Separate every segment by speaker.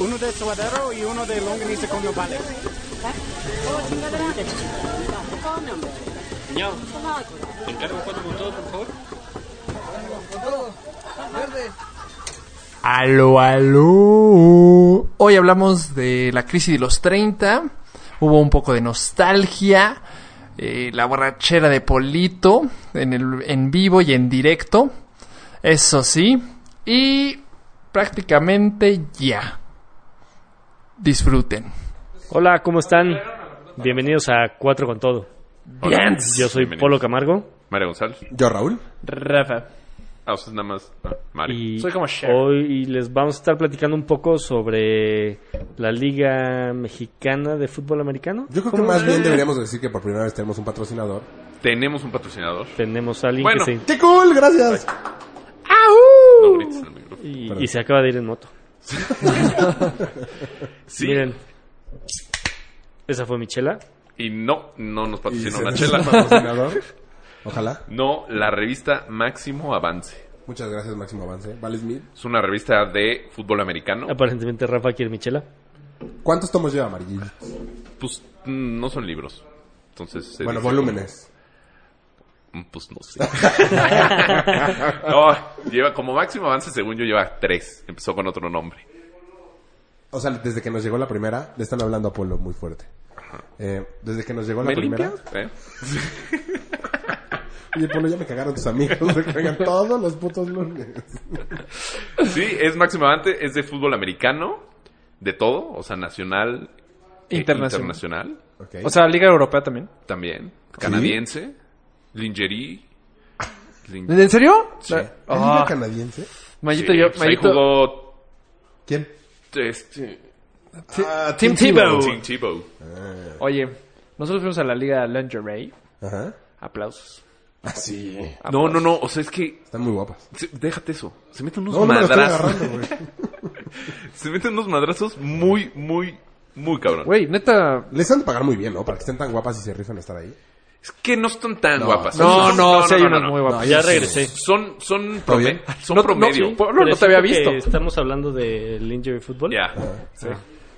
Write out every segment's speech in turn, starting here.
Speaker 1: uno de suadero y uno de longaniza con nopales.
Speaker 2: Ya, encargo cuatro con todo, por favor.
Speaker 3: Aló, aló. Hoy hablamos de la crisis de los 30. Hubo un poco de nostalgia. eh, la borrachera de Polito en, el, en vivo y en directo. Eso sí. Y prácticamente ya. Disfruten.
Speaker 4: Hola, ¿cómo están? Bienvenidos a Cuatro con Todo.
Speaker 3: Bien.
Speaker 4: Yo soy
Speaker 5: Bienvenidos.
Speaker 4: Polo Camargo
Speaker 5: María González.
Speaker 6: Yo, Raúl.
Speaker 3: Rafa.
Speaker 5: Ah, ustedes nada más. ah, Mario.
Speaker 4: y
Speaker 3: Soy como Cher.
Speaker 4: hoy les vamos a estar platicando un poco sobre la Liga Mexicana de Fútbol Americano.
Speaker 6: Yo creo que
Speaker 4: ¿Cómo?
Speaker 6: más bien deberíamos decir que por primera vez tenemos un patrocinador.
Speaker 5: Tenemos un patrocinador.
Speaker 4: Tenemos a alguien
Speaker 5: Bueno.
Speaker 4: que se,
Speaker 6: ¡Qué cool! Gracias.
Speaker 5: No grites en el micrófono.
Speaker 4: y, y se acaba de ir en moto.
Speaker 5: Sí.
Speaker 4: Miren, esa fue Michela.
Speaker 5: Y no, no nos
Speaker 6: Y
Speaker 5: patrocinó
Speaker 6: se
Speaker 5: una
Speaker 6: nos-
Speaker 5: chela.
Speaker 6: patrocinador. Ojalá.
Speaker 5: No, la revista Máximo Avance.
Speaker 6: Muchas gracias, Máximo Avance. Vales mil.
Speaker 5: Es una revista de fútbol americano.
Speaker 4: Ah, Aparentemente Rafa quiere Michela.
Speaker 6: ¿Cuántos tomos lleva, Amarillito?
Speaker 5: Pues mm, no son libros. Entonces. se
Speaker 6: Bueno,
Speaker 5: dice
Speaker 6: volúmenes.
Speaker 5: como- mm, Pues no sé. no, lleva, como Máximo Avance, según yo, lleva tres. Empezó con otro nombre.
Speaker 6: O sea, desde que nos llegó la primera, le están hablando a Polo muy fuerte. Eh, desde que nos llegó la
Speaker 5: ¿Me
Speaker 6: primera.
Speaker 5: limpias? ¿Eh?
Speaker 6: Oye, Polo, ya me cagaron tus amigos. Me cagan todos los putos lunes.
Speaker 5: Sí, es Máximo Avante, es de fútbol americano, de todo, o sea, nacional, e
Speaker 3: Internacional.
Speaker 5: internacional
Speaker 6: Ok.
Speaker 3: O sea, Liga Europea también.
Speaker 5: también, canadiense, lingerie. lin-
Speaker 3: ¿En serio?
Speaker 5: Sí.
Speaker 3: La-
Speaker 6: ¿Es
Speaker 3: Ah,
Speaker 6: liga ¿Eh? canadiense?
Speaker 5: Sí,
Speaker 3: Mayito, yo-
Speaker 5: pues ahí
Speaker 3: Mayito-
Speaker 5: jugó
Speaker 6: ¿Quién?
Speaker 5: este,
Speaker 6: Ah,
Speaker 3: Tim Tebow.
Speaker 5: Tim Tebow.
Speaker 3: Oye, nosotros fuimos a la Liga Lingerie.
Speaker 6: Ajá.
Speaker 3: Aplausos.
Speaker 6: Así.
Speaker 3: Ah,
Speaker 5: No,
Speaker 3: pues.
Speaker 5: no, no, o sea, es que
Speaker 6: Están muy guapas.
Speaker 5: se- déjate eso. Se meten unos
Speaker 6: No, no me lo estoy
Speaker 5: madrazos.
Speaker 6: agarrando, güey.
Speaker 5: se meten unos madrazos muy, muy, muy cabrón.
Speaker 3: Güey, neta.
Speaker 6: Les han de pagar muy bien, ¿no? Para que estén tan guapas y se rifan a estar ahí.
Speaker 5: Es que no están tan
Speaker 6: No.
Speaker 5: guapas.
Speaker 3: No,
Speaker 5: Son-
Speaker 3: no, sí hay unas muy guapas.
Speaker 4: Ya regresé.
Speaker 5: Son, son,
Speaker 6: ¿Todo
Speaker 5: prome-
Speaker 6: bien?
Speaker 5: son
Speaker 3: No, no,
Speaker 5: promedio.
Speaker 3: sí. Polo, no te había
Speaker 4: Parece que
Speaker 3: visto.
Speaker 4: Estamos hablando del Injury Fútbol.
Speaker 5: Ya. Sí.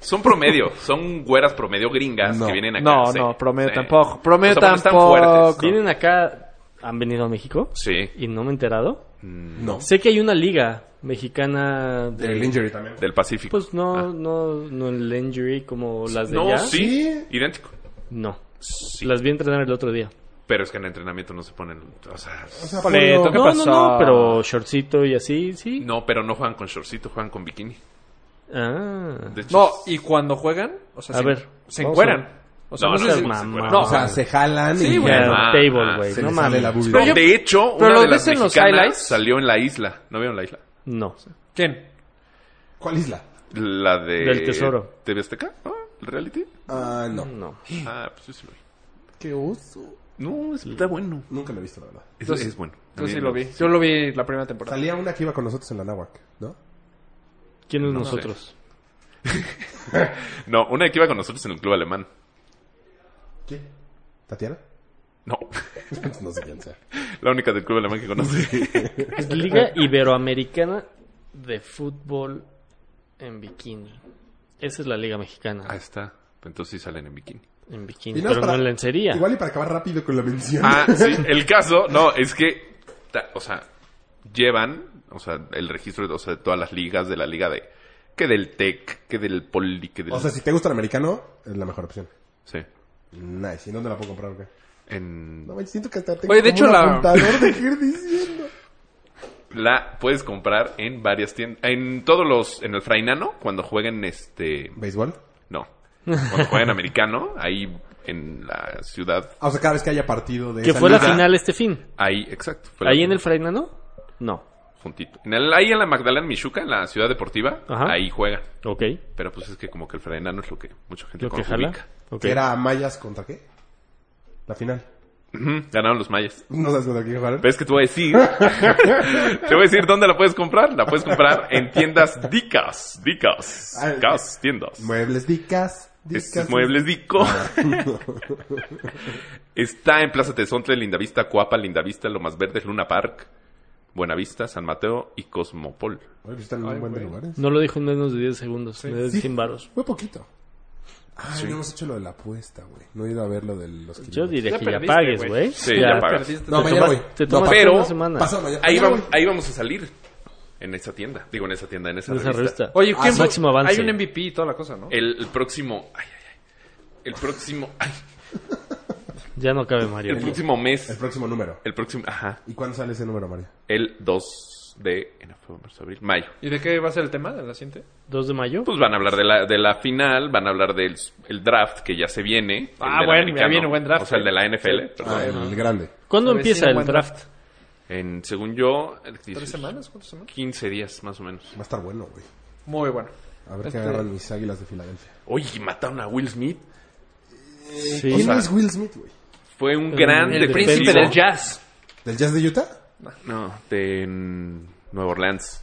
Speaker 5: Son promedio, son güeras promedio gringas
Speaker 6: No.
Speaker 5: que vienen acá.
Speaker 3: No,
Speaker 5: sí,
Speaker 3: no, promedio
Speaker 5: sí.
Speaker 3: tampoco, promedio
Speaker 5: O sea, bueno, están
Speaker 3: tampoco.
Speaker 5: fuertes.
Speaker 4: Vienen acá, han venido a México
Speaker 5: Sí,
Speaker 4: y no me he enterado.
Speaker 6: No.
Speaker 4: Sé que hay una liga mexicana de
Speaker 6: Del injury también.
Speaker 5: del Pacífico.
Speaker 4: Pues no, no, no el injury como las de
Speaker 5: no,
Speaker 4: allá.
Speaker 5: sí,
Speaker 6: Sí.
Speaker 5: idéntico.
Speaker 4: No.
Speaker 5: Sí.
Speaker 4: Las vi entrenar el otro día.
Speaker 5: Pero es que en entrenamiento no se ponen. O sea,
Speaker 6: O sea,
Speaker 3: Poleto,
Speaker 6: Polo,
Speaker 3: ¿qué
Speaker 4: Pues, no,
Speaker 3: pasó?
Speaker 4: no, no, pero shortcito y así, sí.
Speaker 5: no, pero no juegan con shortcito, juegan con bikini.
Speaker 4: Ah.
Speaker 5: De hecho,
Speaker 3: No, y cuando juegan, o sea,
Speaker 4: A
Speaker 3: se,
Speaker 4: ver,
Speaker 3: se
Speaker 4: vamos a
Speaker 3: encueran.
Speaker 4: ver.
Speaker 3: O sea,
Speaker 5: No,
Speaker 3: no,
Speaker 5: no
Speaker 3: sé si-
Speaker 5: es
Speaker 4: mamá.
Speaker 3: no,
Speaker 6: O sea, se jalan
Speaker 3: Sí,
Speaker 6: y
Speaker 3: güey.
Speaker 4: Ya,
Speaker 5: Ah,
Speaker 4: table,
Speaker 5: ah,
Speaker 4: güey.
Speaker 6: se
Speaker 4: No
Speaker 6: les sale
Speaker 4: mames.
Speaker 6: la bubi.
Speaker 3: Pero yo-
Speaker 5: de hecho,
Speaker 3: pero
Speaker 5: una
Speaker 3: lo
Speaker 5: de las
Speaker 3: ves en los
Speaker 5: mexicanas
Speaker 3: highlights.
Speaker 5: salió en la isla. ¿No vieron la isla?
Speaker 4: No.
Speaker 3: ¿Quién?
Speaker 6: ¿Cuál isla?
Speaker 5: La de.
Speaker 4: Del Tesoro.
Speaker 5: ¿TV Azteca? ¿No? ¿El reality?
Speaker 6: Ah, no.
Speaker 4: No.
Speaker 5: Ah, pues yo sí lo vi.
Speaker 6: Qué uso.
Speaker 5: No, está bueno.
Speaker 6: Nunca lo he visto, la verdad.
Speaker 5: Es,
Speaker 3: Yo sí-
Speaker 5: es bueno.
Speaker 3: Yo sí
Speaker 5: También
Speaker 3: lo vi. Yo lo vi la primera temporada.
Speaker 6: Salía una que iba con nosotros en la náhuac, ¿no?
Speaker 4: ¿Quién es
Speaker 5: No
Speaker 4: nosotros?
Speaker 5: No, una que iba con nosotros en el club alemán.
Speaker 6: ¿Quién? ¿Tatiana?
Speaker 5: No,
Speaker 6: no sé quién sea.
Speaker 5: la única del club alemán que conoce.
Speaker 4: Es Liga Iberoamericana de Fútbol en Bikini. Esa es la Liga Mexicana
Speaker 5: Ah, está. Entonces sí salen en bikini.
Speaker 4: en Bikini.
Speaker 6: Y nada más
Speaker 4: Pero no
Speaker 6: para-
Speaker 4: en lencería.
Speaker 6: Igual y para acabar rápido con la mención.
Speaker 5: Ah, sí. El caso, no, es que, ta- o sea, llevan, o sea, el registro, o sea, de todas las ligas, de la liga de, que del TEC, que del Poli, que del...
Speaker 6: O sea, si te gusta el americano, es la mejor opción.
Speaker 5: sí.
Speaker 6: Nice. ¿Y dónde la puedo comprar o qué?
Speaker 5: En
Speaker 6: No, me siento que hasta tengo
Speaker 3: Oye, de
Speaker 6: como
Speaker 3: hecho,
Speaker 6: un
Speaker 3: la-
Speaker 6: apuntador de ir diciendo.
Speaker 5: la puedes comprar en varias tiendas, en todos los, en el Frainano, cuando jueguen este,
Speaker 6: ¿Béisbol?
Speaker 5: no, cuando jueguen americano, ahí en la ciudad,
Speaker 6: Ah, o sea, cada vez que haya partido de
Speaker 4: Que
Speaker 6: esa
Speaker 4: fue la
Speaker 6: liga-
Speaker 4: final este fin.
Speaker 5: ahí, exacto. fue la
Speaker 4: ¿Ahí en
Speaker 5: primera.
Speaker 4: el Frainano? No.
Speaker 5: Juntito. En el- ahí en la Magdalena Michuca, en la ciudad deportiva,
Speaker 4: Ajá.
Speaker 5: ahí juega.
Speaker 4: Ok.
Speaker 5: Pero pues es que como que el Frainano es lo que mucha gente
Speaker 4: Lo que
Speaker 5: como
Speaker 4: jala.
Speaker 5: ubica.
Speaker 4: Ok.
Speaker 6: Que era Mayas contra qué? La final.
Speaker 5: Ujú, Ganaron los mayas.
Speaker 6: No sabes contra quién jugaron.
Speaker 5: Pero es que te voy a decir. te voy a decir dónde la puedes comprar. La puedes comprar en tiendas dicas. Dicas.
Speaker 6: Ah,
Speaker 5: Gas, tiendas.
Speaker 6: Muebles dicas.
Speaker 5: Es-
Speaker 6: dicas Ah.
Speaker 5: muebles Dico. Está en Plaza Tezontle, Lindavista, Coapa, Lindavista, Lo Más Verdes, Luna Park. Buenavista, San Mateo y Cosmopol.
Speaker 6: Oye, pues están en un buen de lugares.
Speaker 4: No lo dijo en menos de 10 segundos. Me dio 100 varos.
Speaker 6: Fue poquito. Ay, no hemos hecho lo de la apuesta, güey. No he ido a ver lo de los
Speaker 4: Yo
Speaker 6: kilómetros.
Speaker 4: diría
Speaker 2: Ya
Speaker 4: que ya
Speaker 2: perdiste,
Speaker 4: pagues,
Speaker 2: güey.
Speaker 4: güey.
Speaker 5: Sí, ya pagas.
Speaker 2: Perdiste.
Speaker 6: No,
Speaker 4: Te
Speaker 6: mañana
Speaker 4: tomas-
Speaker 6: voy.
Speaker 4: Te tomas
Speaker 5: pero-
Speaker 4: una semana.
Speaker 6: Pasado mañana.
Speaker 5: Ahí,
Speaker 6: Mañana
Speaker 5: vam-
Speaker 6: voy.
Speaker 5: ahí vamos a salir. En esa tienda. Digo, en esa tienda, en esa,
Speaker 4: Esa
Speaker 5: revista.
Speaker 4: revista.
Speaker 3: Oye,
Speaker 4: Ah,
Speaker 3: ¿quién-
Speaker 4: sí. máximo avance.
Speaker 3: Hay un MVP y toda la cosa, ¿no?
Speaker 5: El, el próximo... Ay, ay, ay. El próximo... Ay,
Speaker 4: Ya no cabe
Speaker 5: el
Speaker 4: Mario.
Speaker 5: próximo
Speaker 6: El
Speaker 5: mes.
Speaker 6: próximo número.
Speaker 5: El próximo... Ajá.
Speaker 6: ¿Y cuándo sale ese número, Mario?
Speaker 5: El 2 de... enero, febrero, marzo, abril, mayo.
Speaker 2: ¿Y de qué va a ser el tema de la siguiente?
Speaker 4: 2 de mayo.
Speaker 5: Pues van a hablar de la, de la final, van a hablar del el draft que ya se viene.
Speaker 2: Ah,
Speaker 5: el del
Speaker 2: bueno, ya
Speaker 5: americano.
Speaker 2: viene buen draft.
Speaker 5: O sea, el de la NFL. perdón.
Speaker 6: Ah, el grande.
Speaker 4: ¿Cuándo
Speaker 2: Se
Speaker 4: empieza
Speaker 2: avecina
Speaker 4: el
Speaker 2: buen
Speaker 4: draft?
Speaker 5: En, según yo, el
Speaker 2: ¿Tres
Speaker 5: 18,
Speaker 2: semanas? ¿Cuántas semanas?
Speaker 5: 15 días más o menos.
Speaker 6: Va a estar bueno, güey.
Speaker 2: Muy bueno.
Speaker 6: A ver
Speaker 2: Este-
Speaker 6: qué agarran mis águilas de Filadelfia.
Speaker 5: Oye, y mataron a Will Smith.
Speaker 4: Sí.
Speaker 6: ¿Quién
Speaker 5: o sea-
Speaker 6: es Will Smith, güey?
Speaker 5: Fue un
Speaker 4: El-
Speaker 5: gran
Speaker 4: el
Speaker 5: defensivo.
Speaker 4: príncipe del
Speaker 2: jazz.
Speaker 6: ¿Del Jazz de Utah?
Speaker 5: No, de en Nueva Orleans.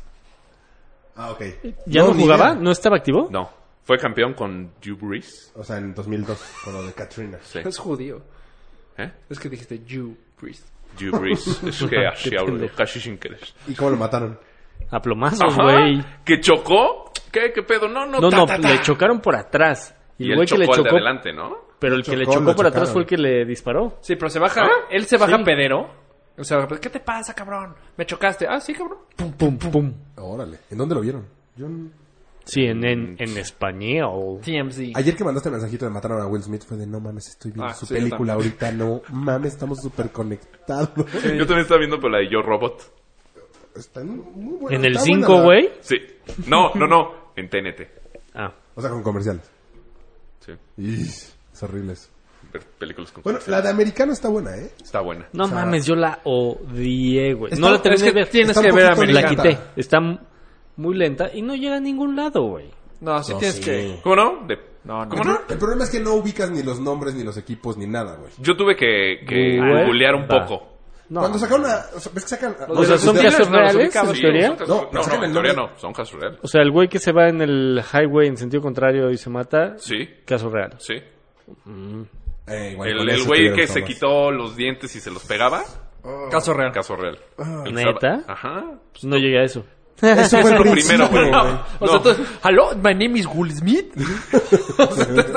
Speaker 6: Ah, ok.
Speaker 4: ¿Ya no,
Speaker 6: ni
Speaker 4: jugaba?
Speaker 6: idea.
Speaker 4: ¿No estaba activo?
Speaker 5: No, fue campeón con Drew Brees.
Speaker 6: O sea, en 2002, con lo de Katrina.
Speaker 5: Sí.
Speaker 2: Es judío.
Speaker 5: ¿Eh?
Speaker 2: Es que dijiste you, priest.
Speaker 5: Drew Brees. es que así
Speaker 4: Qué
Speaker 5: hablo,
Speaker 4: pendejo.
Speaker 5: casi sin querer.
Speaker 6: ¿Y cómo lo mataron?
Speaker 4: A plomazos,
Speaker 5: Ajá,
Speaker 4: güey.
Speaker 5: ¿Que chocó? ¿Qué? ¿Qué pedo? No, no,
Speaker 4: No,
Speaker 5: ta,
Speaker 4: no,
Speaker 5: ta, ta.
Speaker 4: le chocaron por atrás. Y
Speaker 5: Y
Speaker 4: el
Speaker 5: él
Speaker 4: güey que
Speaker 5: chocó
Speaker 4: le
Speaker 5: al de
Speaker 4: chocó.
Speaker 5: adelante, ¿no?
Speaker 4: Pero el que le
Speaker 6: Chocó,
Speaker 4: chocó
Speaker 6: lo
Speaker 4: por atrás
Speaker 6: chocaron.
Speaker 4: fue el que le disparó.
Speaker 2: Sí, pero se baja. Él se baja
Speaker 4: Sí.
Speaker 2: pedero. O sea, ¿qué te pasa, cabrón? Me chocaste. Ah, sí, cabrón.
Speaker 4: Pum, pum, pum.
Speaker 6: Órale. ¿En dónde lo vieron? Yo... n-
Speaker 4: Sí, en, en,
Speaker 5: Mm.
Speaker 4: en español.
Speaker 2: TMZ.
Speaker 6: Ayer que mandaste el mensajito de mataron a Will Smith fue de no mames, estoy viendo
Speaker 2: Ah,
Speaker 6: su
Speaker 2: sí, yo
Speaker 6: película ahorita, no mames, estamos súper conectados.
Speaker 5: Yo también estaba viendo por la de Yo Robot.
Speaker 6: Está muy buena.
Speaker 4: En el
Speaker 6: está buena
Speaker 4: 5,
Speaker 6: la-
Speaker 4: güey.
Speaker 5: Sí. No, no, no. En TNT.
Speaker 4: Ah,
Speaker 6: O sea, con comerciales.
Speaker 5: Sí.
Speaker 6: Y es horrible eso.
Speaker 5: Ver películas con
Speaker 6: Bueno, la de americano está buena, ¿eh?
Speaker 5: Está buena.
Speaker 4: no mames, yo la odié, güey.
Speaker 6: Está-
Speaker 4: No la terminé de
Speaker 6: es que
Speaker 4: ver.
Speaker 6: tienes Está que un ver poquito
Speaker 4: La
Speaker 6: América.
Speaker 4: quité. Está m- muy lenta y no llega a ningún lado, güey.
Speaker 2: No, sí tienes que.
Speaker 5: ¿Cómo no? De-
Speaker 2: No, no.
Speaker 5: ¿Cómo no?
Speaker 6: El problema es que no ubicas ni los nombres, ni los equipos, ni nada, güey.
Speaker 5: Yo tuve que, que
Speaker 4: Güey.
Speaker 5: googlear un
Speaker 4: Va.
Speaker 5: poco.
Speaker 4: No.
Speaker 6: Cuando sacaron una... o sea, ¿Ves que sacan...
Speaker 4: O sea, son
Speaker 6: de-
Speaker 4: casos
Speaker 2: no los
Speaker 4: reales,
Speaker 2: ubicaba.
Speaker 4: en
Speaker 5: Sí,
Speaker 4: teoría.
Speaker 5: son casos-
Speaker 6: No,
Speaker 5: No,
Speaker 6: sacan
Speaker 5: no,
Speaker 6: el
Speaker 5: en teoría
Speaker 6: nombre.
Speaker 5: no. Son casos reales.
Speaker 4: O sea, el güey que se va en el highway en sentido contrario y se mata.
Speaker 5: Sí,
Speaker 4: Caso real.
Speaker 5: sí.
Speaker 6: Eh, igual con
Speaker 5: El
Speaker 6: eso
Speaker 5: el güey
Speaker 6: tuvieron
Speaker 5: que se
Speaker 6: tomas.
Speaker 5: quitó los dientes y se los pegaba.
Speaker 2: Caso real.
Speaker 5: Caso real. El Ah, que
Speaker 4: ¿Neta?
Speaker 5: estaba- Ajá.
Speaker 4: Pues no llegué a eso.
Speaker 6: Eso fue el
Speaker 5: Lo primero,
Speaker 6: primero,
Speaker 5: güey.
Speaker 6: güey.
Speaker 3: O sea, entonces, ¿Aló? ¿My name is Will Smith?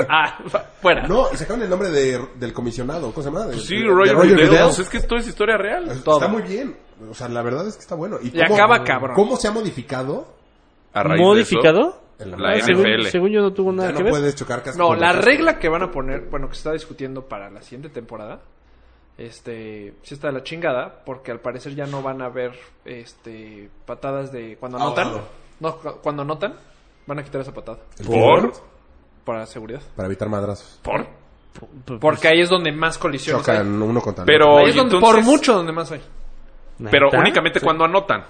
Speaker 4: Ah, fuera.
Speaker 6: No, y sacaron el nombre de, del comisionado, ¿cómo se llama? De-
Speaker 5: Sí,
Speaker 6: de-
Speaker 5: Roger,
Speaker 6: de Roger
Speaker 5: Goodell.
Speaker 6: Goodell.
Speaker 5: Pues es que esto es historia real.
Speaker 6: Está muy bien. O sea, la verdad es que está bueno. Y,
Speaker 2: acaba cabrón.
Speaker 6: ¿Cómo se ha modificado?
Speaker 5: A raíz de eso,
Speaker 4: ¿Modificado?
Speaker 6: En
Speaker 5: La
Speaker 4: Ah, según-
Speaker 5: NFL.
Speaker 4: Según yo no tuvo
Speaker 6: Ya
Speaker 4: nada
Speaker 6: no
Speaker 4: que ver.
Speaker 6: puedes chocar casi
Speaker 2: No,
Speaker 6: con
Speaker 2: la
Speaker 6: casco.
Speaker 2: regla que van a poner, bueno, que se está discutiendo para la siguiente temporada, este, sí está de la chingada, porque al parecer ya no van a haber, este, patadas de cuando anotan.
Speaker 6: Ahogado.
Speaker 2: No, cu- cuando anotan, van a quitar esa patada
Speaker 6: El
Speaker 5: ¿Por?
Speaker 6: fútbol,
Speaker 2: para seguridad.
Speaker 6: Para evitar madrazos.
Speaker 5: Por.
Speaker 4: P-
Speaker 2: Porque ahí es donde más colisiones hay.
Speaker 6: Chocan uno contra el
Speaker 5: Pero-
Speaker 6: otro.
Speaker 2: Ahí es
Speaker 5: Oye,
Speaker 2: donde,
Speaker 5: entonces-
Speaker 2: por mucho donde más hay.
Speaker 4: ¿Neta?
Speaker 5: Pero únicamente cuando anotan.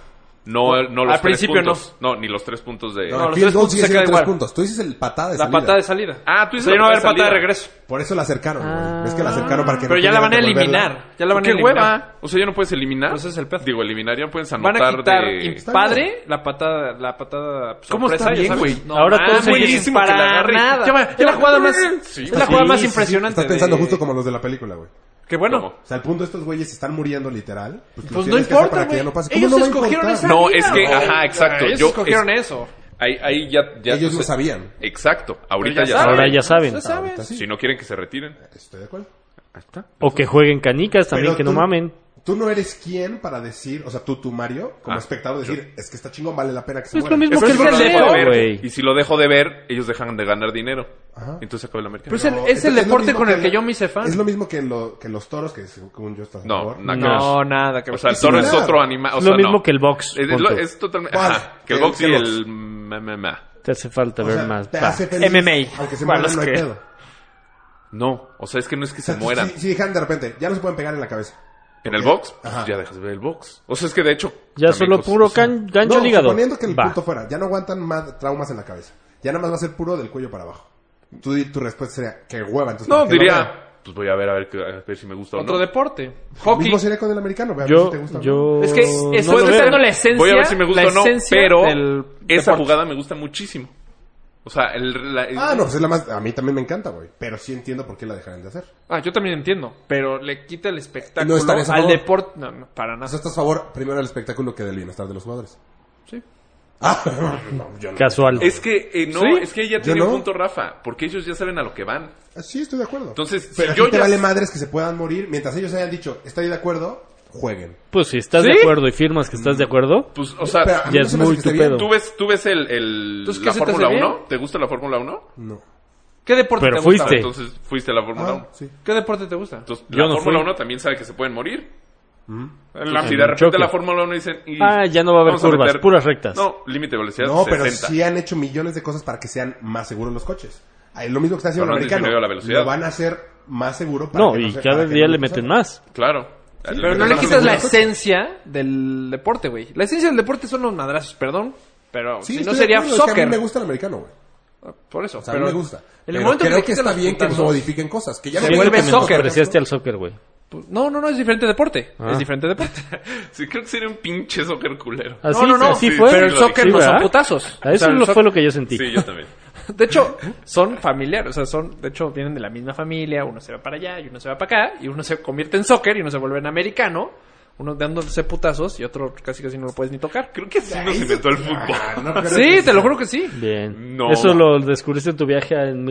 Speaker 5: No, no los
Speaker 2: al
Speaker 5: tres
Speaker 2: principio no.
Speaker 5: puntos. No, ni los tres puntos de...
Speaker 6: No,
Speaker 2: No,
Speaker 6: el
Speaker 2: los
Speaker 6: field
Speaker 2: tres
Speaker 6: goal
Speaker 2: puntos
Speaker 6: sigue
Speaker 2: se queda
Speaker 6: siendo tres
Speaker 2: igual.
Speaker 6: puntos. Tú dices el patada de
Speaker 2: La
Speaker 6: salida.
Speaker 2: patada de salida.
Speaker 5: Ah, tú dices
Speaker 2: Ahí
Speaker 5: la
Speaker 2: no va a haber
Speaker 5: patada de
Speaker 2: patada de
Speaker 5: salida.
Speaker 2: regreso.
Speaker 6: Por eso la acercaron, güey.
Speaker 4: Ah.
Speaker 6: Es que la acercaron para que
Speaker 2: Pero ya la
Speaker 6: tuvieran
Speaker 2: van a
Speaker 6: que volverla.
Speaker 2: eliminar. Ya la van a
Speaker 5: Pues ¡Qué
Speaker 2: eliminar.
Speaker 5: hueva! O sea, ya no puedes eliminar.
Speaker 2: Pues ese es el pedo.
Speaker 5: Digo, eliminar ya puedes
Speaker 2: Van
Speaker 5: anotar
Speaker 2: a quitar
Speaker 5: de...
Speaker 2: y padre la patada, la patada
Speaker 3: ¿Cómo
Speaker 2: sorpresa,
Speaker 3: está
Speaker 2: ya
Speaker 3: bien,
Speaker 2: sabes.
Speaker 3: güey?
Speaker 2: No
Speaker 4: Ahora todos
Speaker 2: mames,
Speaker 4: se quieren-
Speaker 2: buenísimo que la
Speaker 5: para
Speaker 2: agarre.
Speaker 5: nada.
Speaker 2: Ya va- Es la jugada más,
Speaker 5: Sí,
Speaker 2: es la jugada
Speaker 4: sí,
Speaker 2: más
Speaker 4: sí, sí.
Speaker 2: impresionante.
Speaker 6: Estás pensando
Speaker 2: de-
Speaker 6: justo como los de la película, güey.
Speaker 2: Que bueno.
Speaker 5: ¿Cómo?
Speaker 6: O sea, el punto de estos güeyes están muriendo literal. Pues,
Speaker 2: Pues
Speaker 6: los
Speaker 2: no
Speaker 6: tienes que hacer
Speaker 2: importa,
Speaker 6: para que
Speaker 2: güey.
Speaker 6: ya no pase. ¿Cómo
Speaker 2: Ellos
Speaker 6: no va a
Speaker 2: escogieron
Speaker 6: importar?
Speaker 2: esa
Speaker 5: No,
Speaker 2: vida,
Speaker 5: es que,
Speaker 2: güey.
Speaker 5: ajá, exacto.
Speaker 2: Ellos
Speaker 5: Yo-
Speaker 2: escogieron
Speaker 5: es-
Speaker 2: eso.
Speaker 5: Ahí, ahí ya... ya
Speaker 6: Ellos
Speaker 5: no sé.
Speaker 6: no sabían.
Speaker 5: Exacto. Ahorita
Speaker 2: Pero
Speaker 5: ya,
Speaker 2: ya saben.
Speaker 5: saben.
Speaker 4: Ahora ya saben.
Speaker 2: Ya saben.
Speaker 6: Ahorita sí.
Speaker 5: Si no quieren que se retiren.
Speaker 6: Estoy de acuerdo.
Speaker 5: Ahí está.
Speaker 4: O que jueguen canicas también,
Speaker 6: Pero
Speaker 4: que no
Speaker 6: tú-
Speaker 4: mamen.
Speaker 6: Tú no eres quien para decir, o sea, tú, tú Mario, como
Speaker 5: Ah,
Speaker 6: espectador, decir, es que está chingón, vale la pena que se
Speaker 4: Es
Speaker 6: muera.
Speaker 4: lo mismo
Speaker 5: Es
Speaker 4: que
Speaker 5: que
Speaker 4: el
Speaker 5: si lo dejo
Speaker 4: boxeo,
Speaker 5: de ver,
Speaker 4: güey.
Speaker 5: y si lo dejo de ver, ellos dejan de ganar dinero.
Speaker 6: Ajá.
Speaker 5: Entonces acaba el americano.
Speaker 2: Pero es el,
Speaker 6: No,
Speaker 2: es el
Speaker 6: entonces lo
Speaker 2: deporte
Speaker 6: mismo
Speaker 2: con el que
Speaker 6: la-
Speaker 2: yo me hice fan.
Speaker 6: Es lo mismo que, lo, que los toros, que según yo estás a
Speaker 5: No,
Speaker 6: favor.
Speaker 5: nada que
Speaker 4: No.
Speaker 5: ver.
Speaker 2: No, nada. Que
Speaker 5: O sea, el
Speaker 6: Es
Speaker 5: toro es
Speaker 6: similar.
Speaker 5: otro animal. o
Speaker 4: Es
Speaker 5: sea,
Speaker 4: lo mismo
Speaker 5: no.
Speaker 4: que el box,
Speaker 5: Es,
Speaker 4: pon
Speaker 5: lo-
Speaker 4: tú.
Speaker 5: es totalmente.
Speaker 6: Vale,
Speaker 5: Ajá, que
Speaker 6: que-
Speaker 5: el box
Speaker 6: que
Speaker 5: y
Speaker 6: los-
Speaker 5: el. MMA.
Speaker 4: Te hace falta
Speaker 6: O
Speaker 4: ver
Speaker 6: sea,
Speaker 4: más.
Speaker 6: te
Speaker 4: Va.
Speaker 6: hace feliz,
Speaker 2: MMA.
Speaker 6: Aunque se
Speaker 2: Para
Speaker 6: mueran,
Speaker 2: los
Speaker 6: no hay
Speaker 2: que-
Speaker 6: pedo.
Speaker 5: No, o sea, es que no es que
Speaker 6: O sea,
Speaker 5: se mueran.
Speaker 6: Si, si dejan de repente, ya los pueden pegar en la cabeza.
Speaker 5: En el box, pues,
Speaker 6: Ajá.
Speaker 5: ya dejas de ver el box. O sea, es que de hecho.
Speaker 4: Ya
Speaker 5: también pues,
Speaker 4: solo
Speaker 5: cosas-
Speaker 4: puro can- gancho
Speaker 6: no,
Speaker 4: al hígado.
Speaker 6: suponiendo que el
Speaker 4: Va.
Speaker 6: punto fuera, ya no aguantan más traumas en la cabeza. Ya nada más va a ser puro del cuello para abajo. Tú, di- tu respuesta sería, que hueva. Entonces,
Speaker 5: No,
Speaker 6: ¿para qué lo vean?
Speaker 5: diría. Pues voy a ver a ver, que- a ver si me gusta o
Speaker 2: Otro
Speaker 5: no.
Speaker 2: deporte.
Speaker 6: Lo
Speaker 2: Hockey.
Speaker 6: mismo sería con el americano, ve a ver si
Speaker 4: Yo,
Speaker 6: te gusta. o no.
Speaker 4: yo...
Speaker 2: Es que es- es-
Speaker 4: lo
Speaker 2: estoy
Speaker 4: veo.
Speaker 2: dando la esencia.
Speaker 5: Voy a ver si me gusta
Speaker 2: la
Speaker 5: o no.
Speaker 2: esencia
Speaker 5: Pero
Speaker 2: del
Speaker 5: esa
Speaker 2: deporte.
Speaker 5: jugada me gusta muchísimo. O sea, el, la- el-
Speaker 6: Ah, no, pues es la más. A mí también me encanta, güey. Pero sí entiendo por qué la dejarían de hacer.
Speaker 2: Ah, yo también entiendo, pero le quita el
Speaker 6: No
Speaker 2: espectáculo
Speaker 6: estarías a
Speaker 2: al
Speaker 6: favor.
Speaker 2: deporte. No, no, para
Speaker 6: O
Speaker 2: nada.
Speaker 6: sea, estás a favor primero del espectáculo que del bienestar de los jugadores.
Speaker 2: Sí.
Speaker 6: Ah, no, yo no.
Speaker 4: Casual.
Speaker 5: Es que eh, no,
Speaker 2: Sí.
Speaker 5: es que ella
Speaker 6: Yo
Speaker 5: tiene
Speaker 6: no.
Speaker 5: un punto, Rafa, porque ellos ya saben a lo que van.
Speaker 6: Ah, Sí, estoy de acuerdo.
Speaker 5: Entonces,
Speaker 6: pero
Speaker 5: si yo
Speaker 6: aquí te
Speaker 5: ya-
Speaker 6: vale madres que se puedan morir mientras ellos hayan dicho, estoy de acuerdo, jueguen.
Speaker 4: Pues si estás de
Speaker 2: ¿Sí?
Speaker 4: acuerdo y firmas que estás de acuerdo,
Speaker 5: Pues, o sea,
Speaker 6: Pero a mí
Speaker 4: ya
Speaker 6: no
Speaker 4: es
Speaker 6: se me hace
Speaker 4: muy
Speaker 6: que esté
Speaker 4: tu
Speaker 6: bien.
Speaker 4: pedo.
Speaker 5: ¿tú ves, tú ves el, el-
Speaker 2: Entonces, ¿qué
Speaker 5: la
Speaker 2: se te hace
Speaker 5: Fórmula
Speaker 2: bien?
Speaker 5: 1? ¿Te gusta la Fórmula 1?
Speaker 6: No.
Speaker 2: ¿Qué deporte
Speaker 4: Pero
Speaker 2: te gusta?
Speaker 4: fuiste. Sí.
Speaker 5: Entonces fuiste a la Fórmula 1.
Speaker 6: Ah, sí.
Speaker 2: ¿Qué deporte te gusta?
Speaker 5: Entonces,
Speaker 4: Yo
Speaker 5: la
Speaker 4: no
Speaker 5: Fórmula
Speaker 4: fui.
Speaker 5: 1 también sabe que se pueden morir.
Speaker 6: ¿Mm?
Speaker 2: La-
Speaker 5: si
Speaker 4: en
Speaker 5: de
Speaker 4: un
Speaker 5: repente
Speaker 4: choque.
Speaker 5: la Fórmula 1 dicen... y-
Speaker 4: Ah, ya no va a haber
Speaker 5: vamos
Speaker 4: curvas,
Speaker 5: meter-
Speaker 4: puras rectas.
Speaker 5: No, límite de velocidad
Speaker 6: No, pero
Speaker 5: 60.
Speaker 6: sí han hecho millones de cosas para que sean más seguros los coches. Ahí lo mismo que está haciendo
Speaker 5: Pero
Speaker 6: el
Speaker 5: no han disminuido
Speaker 6: americano.
Speaker 5: la velocidad.
Speaker 6: Lo van a hacer más seguro para
Speaker 4: No,
Speaker 6: que
Speaker 4: y
Speaker 6: se-
Speaker 4: cada
Speaker 6: para que
Speaker 4: día
Speaker 6: no
Speaker 4: le
Speaker 6: se-
Speaker 4: meten más.
Speaker 5: Claro.
Speaker 2: Pero no le
Speaker 6: Pero
Speaker 2: quitas
Speaker 6: no
Speaker 2: la
Speaker 6: es-
Speaker 2: esencia del deporte, güey. La esencia del deporte son los madrazos, perdón. Pero si
Speaker 6: Sí,
Speaker 2: no
Speaker 6: estoy de
Speaker 2: sería
Speaker 6: acuerdo, es que a
Speaker 2: soccer.
Speaker 6: mí me gusta el americano, güey.
Speaker 2: Por eso.
Speaker 6: O sea,
Speaker 2: pero
Speaker 6: a mí me gusta.
Speaker 2: En
Speaker 6: Pero
Speaker 2: el momento que
Speaker 6: creo
Speaker 2: le
Speaker 6: que
Speaker 2: quitas
Speaker 6: está
Speaker 2: los
Speaker 6: bien que
Speaker 2: putazos,
Speaker 6: modifiquen cosas. Que ya
Speaker 2: Se
Speaker 6: no
Speaker 2: vuelve
Speaker 6: metan-
Speaker 2: soccer.
Speaker 4: Apreciaste al soccer, güey.
Speaker 2: pues, No, no, no, es diferente deporte.
Speaker 4: Ah.
Speaker 2: Es diferente deporte.
Speaker 5: Sí, creo que sería un pinche soccer culero.
Speaker 4: Así,
Speaker 2: no, no,
Speaker 4: así
Speaker 5: sí,
Speaker 4: fue.
Speaker 2: Pero el
Speaker 5: Sí,
Speaker 2: soccer
Speaker 4: sí,
Speaker 2: no son
Speaker 4: ¿verdad?
Speaker 2: putazos.
Speaker 4: A Eso
Speaker 2: O sea, el
Speaker 4: lo
Speaker 2: soc-
Speaker 4: fue lo que yo sentí.
Speaker 5: Sí, yo también.
Speaker 2: De hecho, son familiares, o sea, son, de hecho, vienen de la misma familia, uno se va para allá y uno se va para acá, y uno se convierte en soccer y uno se vuelve en americano, uno dándose putazos y otro casi casi no lo puedes ni tocar.
Speaker 5: Creo que así nos inventó el fútbol.
Speaker 6: Ah, No creo
Speaker 2: Sí,
Speaker 6: que-
Speaker 2: te lo juro que sí.
Speaker 4: Bien.
Speaker 5: No.
Speaker 4: ¿Eso lo descubriste en tu viaje en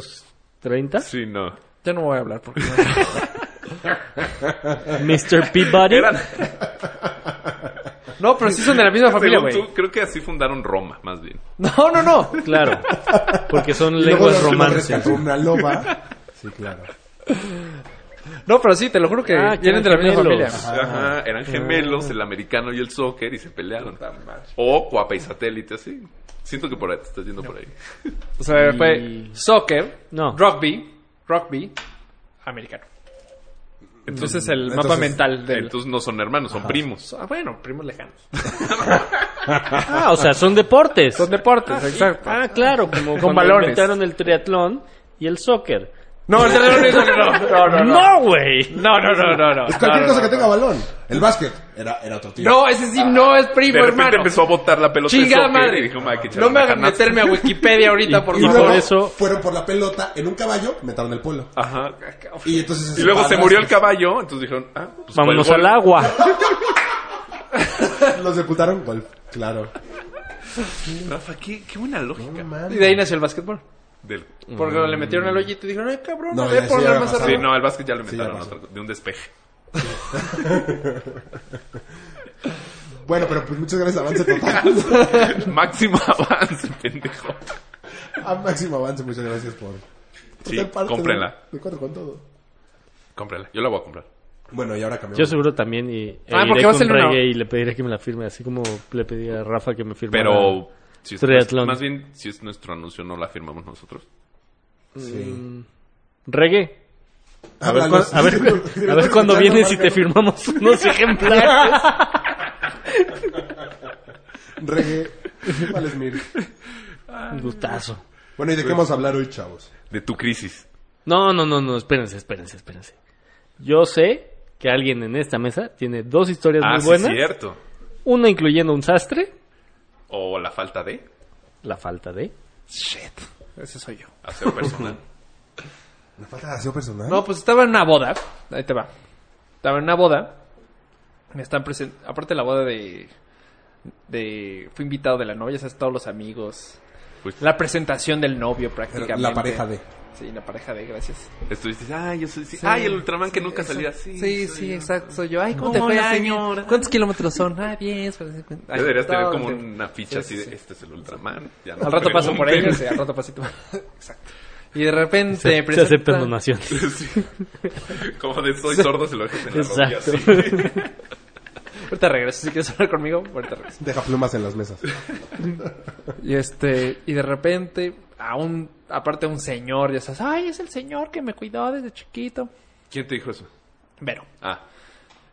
Speaker 4: 1930?
Speaker 5: Sí, no.
Speaker 2: Ya no voy a hablar porque no-
Speaker 4: Mr. Peabody.
Speaker 5: Eran,
Speaker 2: No, pero sí son de la misma familia,
Speaker 5: según
Speaker 2: güey.
Speaker 5: tú, creo que así fundaron Roma, más bien.
Speaker 2: No, no, no.
Speaker 4: Claro. Porque son
Speaker 6: Y luego
Speaker 4: lenguas
Speaker 6: los- los
Speaker 4: romances.
Speaker 6: rescató una loba. Sí, claro.
Speaker 2: No, pero sí, te lo juro que
Speaker 4: Ah, que
Speaker 2: vienen de la
Speaker 4: eran
Speaker 2: misma familia.
Speaker 4: gemelos.
Speaker 6: Ah.
Speaker 5: Ajá, eran gemelos, el americano y el soccer, y se pelearon. O Cuapa y Satélite, así. Siento que por ahí te estás yendo por ahí.
Speaker 2: O sea,
Speaker 4: Y-
Speaker 2: fue soccer,
Speaker 4: No.
Speaker 2: rugby, rugby, americano. Entonces el mapa
Speaker 6: Mm, entonces-
Speaker 2: mental del...
Speaker 5: Entonces no son hermanos, son primos.
Speaker 2: Ah, bueno, primos lejanos.
Speaker 4: Ah, o sea, son deportes.
Speaker 2: Son deportes, exacto.
Speaker 4: Ah, claro, como
Speaker 2: Con
Speaker 4: cuando
Speaker 2: balones.
Speaker 4: inventaron el triatlón y el soccer.
Speaker 2: No, el terreno no, no, no, no.
Speaker 4: No, güey.
Speaker 2: No, no, no, no, no.
Speaker 6: Pues cualquier
Speaker 2: no,
Speaker 6: cosa
Speaker 2: no,
Speaker 6: que tenga balón. El básquet era, era otro tío.
Speaker 2: No, ese sí no es primo,
Speaker 5: De repente
Speaker 2: hermano.
Speaker 5: empezó a botar la pelota de
Speaker 2: Chingada
Speaker 5: soccer
Speaker 2: madre.
Speaker 5: y dijo, "Ma, que
Speaker 2: No me hagan
Speaker 5: charlatanazo".
Speaker 2: meterme a Wikipedia ahorita, por
Speaker 4: y
Speaker 6: Y
Speaker 2: favor.
Speaker 6: luego
Speaker 4: por eso-
Speaker 6: fueron por la pelota en un caballo, metaron el pueblo.
Speaker 5: Ajá.
Speaker 6: Y entonces
Speaker 5: Y luego se murió el caballo, entonces dijeron, ah, pues
Speaker 4: Vámonos
Speaker 5: fue el
Speaker 4: al
Speaker 5: gol.
Speaker 4: agua.
Speaker 6: caballo. Los deputaron golf. Claro.
Speaker 5: Rafa, qué, qué buena lógica.
Speaker 2: Y de ahí nació el básquetbol.
Speaker 5: Del-
Speaker 2: Porque le metieron al hoyito y dijeron, ay, cabrón,
Speaker 6: No,
Speaker 2: no, voy a
Speaker 6: ya,
Speaker 2: poner
Speaker 6: sí, ya
Speaker 2: más
Speaker 6: pasaba.
Speaker 5: Sí,
Speaker 2: arriba.
Speaker 5: no, al básquet ya lo
Speaker 6: Sí,
Speaker 5: inventaron
Speaker 6: ya pasó.
Speaker 5: otro- de un despeje.
Speaker 6: Bueno, pero pues muchas gracias, avance total.
Speaker 5: Máximo avance, pendejo.
Speaker 6: A Máximo Avance, muchas gracias por. por
Speaker 5: Sí,
Speaker 6: ser parte
Speaker 5: cómprenla.
Speaker 6: De, de Cuatro con todo.
Speaker 5: Cómprala, yo la voy a comprar.
Speaker 6: Bueno, y ahora cambiamos.
Speaker 4: Yo seguro también y e
Speaker 2: Ah,
Speaker 4: iré
Speaker 2: porque va a
Speaker 4: con
Speaker 2: ser una-
Speaker 4: reggae y le pediré que me la firme, así como le pedí a Rafa que me firmara.
Speaker 5: Pero... Si es-
Speaker 4: Triatlón.
Speaker 5: más bien, si es nuestro anuncio, no la firmamos nosotros.
Speaker 6: Sí.
Speaker 4: reggae. A ver,
Speaker 6: Háblanos.
Speaker 4: cuán- a ver, cu- a ver cuándo vienes y te firmamos unos ejemplares.
Speaker 6: Reggae. Vale, Smith.
Speaker 4: Gustazo.
Speaker 6: Bueno,
Speaker 5: Pues-
Speaker 6: ¿y de qué vamos a hablar hoy, chavos?
Speaker 5: De tu crisis.
Speaker 4: No, no, no, no, espérense, espérense, espérense. Yo sé que alguien en esta mesa tiene dos historias
Speaker 5: Ah,
Speaker 4: muy
Speaker 5: sí,
Speaker 4: buenas.
Speaker 5: cierto.
Speaker 4: Una incluyendo un sastre,
Speaker 5: O la falta de
Speaker 4: la falta
Speaker 2: Eh,
Speaker 4: de.
Speaker 2: Shit. Ese soy yo.
Speaker 5: hacer personal.
Speaker 6: ¿La falta de aseo personal?
Speaker 2: No, pues estaba en una boda. Ahí te va. Estaba en una boda. Me están present... Aparte de la boda de... de... Fui invitado de la novia, o sea, todos los amigos.
Speaker 5: Pues-
Speaker 2: La presentación del novio
Speaker 6: Pero
Speaker 2: prácticamente.
Speaker 6: la pareja de.
Speaker 2: Sí, la pareja de, gracias.
Speaker 5: Estuviste, ay, yo soy, sí, ay, el Ultraman que nunca salía así.
Speaker 2: Sí, sí, exacto, soy yo. Ay, ¿cómo te
Speaker 5: No,
Speaker 2: fue?
Speaker 5: la
Speaker 2: Ay,
Speaker 5: señora.
Speaker 2: bien. ¿Cuántos kilómetros son? Ah, bien. es- Ay,
Speaker 5: Deberías tener
Speaker 2: todo
Speaker 5: como
Speaker 2: el tiempo.
Speaker 5: una ficha
Speaker 2: Sí, sí,
Speaker 5: así de,
Speaker 2: sí.
Speaker 5: este es el Ultraman. ya no
Speaker 2: Al rato paso por
Speaker 5: pregunten.
Speaker 2: ellos y al rato pasito. Exacto. Y de repente
Speaker 4: Se, se
Speaker 2: presenta-
Speaker 4: aceptan donaciones.
Speaker 2: eh.
Speaker 5: Sí. Como de soy sordo, se lo dejas en la rodilla.
Speaker 4: Exacto.
Speaker 5: así.
Speaker 2: Ahorita regreso, si quieres hablar conmigo, ahorita regreso.
Speaker 6: Deja plumas en las mesas.
Speaker 2: Y este, y de repente, a un, aparte a un señor, ya sabes, ay, es el señor que me cuidó desde chiquito.
Speaker 5: ¿Quién te dijo eso?
Speaker 2: Pero,
Speaker 5: Ah,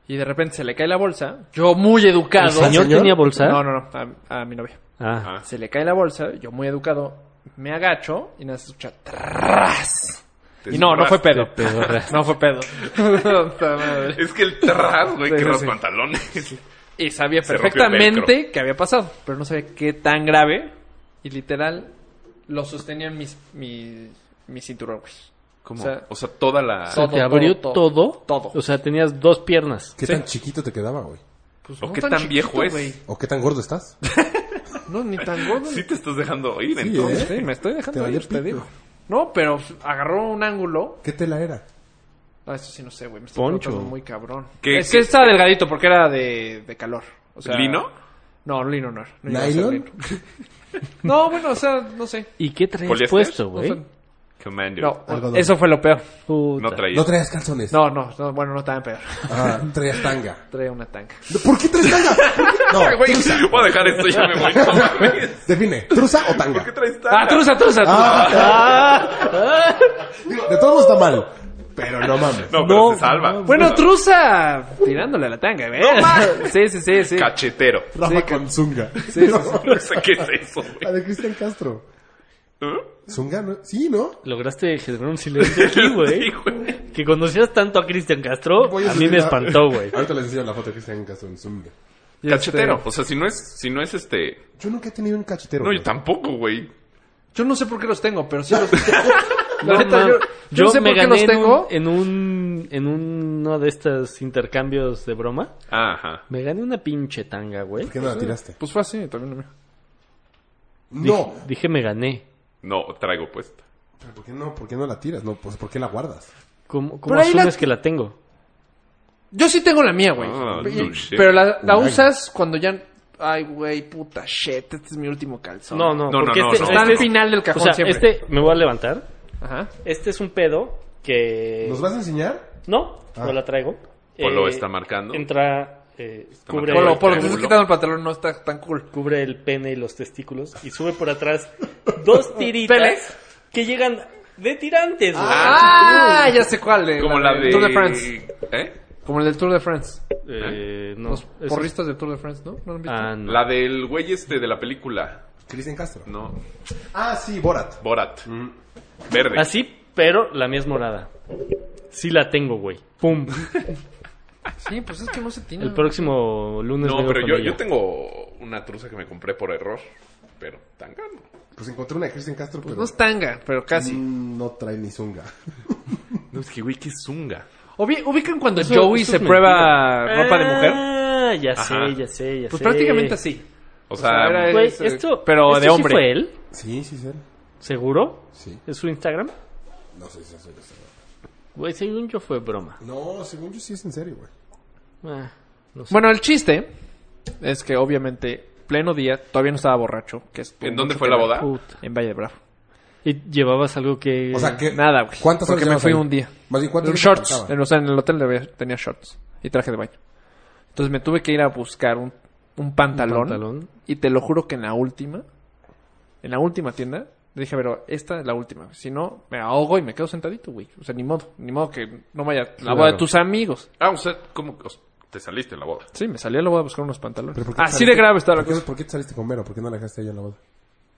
Speaker 2: y de repente se le cae la bolsa, yo muy educado.
Speaker 4: ¿El señor tenía bolsa?
Speaker 2: No, no, no, a, a mi novia.
Speaker 4: Ah,
Speaker 5: Ah.
Speaker 2: Se le cae la bolsa, yo muy educado, me agacho y nada, se escucha tras.
Speaker 5: Te
Speaker 2: Y no, no fue pedo.
Speaker 4: Te pedorreaste.
Speaker 2: No fue pedo. Puta madre.
Speaker 5: es que el terraz, güey,
Speaker 2: Sí,
Speaker 5: que
Speaker 2: sí,
Speaker 5: los
Speaker 2: sí.
Speaker 5: pantalones.
Speaker 2: Y sabía
Speaker 5: Se rompió el
Speaker 2: perfectamente que había pasado, pero no sabía qué tan grave. Y literal, lo sostenía mis, mi, mi cinturón, pues. güey.
Speaker 5: ¿Cómo?
Speaker 2: O sea-
Speaker 5: O sea, toda la...
Speaker 2: Todo,
Speaker 4: Se te abrió
Speaker 2: todo,
Speaker 4: todo,
Speaker 2: todo. Todo.
Speaker 4: O sea, tenías dos piernas.
Speaker 6: ¿Qué
Speaker 2: Sí.
Speaker 6: tan chiquito te quedaba, güey?
Speaker 2: Pues
Speaker 5: ¿O qué tan viejo es?
Speaker 2: güey.
Speaker 6: ¿O qué tan gordo estás?
Speaker 2: No, ni tan gordo.
Speaker 5: Sí te estás dejando oír,
Speaker 6: Sí,
Speaker 5: entonces.
Speaker 6: ¿eh?
Speaker 2: Sí, me estoy
Speaker 6: Te
Speaker 2: dejando
Speaker 6: valió
Speaker 2: ir, te
Speaker 6: pito.
Speaker 2: digo. No, pero agarró un ángulo.
Speaker 6: ¿Qué tela era?
Speaker 2: Ah, eso sí no sé, güey. Me está
Speaker 4: Poncho.
Speaker 2: tratando muy cabrón.
Speaker 5: ¿Qué-
Speaker 2: es
Speaker 5: qué-
Speaker 2: que está delgadito porque era de, de calor. O sea,
Speaker 5: ¿Lino?
Speaker 2: No, lino no. era. no iba a ser
Speaker 6: ¿Nylon?
Speaker 2: lino. no, bueno, o sea, no sé.
Speaker 4: ¿Y qué traes
Speaker 5: ¿Poliéster?
Speaker 4: puesto,
Speaker 2: No,
Speaker 4: güey?
Speaker 2: sé.
Speaker 5: Commander.
Speaker 2: No,
Speaker 5: No,
Speaker 6: Algodón.
Speaker 2: eso fue lo peor.
Speaker 4: Puta.
Speaker 5: traía.
Speaker 6: No traías calzones.
Speaker 2: No, no, no, bueno, no tan peor.
Speaker 6: Ah, traías tanga.
Speaker 2: Traía una tanga.
Speaker 6: ¿Por qué traes tanga? ¿Por qué? No,
Speaker 5: Güey,
Speaker 6: trusa.
Speaker 5: voy a dejar esto, ya me voy. No mames.
Speaker 6: Define, ¿trusa o tanga?
Speaker 5: ¿Por qué traes tanga?
Speaker 2: Ah, truza, truza, truza.
Speaker 6: Ah, Digo, de todos modos está mal. Pero no mames.
Speaker 5: No, pero se salva.
Speaker 2: Bueno,
Speaker 5: Se
Speaker 2: truza tirándole a la tanga, güey. Sí, sí, sí, sí.
Speaker 5: salva. Cachetero.
Speaker 6: Rafa con zunga. No.
Speaker 5: No sé qué es eso,
Speaker 6: La
Speaker 5: güey.
Speaker 6: de Cristian Castro.
Speaker 5: ¿Eh?
Speaker 6: ¿Zunga? No? Sí, ¿no?
Speaker 4: Lograste generar un silencio aquí,
Speaker 5: Sí,
Speaker 4: güey.
Speaker 5: güey.
Speaker 4: que conocías tanto a Cristian Castro,
Speaker 6: Voy a
Speaker 4: a mí
Speaker 6: subir
Speaker 4: me
Speaker 6: la-
Speaker 4: espantó, güey.
Speaker 6: Ahorita les enseño la foto de Cristian Castro en zunga.
Speaker 2: Y este,
Speaker 5: Cachetero. O sea, si no es, si no es este...
Speaker 6: Yo nunca he tenido un cachetero.
Speaker 5: No,
Speaker 6: güey.
Speaker 5: yo tampoco, güey.
Speaker 2: Yo no sé por qué los tengo, pero sí los tengo. La
Speaker 4: No,
Speaker 2: neta,
Speaker 4: mam.
Speaker 2: yo, yo no sé
Speaker 4: me
Speaker 2: por qué
Speaker 4: gané
Speaker 2: los tengo.
Speaker 4: En un, en un- uno de estos intercambios de broma.
Speaker 5: Ajá.
Speaker 4: Me gané una pinche tanga, güey.
Speaker 6: ¿Por qué no la tiraste?
Speaker 2: Pues fue así, también lo mío.
Speaker 6: No.
Speaker 4: Dije, dije, me gané.
Speaker 5: No, traigo puesta.
Speaker 6: Pero ¿Por qué no? ¿Por qué no la tiras? No, pues ¿por qué la guardas?
Speaker 4: ¿Cómo, cómo
Speaker 2: Pero ahí la-
Speaker 4: asumes que la tengo?
Speaker 2: Yo sí tengo la mía, güey.
Speaker 5: Ah,
Speaker 2: Y-
Speaker 5: no shit.
Speaker 2: pero la, la
Speaker 6: Uy.
Speaker 2: usas cuando ya... Ay, güey, puta shit, este es mi último calzón.
Speaker 4: No, no,
Speaker 5: No,
Speaker 4: porque
Speaker 5: no, no,
Speaker 4: este,
Speaker 5: no.
Speaker 2: Está
Speaker 4: este
Speaker 2: al
Speaker 4: es-
Speaker 2: final del cajón
Speaker 4: o sea,
Speaker 2: siempre.
Speaker 4: este me voy a levantar.
Speaker 2: Ajá.
Speaker 4: Este es un pedo que...
Speaker 6: ¿Nos vas a enseñar?
Speaker 4: No,
Speaker 6: Ah.
Speaker 4: no la traigo. Eh,
Speaker 5: Polo está marcando.
Speaker 4: Entra, eh, cubre,
Speaker 5: marcando.
Speaker 2: Polo, polo, te estás
Speaker 5: triángulo.
Speaker 2: quitando el pantalón, no está tan cool.
Speaker 4: cubre el pene y los testículos y sube por atrás dos tiritas
Speaker 2: Pele.
Speaker 4: que llegan de tirantes, güey.
Speaker 2: Ah, ya sé cuál. de-
Speaker 5: Como la
Speaker 2: del
Speaker 5: de...
Speaker 2: Tour de France.
Speaker 5: ¿Eh?
Speaker 2: Como el del Tour de France.
Speaker 4: Eh, no,
Speaker 2: Los
Speaker 4: eso-
Speaker 2: porristas del Tour de France, ¿no? ¿No lo han visto?
Speaker 4: Ah, no.
Speaker 5: La del güey este de la película.
Speaker 6: Cristian Castro.
Speaker 5: No,
Speaker 6: Ah, sí, Borat. Mm,
Speaker 5: Borat.
Speaker 2: Ah,
Speaker 5: Verde.
Speaker 4: Así, pero la mía es morada. Sí la tengo, güey. Pum.
Speaker 2: Sí, pues es que no se tiene.
Speaker 4: El próximo lunes
Speaker 5: No,
Speaker 4: vengo
Speaker 5: pero
Speaker 4: con
Speaker 5: yo,
Speaker 4: ella.
Speaker 5: yo tengo una truza que me compré por error. Pero tan gano.
Speaker 6: Pues encontré una de Cristian Castro, pero
Speaker 2: Pues No es tanga, pero casi.
Speaker 6: Mm, no trae ni zunga.
Speaker 5: No, es que güey, qué zunga.
Speaker 2: Ubi- ¿Ubican cuando Joey
Speaker 4: eso
Speaker 2: se
Speaker 4: es
Speaker 2: prueba ropa de mujer?
Speaker 4: Ah, ya
Speaker 5: Ajá.
Speaker 4: sé, ya sé, ya
Speaker 2: Pues
Speaker 4: sé.
Speaker 2: prácticamente así.
Speaker 5: O
Speaker 2: sea,
Speaker 5: sea,
Speaker 2: era-
Speaker 4: Güey,
Speaker 2: Es, eh,
Speaker 4: esto,
Speaker 2: pero
Speaker 4: esto
Speaker 2: de
Speaker 4: sí
Speaker 2: hombre.
Speaker 4: fue él?
Speaker 6: Sí, sí, sí.
Speaker 4: ¿Seguro?
Speaker 6: Sí.
Speaker 4: ¿Es su Instagram?
Speaker 6: No sé si es en serio.
Speaker 4: Güey, según yo fue broma.
Speaker 6: No, según yo sí es en serio, güey.
Speaker 4: Ah, no sé.
Speaker 2: Bueno, el chiste es que obviamente, pleno día, todavía no estaba borracho. Que es
Speaker 5: ¿en dónde fue la boda?
Speaker 4: Puta.
Speaker 2: En Valle de Bravo.
Speaker 4: ¿Y llevabas algo que...
Speaker 6: O sea, que...
Speaker 2: Nada, güey.
Speaker 6: ¿Cuántas
Speaker 2: Porque me
Speaker 6: horas llevas
Speaker 2: fui
Speaker 6: ahí?
Speaker 2: un día.
Speaker 6: Más bien, ¿cuántas
Speaker 2: En
Speaker 6: horas
Speaker 2: shorts.
Speaker 6: faltaban?
Speaker 2: En, o sea, en el hotel había- tenía shorts y traje de baño. Entonces me tuve que ir a buscar un, un pantalón,
Speaker 4: pantalón.
Speaker 2: Y te lo juro que en la última, en la última tienda, le dije, pero esta es la última. Si no, me ahogo y me quedo sentadito, güey. O sea, ni modo. Ni modo que no vaya a la boda de
Speaker 6: Claro.
Speaker 2: tus amigos.
Speaker 5: Ah, o sea, ¿cómo que os- te saliste en la boda?
Speaker 2: Sí, me salí a la boda a buscar unos pantalones.
Speaker 6: ¿Pero por qué
Speaker 2: Así
Speaker 6: saliste-
Speaker 2: de grave está la
Speaker 6: ¿Por qué,
Speaker 2: cosa.
Speaker 6: ¿Por qué te saliste con Vero? ¿Por qué no la dejaste allá en la boda?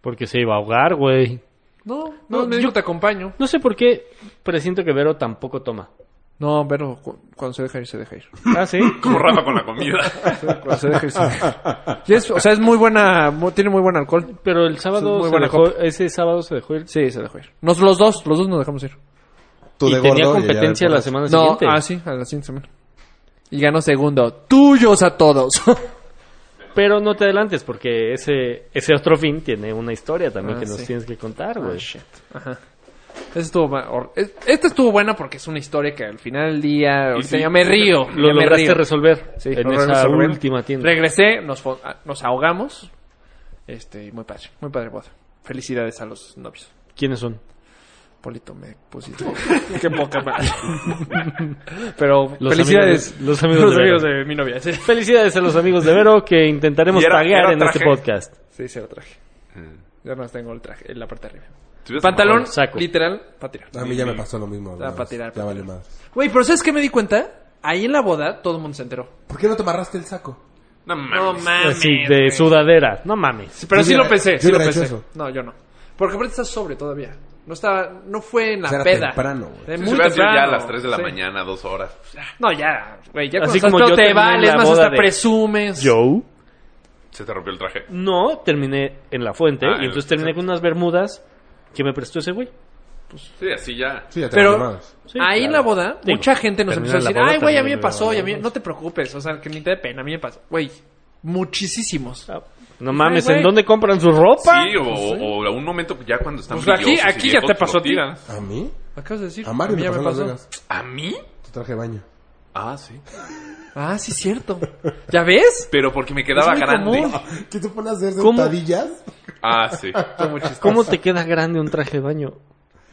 Speaker 4: Porque se iba a ahogar, güey.
Speaker 2: No, no, me dijo, te acompaño.
Speaker 4: No sé por qué, presiento que Vero tampoco toma.
Speaker 2: No, pero cu- cuando se deja ir, se deja ir.
Speaker 4: Ah, ¿sí?
Speaker 5: Como Rafa con la comida.
Speaker 2: Cuando se deja ir, se deja ir. Y es- o sea, es muy buena, mu- tiene muy buen alcohol.
Speaker 4: Pero el
Speaker 2: Es
Speaker 4: sábado
Speaker 2: muy
Speaker 4: se
Speaker 2: buena
Speaker 4: dejó, ese sábado se dejó ir.
Speaker 2: Sí, se dejó ir. Nos, los dos, los dos nos dejamos ir.
Speaker 6: Tú
Speaker 4: y
Speaker 6: de
Speaker 4: tenía
Speaker 6: gordo y ella
Speaker 4: competencia
Speaker 6: de
Speaker 4: la
Speaker 6: gordo.
Speaker 4: semana
Speaker 2: No,
Speaker 4: siguiente.
Speaker 2: ah, sí, a la siguiente semana. Y ganó segundo. Tuyos a todos.
Speaker 4: Pero no te adelantes, porque ese, ese otro fin tiene una historia también
Speaker 2: Ah,
Speaker 4: que nos
Speaker 2: sí. Ah,
Speaker 4: tienes que contar, güey.
Speaker 2: Ajá. Este estuvo, ma- hor- es- esta estuvo buena porque es una historia que al final del día ahorita
Speaker 5: sí,
Speaker 2: ya me río.
Speaker 4: Lo
Speaker 2: ya me
Speaker 4: lograste
Speaker 2: río.
Speaker 4: resolver
Speaker 2: Sí,
Speaker 4: en
Speaker 2: lo
Speaker 4: esa
Speaker 2: resolví.
Speaker 4: última tienda.
Speaker 2: Regresé, nos, fo- ah, nos ahogamos. Este, y muy padre, muy padre boda. Felicidades a los novios.
Speaker 4: ¿Quiénes son?
Speaker 2: Polito me pusiste. Qué poca madre. Pero
Speaker 4: amigos
Speaker 2: felicidades.
Speaker 4: de- los amigos de
Speaker 2: amigos
Speaker 4: Vero.
Speaker 2: de mi novia. Sí,
Speaker 4: Felicidades a los amigos de Vero que intentaremos
Speaker 5: Y era-
Speaker 4: pagar
Speaker 5: era
Speaker 4: en
Speaker 5: traje.
Speaker 4: este podcast.
Speaker 2: sí, se lo traje. Mm. Ya no tengo el traje, en la parte de arriba.
Speaker 5: Te hubieras
Speaker 2: Pantalón,
Speaker 5: mejor-
Speaker 4: saco.
Speaker 2: literal, para tirar.
Speaker 6: A mí ya me pasó lo mismo.
Speaker 2: Ah, para tirar,
Speaker 6: Ya
Speaker 2: para
Speaker 6: vale madre.
Speaker 2: Güey, pero ¿sabes qué me di cuenta? Ahí en la boda todo el mundo se enteró.
Speaker 6: ¿Por qué no te amarraste el saco?
Speaker 5: No mames.
Speaker 4: Así, de sudadera. No mames.
Speaker 2: Pero
Speaker 6: Yo
Speaker 2: sí lo
Speaker 6: hubiera-
Speaker 2: pensé,
Speaker 6: yo
Speaker 2: sí lo
Speaker 6: hubiera hecho
Speaker 2: pensé.
Speaker 6: eso.
Speaker 2: No, yo no. Porque aparte estás sobre todavía. No estaba, no fue en la
Speaker 6: O sea, era
Speaker 2: peda.
Speaker 6: temprano, güey.
Speaker 2: Era
Speaker 5: Si
Speaker 2: muy
Speaker 5: hubiera sido ya a
Speaker 2: temprano,
Speaker 5: las 3 de la
Speaker 2: sí.
Speaker 5: mañana, 2 horas. pues,
Speaker 2: No, ya, güey, ya
Speaker 4: Así
Speaker 2: Así como
Speaker 4: como yo
Speaker 2: te
Speaker 4: terminé en
Speaker 2: vale, es
Speaker 4: la
Speaker 2: más,
Speaker 4: boda
Speaker 2: hasta
Speaker 4: de-
Speaker 2: presumes.
Speaker 4: Joe.
Speaker 5: Se te rompió el traje.
Speaker 4: No, terminé en la fuente
Speaker 5: Ah,
Speaker 4: y entonces
Speaker 5: el-
Speaker 4: terminé con unas bermudas que me prestó ese güey.
Speaker 5: Sí, así ya.
Speaker 6: Sí, ya te
Speaker 2: Pero-
Speaker 6: valió madres.
Speaker 4: Sí,
Speaker 2: ahí en la boda,
Speaker 4: Digo,
Speaker 2: mucha gente nos
Speaker 4: termina
Speaker 2: empezó a
Speaker 4: la
Speaker 2: decir,
Speaker 4: boda,
Speaker 2: ay, güey, a
Speaker 4: termina
Speaker 2: mí me
Speaker 4: la
Speaker 2: pasó,
Speaker 4: boda,
Speaker 2: y a mí
Speaker 4: ¿no?
Speaker 2: no te preocupes, o sea, que ni te dé pena, a mí me pasó. Güey, muchísimos.
Speaker 4: Ah, No mames,
Speaker 2: güey.
Speaker 4: ¿en dónde compran su ropa?
Speaker 5: Sí, o, o a un momento ya cuando están
Speaker 2: Pues aquí-
Speaker 5: brillosos y
Speaker 2: aquí ya
Speaker 5: viejos,
Speaker 2: te pasó
Speaker 5: lo
Speaker 2: a ti.
Speaker 5: tiran.
Speaker 6: ¿A mí?
Speaker 2: Acabas de decir,
Speaker 6: A Mario
Speaker 2: mí
Speaker 6: me
Speaker 2: ya me
Speaker 6: pasó en Las
Speaker 2: pasó.
Speaker 6: Vegas.
Speaker 5: ¿A mí?
Speaker 6: Tu traje de baño.
Speaker 5: Ah, sí.
Speaker 2: Ah, sí, cierto. ¿Ya ves?
Speaker 5: Pero porque me quedaba
Speaker 2: Es muy
Speaker 5: grande.
Speaker 2: común.
Speaker 6: ¿Qué te pones a hacer
Speaker 4: ¿Cómo?
Speaker 6: sentadillas?
Speaker 5: Ah, sí.
Speaker 4: ¿Cómo te queda grande un traje de baño?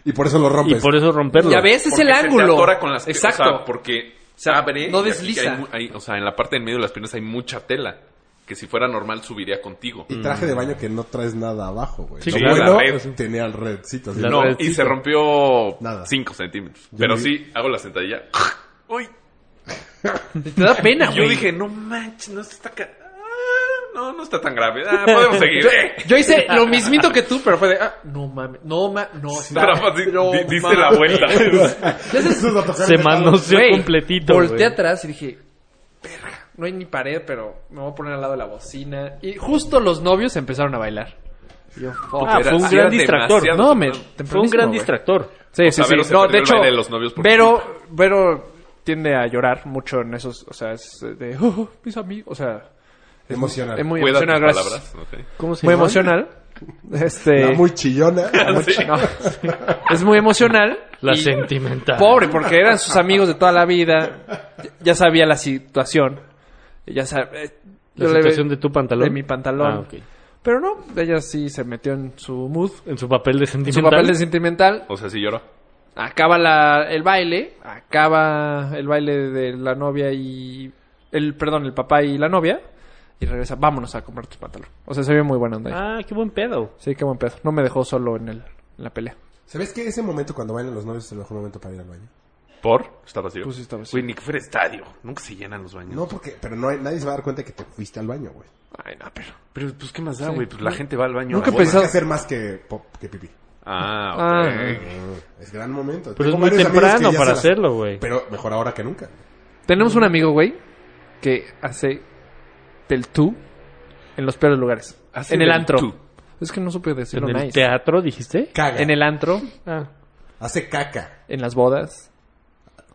Speaker 6: Y por eso lo
Speaker 4: Y
Speaker 6: rompes.
Speaker 4: por eso romperlo.
Speaker 2: Ya ves, es
Speaker 5: Porque
Speaker 2: el
Speaker 5: se te
Speaker 2: ángulo.
Speaker 5: atora con las pi-
Speaker 2: Exacto.
Speaker 5: O sea, porque se
Speaker 2: sea,
Speaker 5: abre.
Speaker 2: no
Speaker 5: y aquí
Speaker 2: desliza.
Speaker 5: hay mu- hay- o sea, en la parte del medio de las piernas hay mucha tela. Que si fuera normal subiría contigo.
Speaker 6: Y traje de baño que no traes nada abajo, güey.
Speaker 4: Mm. Sí,
Speaker 6: Lo
Speaker 4: claro.
Speaker 6: bueno,
Speaker 5: La red.
Speaker 6: tenía el redcito. así.
Speaker 4: La
Speaker 5: No,
Speaker 4: red.
Speaker 5: y se rompió
Speaker 6: Nada.
Speaker 5: 5 centímetros. Pero
Speaker 6: vi-
Speaker 5: sí, hago la sentadilla. Uy.
Speaker 2: Te da pena,
Speaker 5: Yo
Speaker 2: güey.
Speaker 5: dije, no manches, no está ca- ah, No, no está tan grave. Ah, podemos seguir. Eh.
Speaker 2: Yo hice lo mismito que tú, pero fue de, ah, no mames, no mames, no está.
Speaker 5: Nada más di-
Speaker 2: no
Speaker 5: di- diste
Speaker 2: mames.
Speaker 5: la vuelta.
Speaker 6: Eso es lo tocar
Speaker 4: Se
Speaker 6: el metal.
Speaker 4: manoseó
Speaker 2: Güey,
Speaker 4: completito.
Speaker 2: Volteé
Speaker 4: güey.
Speaker 2: atrás y dije, perra, no hay ni pared, pero me voy a poner al lado de la bocina. Y justo los novios empezaron a bailar. Y yo, fuck.
Speaker 4: Ah,
Speaker 5: Era-
Speaker 4: fue un
Speaker 5: sí,
Speaker 4: gran
Speaker 5: era
Speaker 4: distractor.
Speaker 5: demasiado
Speaker 2: no, me,
Speaker 5: temprano.
Speaker 4: Fue un
Speaker 2: tempranísimo,
Speaker 4: gran
Speaker 2: güey.
Speaker 4: distractor.
Speaker 2: Sí,
Speaker 5: O
Speaker 2: sí,
Speaker 5: sea,
Speaker 2: sí.
Speaker 5: Vero se
Speaker 2: No,
Speaker 5: perdió
Speaker 2: de
Speaker 5: el
Speaker 2: hecho,
Speaker 5: baile de los novios por tu
Speaker 2: Vero, Vero tiende a llorar mucho en esos, o sea, es de, oh, oh, mis amigos, o sea,
Speaker 6: Emocional.
Speaker 2: es muy
Speaker 5: Cuida tus
Speaker 2: emocional, gracias.
Speaker 5: palabras. ok.
Speaker 4: ¿Cómo se
Speaker 2: Muy
Speaker 4: llama?
Speaker 2: emocional.
Speaker 6: La
Speaker 4: eh.
Speaker 2: Este,
Speaker 6: muy chillona. la muy
Speaker 5: Sí.
Speaker 6: chi-
Speaker 2: no, es muy emocional.
Speaker 4: La
Speaker 2: y-
Speaker 4: sentimental.
Speaker 2: Pobre, porque eran sus amigos de toda la vida. Ya- Ya sabía la situación. Ya eh, sabía.
Speaker 4: La situación de tu pantalón.
Speaker 2: de mi pantalón.
Speaker 4: Ah, ok.
Speaker 2: Pero no, ella sí se metió en su mood.
Speaker 4: En su papel de
Speaker 2: En su
Speaker 4: sentimental.
Speaker 2: papel de sentimental.
Speaker 5: O sea, sí lloró.
Speaker 2: Acaba la- el baile. Acaba el baile de la novia y. El, perdón, el papá y la novia. Y regresa, vámonos a comprar tus pantalones. O sea, se vio muy buena onda. ahí.
Speaker 4: Ah, qué buen pedo.
Speaker 2: Sí, qué buen pedo. No me dejó solo en, el, en la pelea.
Speaker 6: ¿Sabes que ese momento cuando bailan los novios es el mejor momento para ir al baño?
Speaker 5: ¿Por? Está vacío.
Speaker 2: Pues sí, está vacío.
Speaker 5: Güey, ni que fuera estadio. Nunca se llenan los baños.
Speaker 6: No, porque... Pero no hay- nadie se va a dar cuenta que te fuiste al baño, güey.
Speaker 2: Ay, no, pero.
Speaker 5: Pero, pues, ¿qué más da, güey? Pues la gente va al baño.
Speaker 2: Nunca
Speaker 5: a-
Speaker 6: Tienes que
Speaker 2: Pensaba-
Speaker 6: hacer más que, pop- que pipí. Mm,
Speaker 5: Ah, ok.
Speaker 2: Ah,
Speaker 6: Es gran momento.
Speaker 4: Pero
Speaker 6: Tengo
Speaker 4: es muy
Speaker 6: varios amigos
Speaker 4: temprano
Speaker 6: que ya
Speaker 4: para
Speaker 6: se las-
Speaker 4: hacerlo, güey.
Speaker 6: Pero mejor ahora que nunca.
Speaker 2: Tenemos un amigo, güey, que hace del tú en los peores lugares.
Speaker 5: Hace
Speaker 2: en el
Speaker 5: del
Speaker 2: antro.
Speaker 5: tú.
Speaker 2: Es que no supe
Speaker 4: ¿En
Speaker 2: decirlo
Speaker 4: el
Speaker 2: nice.
Speaker 4: teatro dijiste?
Speaker 6: Caga.
Speaker 2: En el antro,
Speaker 4: Ah,
Speaker 6: Hace caca.
Speaker 2: en las bodas.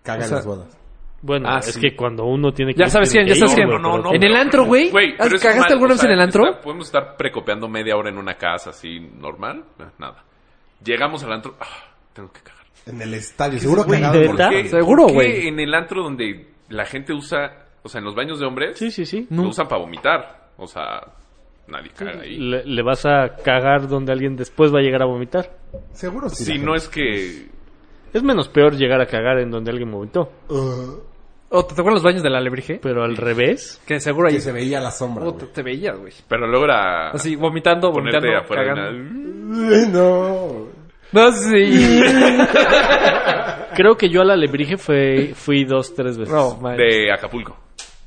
Speaker 6: Caga
Speaker 2: O sea,
Speaker 6: en las bodas.
Speaker 4: bueno,
Speaker 5: Ah,
Speaker 4: es
Speaker 5: sí.
Speaker 4: que cuando uno tiene que
Speaker 2: Ya sabes
Speaker 4: tiene
Speaker 2: quién, ya
Speaker 4: que
Speaker 2: sabes
Speaker 4: ir,
Speaker 2: quién.
Speaker 4: güey,
Speaker 5: No, no,
Speaker 4: pero-
Speaker 2: en el antro, güey.
Speaker 5: Güey, pero es
Speaker 2: ¿Cagaste
Speaker 5: mal,
Speaker 2: alguna
Speaker 5: o
Speaker 2: vez
Speaker 5: sea,
Speaker 2: en el antro?
Speaker 5: está- podemos estar precopeando media hora en una casa así normal. eh, Nada. Llegamos al antro. ah, tengo que cagar.
Speaker 6: En el estadio. Seguro
Speaker 4: güey,
Speaker 6: cagado. por-
Speaker 4: ¿neta?
Speaker 5: ¿Qué-
Speaker 2: Seguro,
Speaker 5: por qué
Speaker 2: güey.
Speaker 5: En el antro donde la gente usa, o sea, en los baños de hombres,
Speaker 4: Sí, sí, sí.
Speaker 5: lo usan para vomitar. O sea, nadie caga ahí.
Speaker 4: Le, le vas a cagar donde alguien después va a llegar a vomitar.
Speaker 6: Seguro sí.
Speaker 5: Si
Speaker 6: la
Speaker 5: no
Speaker 6: gente-
Speaker 5: es que.
Speaker 4: Es menos peor llegar a cagar en donde alguien vomitó.
Speaker 6: Uh,
Speaker 2: ¿O Oh, te acuerdas los baños del alebrije?
Speaker 4: Pero al revés.
Speaker 2: Que seguro ahí
Speaker 6: Pues, que se veía la sombra,
Speaker 2: Puta, te veías, güey.
Speaker 5: Pero logra
Speaker 2: Así, vomitando, vomitando,
Speaker 5: Ah. ponerte afuera. de
Speaker 2: cagando.
Speaker 5: una-
Speaker 6: güey. No.
Speaker 2: No, sí.
Speaker 4: Creo que yo al alebrije fue, fui dos, tres veces.
Speaker 2: no, man.
Speaker 5: De Acapulco.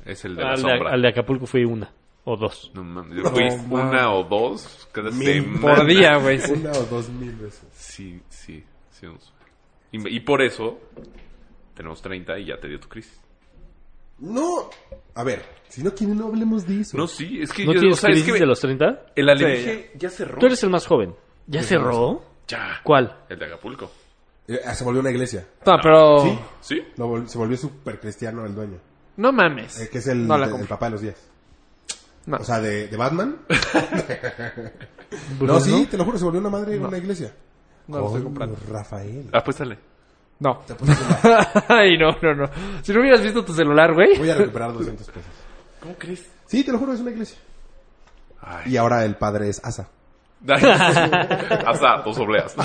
Speaker 5: Es el de la
Speaker 4: al, de,
Speaker 5: sombra.
Speaker 4: al de Acapulco fui una o dos.
Speaker 5: No mames, yo fui
Speaker 2: No,
Speaker 5: una o dos cada
Speaker 6: Mil
Speaker 5: semana.
Speaker 2: Por día, güey. sí.
Speaker 6: Una o dos mil veces.
Speaker 5: Sí, sí, sí. nos- Y, me- y por eso tenemos 30 y ya te dio tu crisis.
Speaker 6: No. A ver. Si no quieren, no hablemos de eso.
Speaker 5: No, sí, es que
Speaker 4: ¿No
Speaker 5: yo-
Speaker 4: tienes
Speaker 5: o sea, es
Speaker 4: crisis
Speaker 5: que
Speaker 4: de los 30?
Speaker 5: el alebrije ya. cerró.
Speaker 4: Tú eres el más joven. ¿Ya cerró?
Speaker 5: Ya.
Speaker 4: ¿Cuál?
Speaker 5: El de Acapulco.
Speaker 6: Eh, Se volvió una iglesia.
Speaker 2: No, pero.
Speaker 6: Sí.
Speaker 5: ¿Sí?
Speaker 6: Lo vol- se volvió súper cristiano el dueño.
Speaker 2: No mames.
Speaker 6: Eh, que es el,
Speaker 2: No la
Speaker 6: el
Speaker 2: compro.
Speaker 6: papá de los días.
Speaker 2: No.
Speaker 6: O sea, de, de Batman. no, sí, te lo juro, se volvió una madre en una iglesia.
Speaker 2: No lo estoy
Speaker 6: Con
Speaker 2: comprando.
Speaker 6: Rafael.
Speaker 5: Apuéstale.
Speaker 2: No.
Speaker 6: Te pones una-
Speaker 2: Ay, no, no, no. Si no hubieras visto tu celular, güey.
Speaker 6: Voy a recuperar 200 pesos.
Speaker 5: ¿Cómo crees?
Speaker 6: Sí, te lo juro, es una iglesia.
Speaker 5: Ay.
Speaker 6: Y ahora el padre es Asa.
Speaker 5: Hasta dos obleas.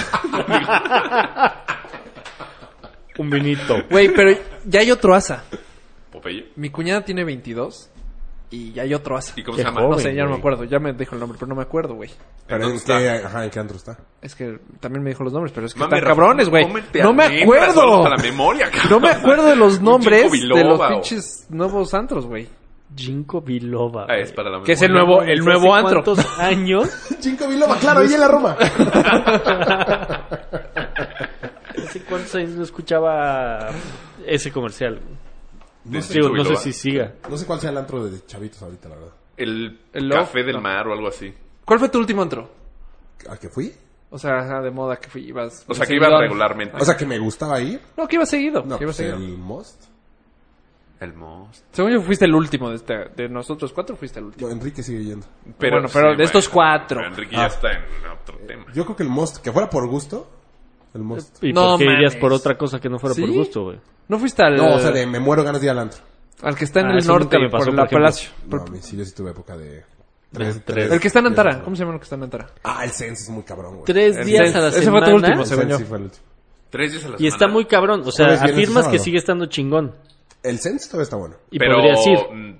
Speaker 4: Un vinito.
Speaker 2: Güey, pero ya hay otro asa.
Speaker 5: Popeye.
Speaker 2: Mi cuñada tiene 22 y ya hay otro asa.
Speaker 5: ¿Y cómo
Speaker 4: Qué
Speaker 5: se llama?
Speaker 4: joven.
Speaker 2: No sé, ya no me
Speaker 4: güey.
Speaker 2: acuerdo. Ya me dijo el nombre, pero no me acuerdo, güey.
Speaker 6: Pero
Speaker 5: dónde
Speaker 6: en
Speaker 5: está?
Speaker 6: qué, ajá, ¿en qué antro está?
Speaker 2: Es que también me dijo los nombres, pero es que
Speaker 5: Mami,
Speaker 2: están
Speaker 5: Rafa,
Speaker 2: cabrones, güey.
Speaker 5: cómete
Speaker 2: No me
Speaker 5: almendras,
Speaker 2: acuerdo.
Speaker 5: algo para la memoria, cabrón.
Speaker 2: No me acuerdo de los nombres
Speaker 5: Ginkgo
Speaker 2: de los
Speaker 5: biloba, o-
Speaker 2: pinches nuevos santos, güey.
Speaker 4: Jinko Biloba.
Speaker 5: Ah, es para la memoria.
Speaker 2: Que es el nuevo, el nuevo antro.
Speaker 4: ¿Cuántos años?
Speaker 6: Cinco Biloba, claro, ahí en la Roma.
Speaker 4: ¿Hace cuántos años no escuchaba ese comercial?
Speaker 5: De
Speaker 4: Digo,
Speaker 5: Cinco
Speaker 4: no sé
Speaker 5: Biloba.
Speaker 4: si siga.
Speaker 6: No sé cuál sea el antro de chavitos ahorita, la verdad.
Speaker 5: El,
Speaker 2: El
Speaker 5: café
Speaker 2: Love,
Speaker 5: del
Speaker 2: no.
Speaker 5: mar o algo así.
Speaker 2: ¿Cuál fue tu último antro?
Speaker 6: ¿Al que fui?
Speaker 2: O sea, ajá, de moda que fui, ibas.
Speaker 5: O sea, que
Speaker 2: seguido.
Speaker 5: iba regularmente.
Speaker 6: O sea, que me gustaba ir.
Speaker 2: No, que iba seguido.
Speaker 6: No,
Speaker 2: que iba
Speaker 6: pues
Speaker 2: seguido.
Speaker 6: el Most.
Speaker 5: el most.
Speaker 2: Según yo, fuiste el último de, este- de nosotros cuatro, fuiste el último.
Speaker 6: No, Enrique sigue yendo.
Speaker 5: Pero,
Speaker 2: Bueno, pero de estos cuatro.
Speaker 5: pero Enrique
Speaker 6: Ah.
Speaker 5: ya está en otro tema.
Speaker 6: Yo creo que el Most, que fuera por gusto, el Most.
Speaker 4: ¿Y
Speaker 2: No
Speaker 4: por qué irías
Speaker 2: mames.
Speaker 4: por otra cosa que no fuera por
Speaker 2: ¿Sí?
Speaker 4: gusto, güey?
Speaker 2: No fuiste al,
Speaker 6: No, o sea, de me muero ganas de ir al antro.
Speaker 2: al que está en
Speaker 4: Ah,
Speaker 2: el
Speaker 4: eso nunca
Speaker 2: norte,
Speaker 4: me pasó,
Speaker 2: por
Speaker 4: por
Speaker 2: la
Speaker 4: ejemplo.
Speaker 2: Palacio.
Speaker 6: No,
Speaker 2: Por-
Speaker 6: a mí sí, yo sí tuve época de...
Speaker 4: De
Speaker 6: Tres,
Speaker 4: tres.
Speaker 6: tres.
Speaker 2: el que está en Antara.
Speaker 6: no.
Speaker 2: ¿Cómo se llama el que está en Antara?
Speaker 6: Ah, el Sense es muy cabrón, güey.
Speaker 4: Tres
Speaker 2: El
Speaker 4: días
Speaker 2: Sense.
Speaker 4: a la
Speaker 2: Ese
Speaker 4: semana.
Speaker 2: fue tu último,
Speaker 6: El
Speaker 2: según
Speaker 6: Sense
Speaker 2: yo.
Speaker 6: sí fue el último.
Speaker 5: Tres días a la
Speaker 4: Y está
Speaker 5: semana.
Speaker 4: muy cabrón. O sea,
Speaker 6: Jueves, viernes y
Speaker 4: afirmas que
Speaker 6: sábado.
Speaker 4: sigue estando chingón.
Speaker 6: El Sense todavía está bueno.
Speaker 4: Y
Speaker 5: pero,
Speaker 4: podrías ir.
Speaker 5: mm,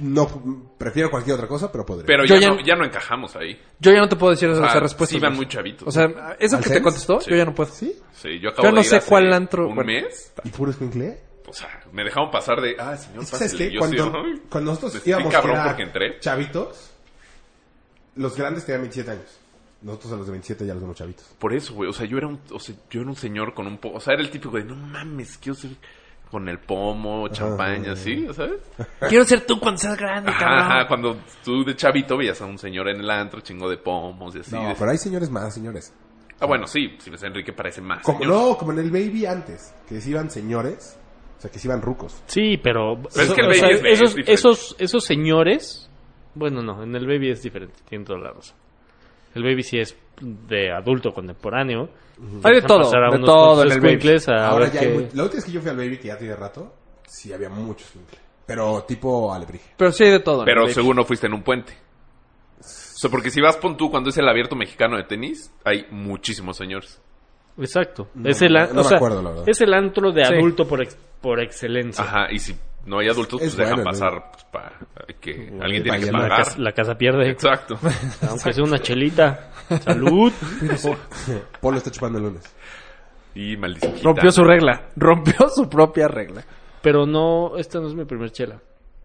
Speaker 6: No, prefiero cualquier otra cosa, pero podría.
Speaker 5: Pero
Speaker 2: Yo
Speaker 5: ya,
Speaker 2: ya-
Speaker 5: no, ya no encajamos ahí.
Speaker 2: Yo ya no te puedo decir esa,
Speaker 5: O sea,
Speaker 2: esa respuesta.
Speaker 5: sí van
Speaker 2: güey.
Speaker 5: muy chavitos.
Speaker 2: O sea, eso
Speaker 6: ¿Al
Speaker 2: que te
Speaker 6: Sense?
Speaker 2: contestó, yo ya no puedo.
Speaker 6: ¿Sí?
Speaker 5: Sí, yo acabo
Speaker 2: yo no
Speaker 5: de ir
Speaker 2: sé
Speaker 5: hace
Speaker 2: cuál antro-
Speaker 5: un
Speaker 2: bueno.
Speaker 5: mes.
Speaker 6: ¿Y puro escuincle?
Speaker 5: O sea, me dejaron pasar de, ah, señor,
Speaker 6: Es que, ¿Sabes
Speaker 5: pásele.
Speaker 6: qué?
Speaker 5: Yo
Speaker 6: Cuando,
Speaker 5: sí, ay,
Speaker 6: cuando nosotros
Speaker 5: estoy
Speaker 6: íbamos
Speaker 5: cabrón
Speaker 6: que era
Speaker 5: porque entré.
Speaker 6: chavitos, los grandes tenían 27 años. Nosotros a los de 27 ya los vemos chavitos.
Speaker 5: Por eso, güey. O sea, yo era un, o sea, yo era un señor con un pomo. O sea, era el típico de, no mames, quiero ser con el pomo, champaña, así, ¿sabes?
Speaker 2: Quiero ser tú cuando seas grande,
Speaker 5: Ajá,
Speaker 2: cabrón.
Speaker 5: ajá, cuando tú de chavito veías a un señor en el antro chingo de pomos y así.
Speaker 6: no,
Speaker 5: de-
Speaker 6: pero hay señores más, señores.
Speaker 5: Ah, bueno, sí, si ves a Enrique parece más.
Speaker 6: Como,
Speaker 5: señor.
Speaker 6: no, como en el Baby antes, que se iban señores, o sea, que se iban rucos.
Speaker 4: Sí, pero.
Speaker 5: Pero es que el
Speaker 4: o
Speaker 5: baby
Speaker 4: sea,
Speaker 5: es- es
Speaker 4: esos,
Speaker 5: diferente.
Speaker 4: esos, esos señores. Bueno, no, en el baby es diferente. Tiene toda la razón. El baby sí es de adulto contemporáneo.
Speaker 2: Hay de
Speaker 4: Dejan
Speaker 2: todo,
Speaker 4: pasar a
Speaker 2: de
Speaker 4: unos
Speaker 2: todo en
Speaker 4: cuantos
Speaker 2: el baby.
Speaker 4: escuincles a
Speaker 6: Ahora
Speaker 4: ver
Speaker 6: ya
Speaker 4: qué-
Speaker 6: hay mu- La última vez que yo fui al Baby, que ya tiene rato, sí había muchos escuincle. Pero tipo alebrije.
Speaker 2: Pero sí hay de todo.
Speaker 5: Pero
Speaker 2: güey.
Speaker 5: seguro no fuiste en un puente. O sea, porque si vas pon tú cuando es el abierto mexicano de tenis, hay muchísimos señores.
Speaker 4: Exacto.
Speaker 6: No,
Speaker 4: es, el, an-
Speaker 6: no me
Speaker 4: o sea,
Speaker 6: acuerdo, la verdad.
Speaker 4: es el antro de
Speaker 2: Sí.
Speaker 4: adulto por, ex- por excelencia.
Speaker 5: Ajá, y si no hay adultos,
Speaker 6: Es
Speaker 5: pues dejan
Speaker 6: bueno,
Speaker 5: pasar pues, para que alguien
Speaker 6: es
Speaker 5: tiene que
Speaker 6: bueno.
Speaker 4: La
Speaker 5: pagar.
Speaker 4: casa, la casa pierde,
Speaker 5: Exacto.
Speaker 4: aunque sea una chelita. Salud.
Speaker 6: Polo está chupando el lunes.
Speaker 5: Y maldición.
Speaker 2: Rompió su regla. Rompió su propia regla.
Speaker 4: Pero no, esta no es mi primer chela.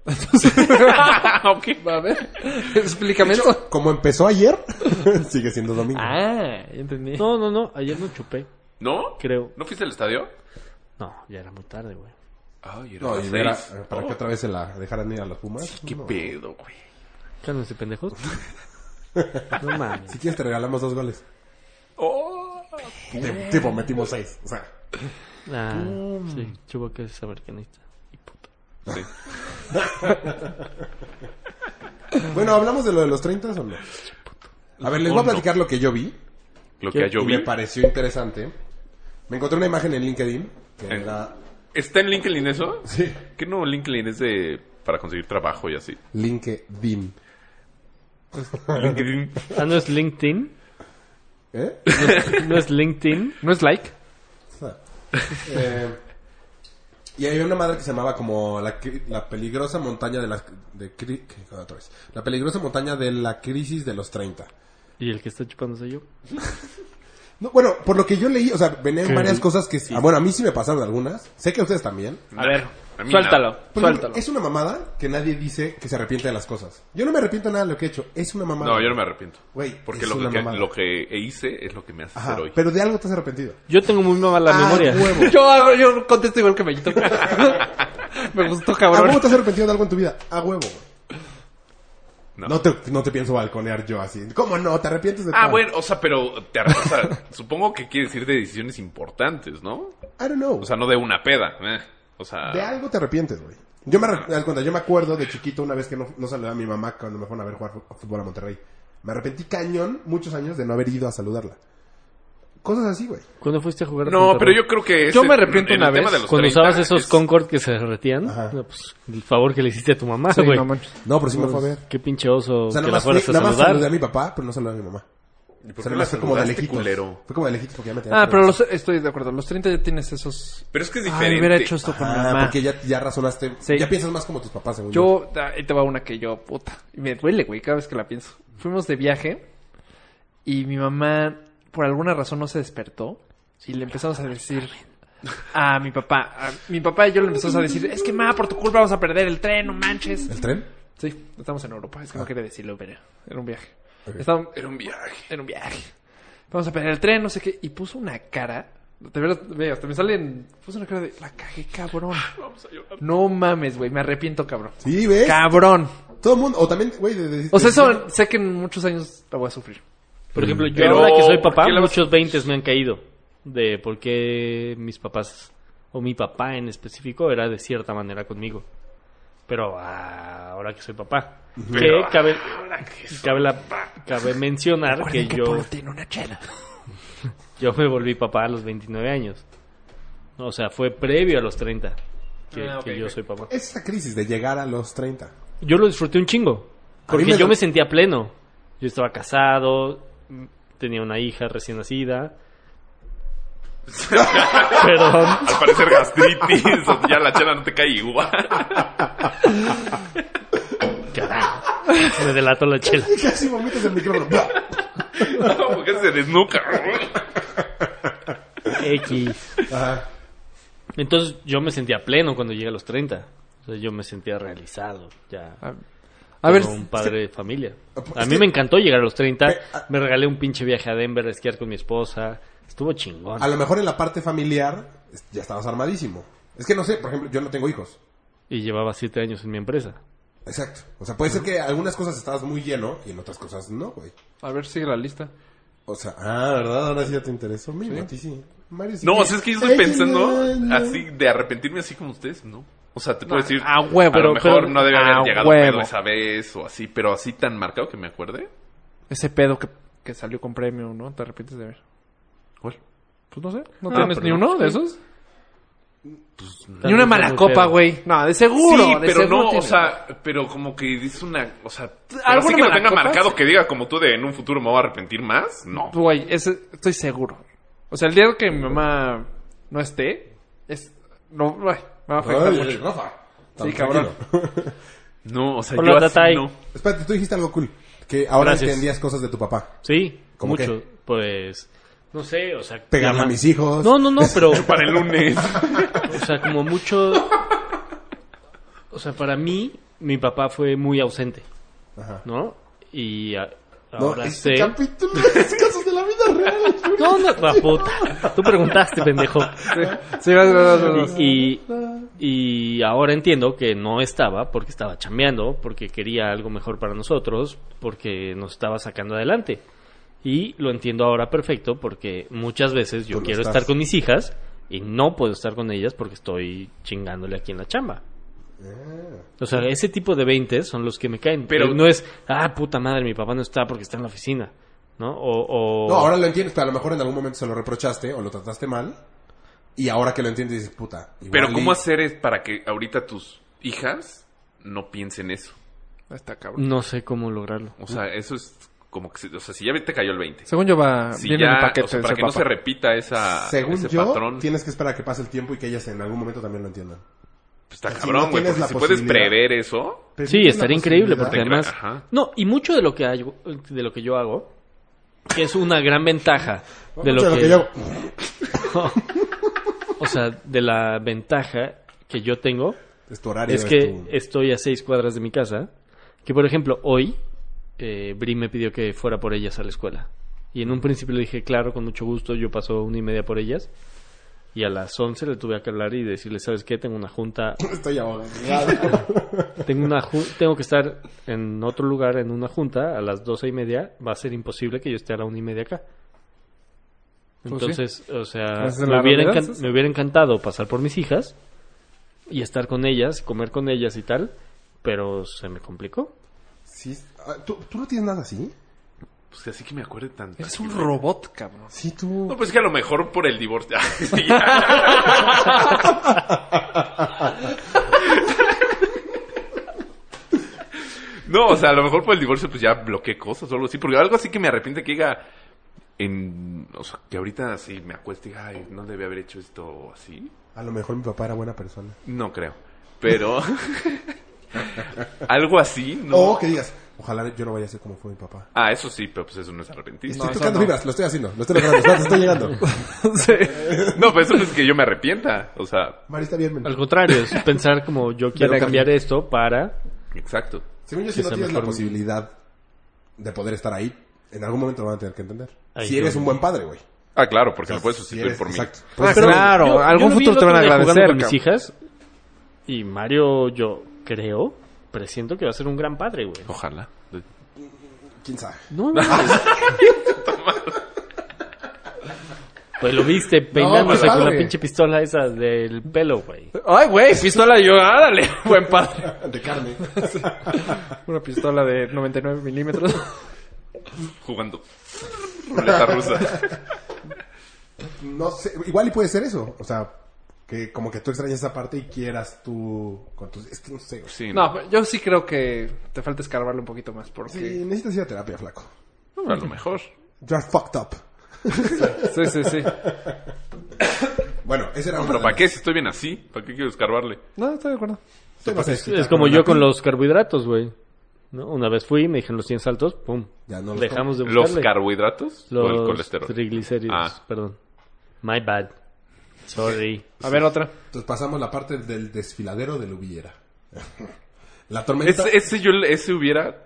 Speaker 2: ok. A ver. Explícame eso.
Speaker 6: Como empezó ayer, sigue siendo domingo.
Speaker 2: Ah, ya entendí.
Speaker 4: No, no, no. Ayer no chupé,
Speaker 5: ¿No?
Speaker 4: creo.
Speaker 5: ¿No fuiste al estadio?
Speaker 4: No, ya era muy tarde, güey.
Speaker 5: Ay, era
Speaker 6: No,
Speaker 5: las
Speaker 6: y era-
Speaker 5: seis.
Speaker 6: para
Speaker 5: Oh,
Speaker 6: que otra vez se la dejaran ir a las Pumas. pues
Speaker 5: Qué
Speaker 6: No.
Speaker 5: pedo, güey.
Speaker 4: Cálmense, pendejos. No mames.
Speaker 6: Si quieres te regalamos dos goles. Te- tipo, metimos seis. O sea,
Speaker 4: Ah, sí, chupo que es americanista. Y puto.
Speaker 6: bueno, ¿hablamos de lo de los 30 o no? A ver, les voy a platicar lo que yo vi.
Speaker 5: Lo
Speaker 4: ¿Qué?
Speaker 5: que yo
Speaker 6: y
Speaker 5: vi.
Speaker 6: me pareció interesante. Me encontré una imagen en LinkedIn. Que
Speaker 5: Eh.
Speaker 6: era...
Speaker 5: ¿Está en LinkedIn eso?
Speaker 6: Sí.
Speaker 5: ¿Qué no LinkedIn es de para conseguir trabajo y así?
Speaker 6: LinkedIn.
Speaker 5: LinkedIn.
Speaker 4: Ah, ¿no es LinkedIn?
Speaker 6: ¿Eh? Ah.
Speaker 4: ¿No es LinkedIn?
Speaker 2: ¿No es like?
Speaker 6: Eh, y había una madre que se llamaba como la, cri- la peligrosa montaña de la... De cri- ¿qué? otra vez. La peligrosa montaña de la crisis de los 30.
Speaker 4: Y el que está chupando soy yo.
Speaker 6: No, bueno, por lo que yo leí, o sea, venían varias cosas que sí. ah, bueno, a mí sí me pasaron algunas. Sé que a ustedes también.
Speaker 2: A ver.
Speaker 5: a mí
Speaker 2: Suéltalo.
Speaker 5: nada.
Speaker 6: Por ejemplo,
Speaker 2: Suéltalo.
Speaker 6: es una mamada que nadie dice que se arrepiente de las cosas. Yo no me arrepiento de nada de lo que he hecho. Es una mamada.
Speaker 5: No, yo no me arrepiento.
Speaker 6: Güey,
Speaker 5: Porque
Speaker 6: es
Speaker 5: lo
Speaker 6: una
Speaker 5: que,
Speaker 6: mamada.
Speaker 5: lo que hice es lo que me hace
Speaker 6: Ajá,
Speaker 5: ser hoy.
Speaker 6: pero de algo te has arrepentido.
Speaker 4: Yo tengo muy mala
Speaker 6: Ah,
Speaker 4: memoria.
Speaker 6: huevo.
Speaker 2: Yo, hago- yo contesto igual que me Me gustó,
Speaker 6: ¿A
Speaker 2: cabrón.
Speaker 6: huevo te has arrepentido de algo en tu vida? A huevo, güey.
Speaker 5: No.
Speaker 6: No. te, no te pienso balconear yo así. ¿Cómo no? ¿Te arrepientes de
Speaker 5: Ah,
Speaker 6: tal?
Speaker 5: bueno, o sea, pero te arre- o sea, supongo que quiere decir de decisiones importantes, ¿no?
Speaker 6: I don't know.
Speaker 5: O sea, no de una peda. eh. O sea,
Speaker 6: de algo te arrepientes, güey. Yo me, arrep- cuando yo me acuerdo de chiquito una vez que no, no saludé a mi mamá cuando me fueron a ver jugar fu- fútbol a Monterrey. Me arrepentí cañón muchos años de no haber ido a saludarla. Cosas así, güey.
Speaker 4: ¿Cuándo fuiste a jugar? a
Speaker 5: no,
Speaker 4: Monterrey?
Speaker 5: pero yo creo que...
Speaker 2: Yo
Speaker 5: ese-
Speaker 2: me arrepiento
Speaker 5: en
Speaker 2: una
Speaker 5: el tema
Speaker 2: vez,
Speaker 5: de los
Speaker 4: Cuando
Speaker 5: 30
Speaker 4: usabas esos
Speaker 5: es-
Speaker 4: Concord que se derretían,
Speaker 6: Ajá.
Speaker 4: no, pues, el favor que le hiciste a tu mamá,
Speaker 2: Sí,
Speaker 4: güey.
Speaker 2: no manches.
Speaker 6: No, pero sí me fue a ver.
Speaker 4: Qué pinche oso
Speaker 6: Pues, O sea,
Speaker 4: que
Speaker 6: nada
Speaker 4: la
Speaker 6: más,
Speaker 4: fueras a
Speaker 6: nada más saludé a
Speaker 4: saludar.
Speaker 6: mi papá, pero no saludé a mi mamá.
Speaker 5: ¿Y por
Speaker 6: O sea,
Speaker 5: qué
Speaker 6: nada
Speaker 5: la
Speaker 6: más fue como de
Speaker 5: saludaste,
Speaker 6: lejitos.
Speaker 5: culero?
Speaker 6: Fue como de lejitos porque ya me tenía
Speaker 2: Ah, pero los-
Speaker 6: preguntas.
Speaker 2: estoy de acuerdo. Los 30 ya tienes esos.
Speaker 5: Pero es que es
Speaker 2: Ay,
Speaker 5: diferente.
Speaker 2: hubiera hecho esto con mi
Speaker 6: Ah,
Speaker 2: mamá.
Speaker 6: porque ya, ya razonaste.
Speaker 2: Sí.
Speaker 6: Ya piensas más como tus papás, según yo.
Speaker 2: Yo, ah, ahí te va una que yo, puta. y Me duele, güey, cada vez que la pienso. Fuimos de viaje y mi mamá, por alguna razón, no se despertó. Y le empezamos a decir a mi papá, a mi papá y yo le empezamos a decir, es que ma, por tu culpa vamos a perder el tren, no manches.
Speaker 6: ¿El tren?
Speaker 2: Sí, estamos en Europa, es que no quería decirlo, pero era un viaje.
Speaker 6: Ok.
Speaker 2: Estábamos-
Speaker 5: Era un viaje.
Speaker 2: en un viaje. Vamos a perder el tren, no sé qué. Y puso una cara. De verdad, ve, hasta me salen. Puso una cara de. La cagué, cabrón.
Speaker 5: Vamos a llorar.
Speaker 2: No mames, güey. Me arrepiento, cabrón.
Speaker 6: Sí, ¿ves?
Speaker 2: Cabrón.
Speaker 6: Todo el mundo. O también, güey, de, de-
Speaker 2: O sea,
Speaker 6: de-
Speaker 2: eso sé que en muchos años la voy a sufrir.
Speaker 4: Por ejemplo, yo
Speaker 5: Pero,
Speaker 4: Mm. ahora que soy
Speaker 5: ¿por
Speaker 4: papá,
Speaker 5: qué la vas-
Speaker 4: muchos 20 me han caído de por qué mis papás o mi papá en específico era de cierta manera conmigo. Pero ah, ahora que soy papá,
Speaker 5: Pero
Speaker 4: que cabe, cabe, la- cabe mencionar que yo, yo me volví papá a los 29 años. O sea, fue previo a los 30 que,
Speaker 2: Ah, ok,
Speaker 4: que yo
Speaker 2: ok.
Speaker 4: soy papá.
Speaker 6: Es esa crisis de llegar a los 30.
Speaker 4: Yo lo disfruté un chingo.
Speaker 6: A mí
Speaker 4: Porque
Speaker 6: me
Speaker 4: yo
Speaker 6: do-
Speaker 4: me sentía pleno. Yo estaba casado, m- tenía una hija recién nacida. Perdón.
Speaker 5: Al parecer gastritis, o ya la chela no te cae igual.
Speaker 4: Me delató la chela.
Speaker 6: Casi vomitas el micrófono.
Speaker 5: No, porque se desnuca.
Speaker 4: X.
Speaker 6: Ajá.
Speaker 4: Entonces yo me sentía pleno cuando llegué a los 30. O sea, yo me sentía realizado ya.
Speaker 3: A ver,
Speaker 4: como un padre de familia.
Speaker 6: pues,
Speaker 4: A
Speaker 6: es
Speaker 4: mí
Speaker 6: que-
Speaker 4: me encantó llegar a los 30.
Speaker 6: Pe- a-
Speaker 4: Me regalé un pinche viaje a Denver a esquiar con mi esposa. Estuvo chingón.
Speaker 6: A lo mejor en la parte familiar es- ya estabas armadísimo. Es que no sé, por ejemplo, yo no tengo hijos.
Speaker 4: Y llevaba siete años en mi empresa.
Speaker 6: Exacto. O sea, puede ser que algunas cosas estabas muy lleno y en otras cosas no, güey.
Speaker 3: a ver, sigue la lista.
Speaker 6: O sea, ah, ¿verdad? Ahora sí ya te interesó. Mira, a ti sí. Mario sí.
Speaker 5: No, o sea, es que yo estoy
Speaker 6: Ella
Speaker 5: pensando
Speaker 6: no-
Speaker 5: así, de arrepentirme así como ustedes, ¿no? O sea, te puedo decir,
Speaker 2: a huevo,
Speaker 5: a lo
Speaker 2: pero-
Speaker 5: mejor
Speaker 2: pero-
Speaker 5: no debe haber
Speaker 2: a
Speaker 5: llegado
Speaker 2: huevo.
Speaker 5: pedo esa vez o así, pero así tan marcado que me acuerde.
Speaker 2: Ese pedo que, que salió con premio, ¿no? ¿Te arrepientes de ver?
Speaker 5: ¿Cuál?
Speaker 2: Pues no sé. ¿No
Speaker 5: Ah,
Speaker 2: tienes
Speaker 5: pero
Speaker 2: ni
Speaker 5: no,
Speaker 2: uno de esos?
Speaker 4: Tal
Speaker 2: Ni una
Speaker 4: vez
Speaker 2: mala
Speaker 4: muy
Speaker 2: copa,
Speaker 4: feo.
Speaker 2: güey. No, de seguro.
Speaker 5: sí,
Speaker 2: de
Speaker 5: pero
Speaker 2: seguro
Speaker 5: no, o
Speaker 2: tiene.
Speaker 5: sea, pero como que dices una, o sea,
Speaker 2: ¿Alguna
Speaker 5: algo que lo
Speaker 2: mala
Speaker 5: tenga
Speaker 2: copa?
Speaker 5: marcado que diga como tú de en un futuro me voy a arrepentir más, no.
Speaker 2: Güey, ese- estoy seguro. O sea, el día que mi mamá no esté, es. No, güey, me va a afectar
Speaker 6: Ay,
Speaker 2: mucho.
Speaker 6: Rafa.
Speaker 2: Sí, cabrón.
Speaker 6: tranquilo.
Speaker 5: No, o sea,
Speaker 4: Por
Speaker 5: yo
Speaker 4: la
Speaker 5: así
Speaker 4: data ahí.
Speaker 5: no.
Speaker 6: Espérate, tú dijiste algo cool. Que ahora
Speaker 4: Gracias.
Speaker 6: entendías cosas de tu papá.
Speaker 4: Sí,
Speaker 6: ¿Cómo
Speaker 4: mucho. Pues, no sé, o sea...
Speaker 6: Pegarle
Speaker 4: la
Speaker 6: a
Speaker 4: ma-
Speaker 6: mis hijos.
Speaker 4: No, no, no, pero,
Speaker 5: Para el lunes.
Speaker 4: o sea, como mucho... O sea, para mí, mi papá fue muy ausente,
Speaker 6: Ajá.
Speaker 4: ¿no? Y a-
Speaker 6: No,
Speaker 4: ahora sé...
Speaker 6: este capítulo es casos de la vida real.
Speaker 4: No, no, la puta. Tú preguntaste, pendejo.
Speaker 2: Sí, vas, vas, vas, vas.
Speaker 4: Y, y ahora entiendo que no estaba porque estaba chambeando, porque quería algo mejor para nosotros, porque nos estaba sacando adelante. Y lo entiendo ahora perfecto porque muchas veces yo
Speaker 6: Tú lo
Speaker 4: quiero
Speaker 6: estás.
Speaker 4: estar con mis hijas y no puedo estar con ellas porque estoy chingándole aquí en la chamba.
Speaker 6: Ah.
Speaker 4: O sea, ese tipo de 20 son los que me caen.
Speaker 5: Pero-
Speaker 4: Pero no es, ah, puta madre, mi papá no está porque está en la oficina. ¿No? O, o-
Speaker 6: No, ahora lo entiendes, pero a lo mejor en algún momento se lo reprochaste o lo trataste mal. Y ahora que lo entiendes dices, puta. igual
Speaker 5: Pero
Speaker 6: y-
Speaker 5: ¿cómo hacer es para que ahorita tus hijas no piensen eso?
Speaker 2: Está cabrón.
Speaker 4: no sé cómo lograrlo.
Speaker 5: O sea, eso es como que, se- o sea, si ya te cayó el 20.
Speaker 2: Según yo va.
Speaker 5: Si
Speaker 2: Ah, viene en el
Speaker 5: ya,
Speaker 2: paquete
Speaker 5: o sea,
Speaker 2: de
Speaker 5: para
Speaker 2: ser
Speaker 5: que no
Speaker 2: papá.
Speaker 5: se repita esa,
Speaker 6: Según
Speaker 5: ese
Speaker 6: yo,
Speaker 5: patrón,
Speaker 6: tienes que esperar a que pase el tiempo y que ellas en algún momento también lo entiendan.
Speaker 5: pues está
Speaker 6: si no
Speaker 5: cabrón, güey.
Speaker 6: tienes
Speaker 5: porque
Speaker 6: la
Speaker 5: si puedes
Speaker 6: posibilidad-
Speaker 5: prever eso,
Speaker 6: Pero
Speaker 4: Sí,
Speaker 6: tienes la
Speaker 4: estaría increíble
Speaker 6: posibilidad-
Speaker 4: porque
Speaker 5: Te crea-
Speaker 4: además...
Speaker 5: ajá.
Speaker 4: No, y mucho de lo que hago- de lo que yo hago que es una gran ventaja de lo
Speaker 6: Mucho
Speaker 4: que,
Speaker 6: yo hago.
Speaker 4: o sea, de la ventaja que yo tengo
Speaker 6: Es tu horario.
Speaker 4: es que
Speaker 6: tu-
Speaker 4: estoy a seis cuadras de mi casa. Que por ejemplo hoy eh, Bri me pidió que fuera por ellas a la escuela y en un principio le dije claro con mucho gusto yo paso una y media por ellas y a las once le tuve que hablar y decirle sabes qué tengo una junta
Speaker 6: Estoy abogado.
Speaker 4: Tengo, una ju- tengo que estar en otro lugar, en una junta, a las doce y media. Va a ser imposible que yo esté a la una y media acá.
Speaker 2: Pues
Speaker 4: Entonces, o sea,
Speaker 2: Esa es la
Speaker 4: me hubiera,
Speaker 2: realidad,
Speaker 4: encan-
Speaker 2: sí.
Speaker 4: me hubiera encantado pasar por mis hijas y estar con ellas, comer con ellas y tal, pero se me complicó.
Speaker 6: Sí, ah, ¿tú, tú no tienes nada así?
Speaker 5: pues así que me acuerde tanto.
Speaker 2: Eres un robot, cabrón.
Speaker 6: Sí, tú.
Speaker 5: No, pues es que a lo mejor por el divorcio. Ah, sí, ya. no, o sea, a lo mejor por el divorcio pues ya bloqueé cosas o algo así. Porque algo así que me arrepiente que diga... En, o sea, que ahorita sí me acueste y diga, ay, no debí haber hecho esto o así.
Speaker 6: A lo mejor mi papá era buena persona.
Speaker 5: No creo. Pero... algo así, ¿no?
Speaker 6: O que digas, ojalá yo no vaya a ser como fue mi papá.
Speaker 5: Ah, eso sí, pero pues eso no es arrepentir.
Speaker 6: Estoy tocando fibras, lo estoy haciendo, lo estoy logrando, está- estoy llegando.
Speaker 5: No, pero eso no es que yo me arrepienta. O sea,
Speaker 6: Mari está bien, men.
Speaker 4: Al contrario, es pensar como yo quiero
Speaker 6: Ven acá.
Speaker 4: cambiar esto para...
Speaker 5: exacto.
Speaker 6: Según yo, si
Speaker 4: Que
Speaker 6: no
Speaker 4: sea
Speaker 6: tienes la
Speaker 4: mejor mi-
Speaker 6: posibilidad de poder estar ahí, en algún momento lo van a tener que entender.
Speaker 4: Ahí
Speaker 6: si
Speaker 4: yo-
Speaker 6: eres un buen padre, güey.
Speaker 5: Ah, claro, porque lo
Speaker 6: Lo
Speaker 5: puedes sustituir por mí.
Speaker 6: Exacto. Pues,
Speaker 2: Ah,
Speaker 6: Puedes ser-
Speaker 2: claro,
Speaker 4: Yo- yo
Speaker 2: algún
Speaker 4: lo vi el
Speaker 2: futuro te
Speaker 4: otro
Speaker 2: van a
Speaker 4: día jugando
Speaker 2: agradecer.
Speaker 4: con mis
Speaker 2: cabrón.
Speaker 4: hijas y Mario, yo creo, presiento que va a ser un gran padre, güey.
Speaker 5: Ojalá.
Speaker 6: ¿Quién sabe?
Speaker 4: No, no, no. Pues lo viste peinándose
Speaker 6: padre.
Speaker 4: con la pinche pistola esa del pelo, güey.
Speaker 2: Ay, güey, pistola yo, ándale, buen padre.
Speaker 6: De carne.
Speaker 2: Una pistola de 99 milímetros.
Speaker 5: Jugando. Ruleta rusa.
Speaker 6: No sé, igual y puede ser eso. O sea, que como que tú extrañas esa parte y quieras tú con tus... Es que no sé. güey.
Speaker 5: Sí,
Speaker 2: No, pero yo sí creo que te falta escarbarle un poquito más porque...
Speaker 6: Sí, necesitas ir a terapia, flaco.
Speaker 5: A lo mejor.
Speaker 6: You are fucked up.
Speaker 2: Sí, sí, sí.
Speaker 6: Bueno, ese era uno
Speaker 5: Pero
Speaker 6: de
Speaker 5: ¿para
Speaker 6: los-
Speaker 5: qué? Si estoy bien así, ¿para qué quiero escarbarle?
Speaker 2: No, estoy de acuerdo.
Speaker 6: Sí, no sé,
Speaker 2: Ah,
Speaker 4: Es como yo con los carbohidratos, güey. ¿No? Una vez fui, me dijeron los 100 saltos, pum.
Speaker 6: Ya no los
Speaker 4: Dejamos de
Speaker 5: ¿Los
Speaker 4: buscarle.
Speaker 5: carbohidratos o el
Speaker 4: Los
Speaker 5: colesterol?
Speaker 4: triglicéridos,
Speaker 5: Ah.
Speaker 4: perdón. My bad. Sorry.
Speaker 2: A ver, otra.
Speaker 6: Entonces pasamos la parte del desfiladero del hubiera. la tormenta...
Speaker 5: Ese, ese yo, ese hubiera...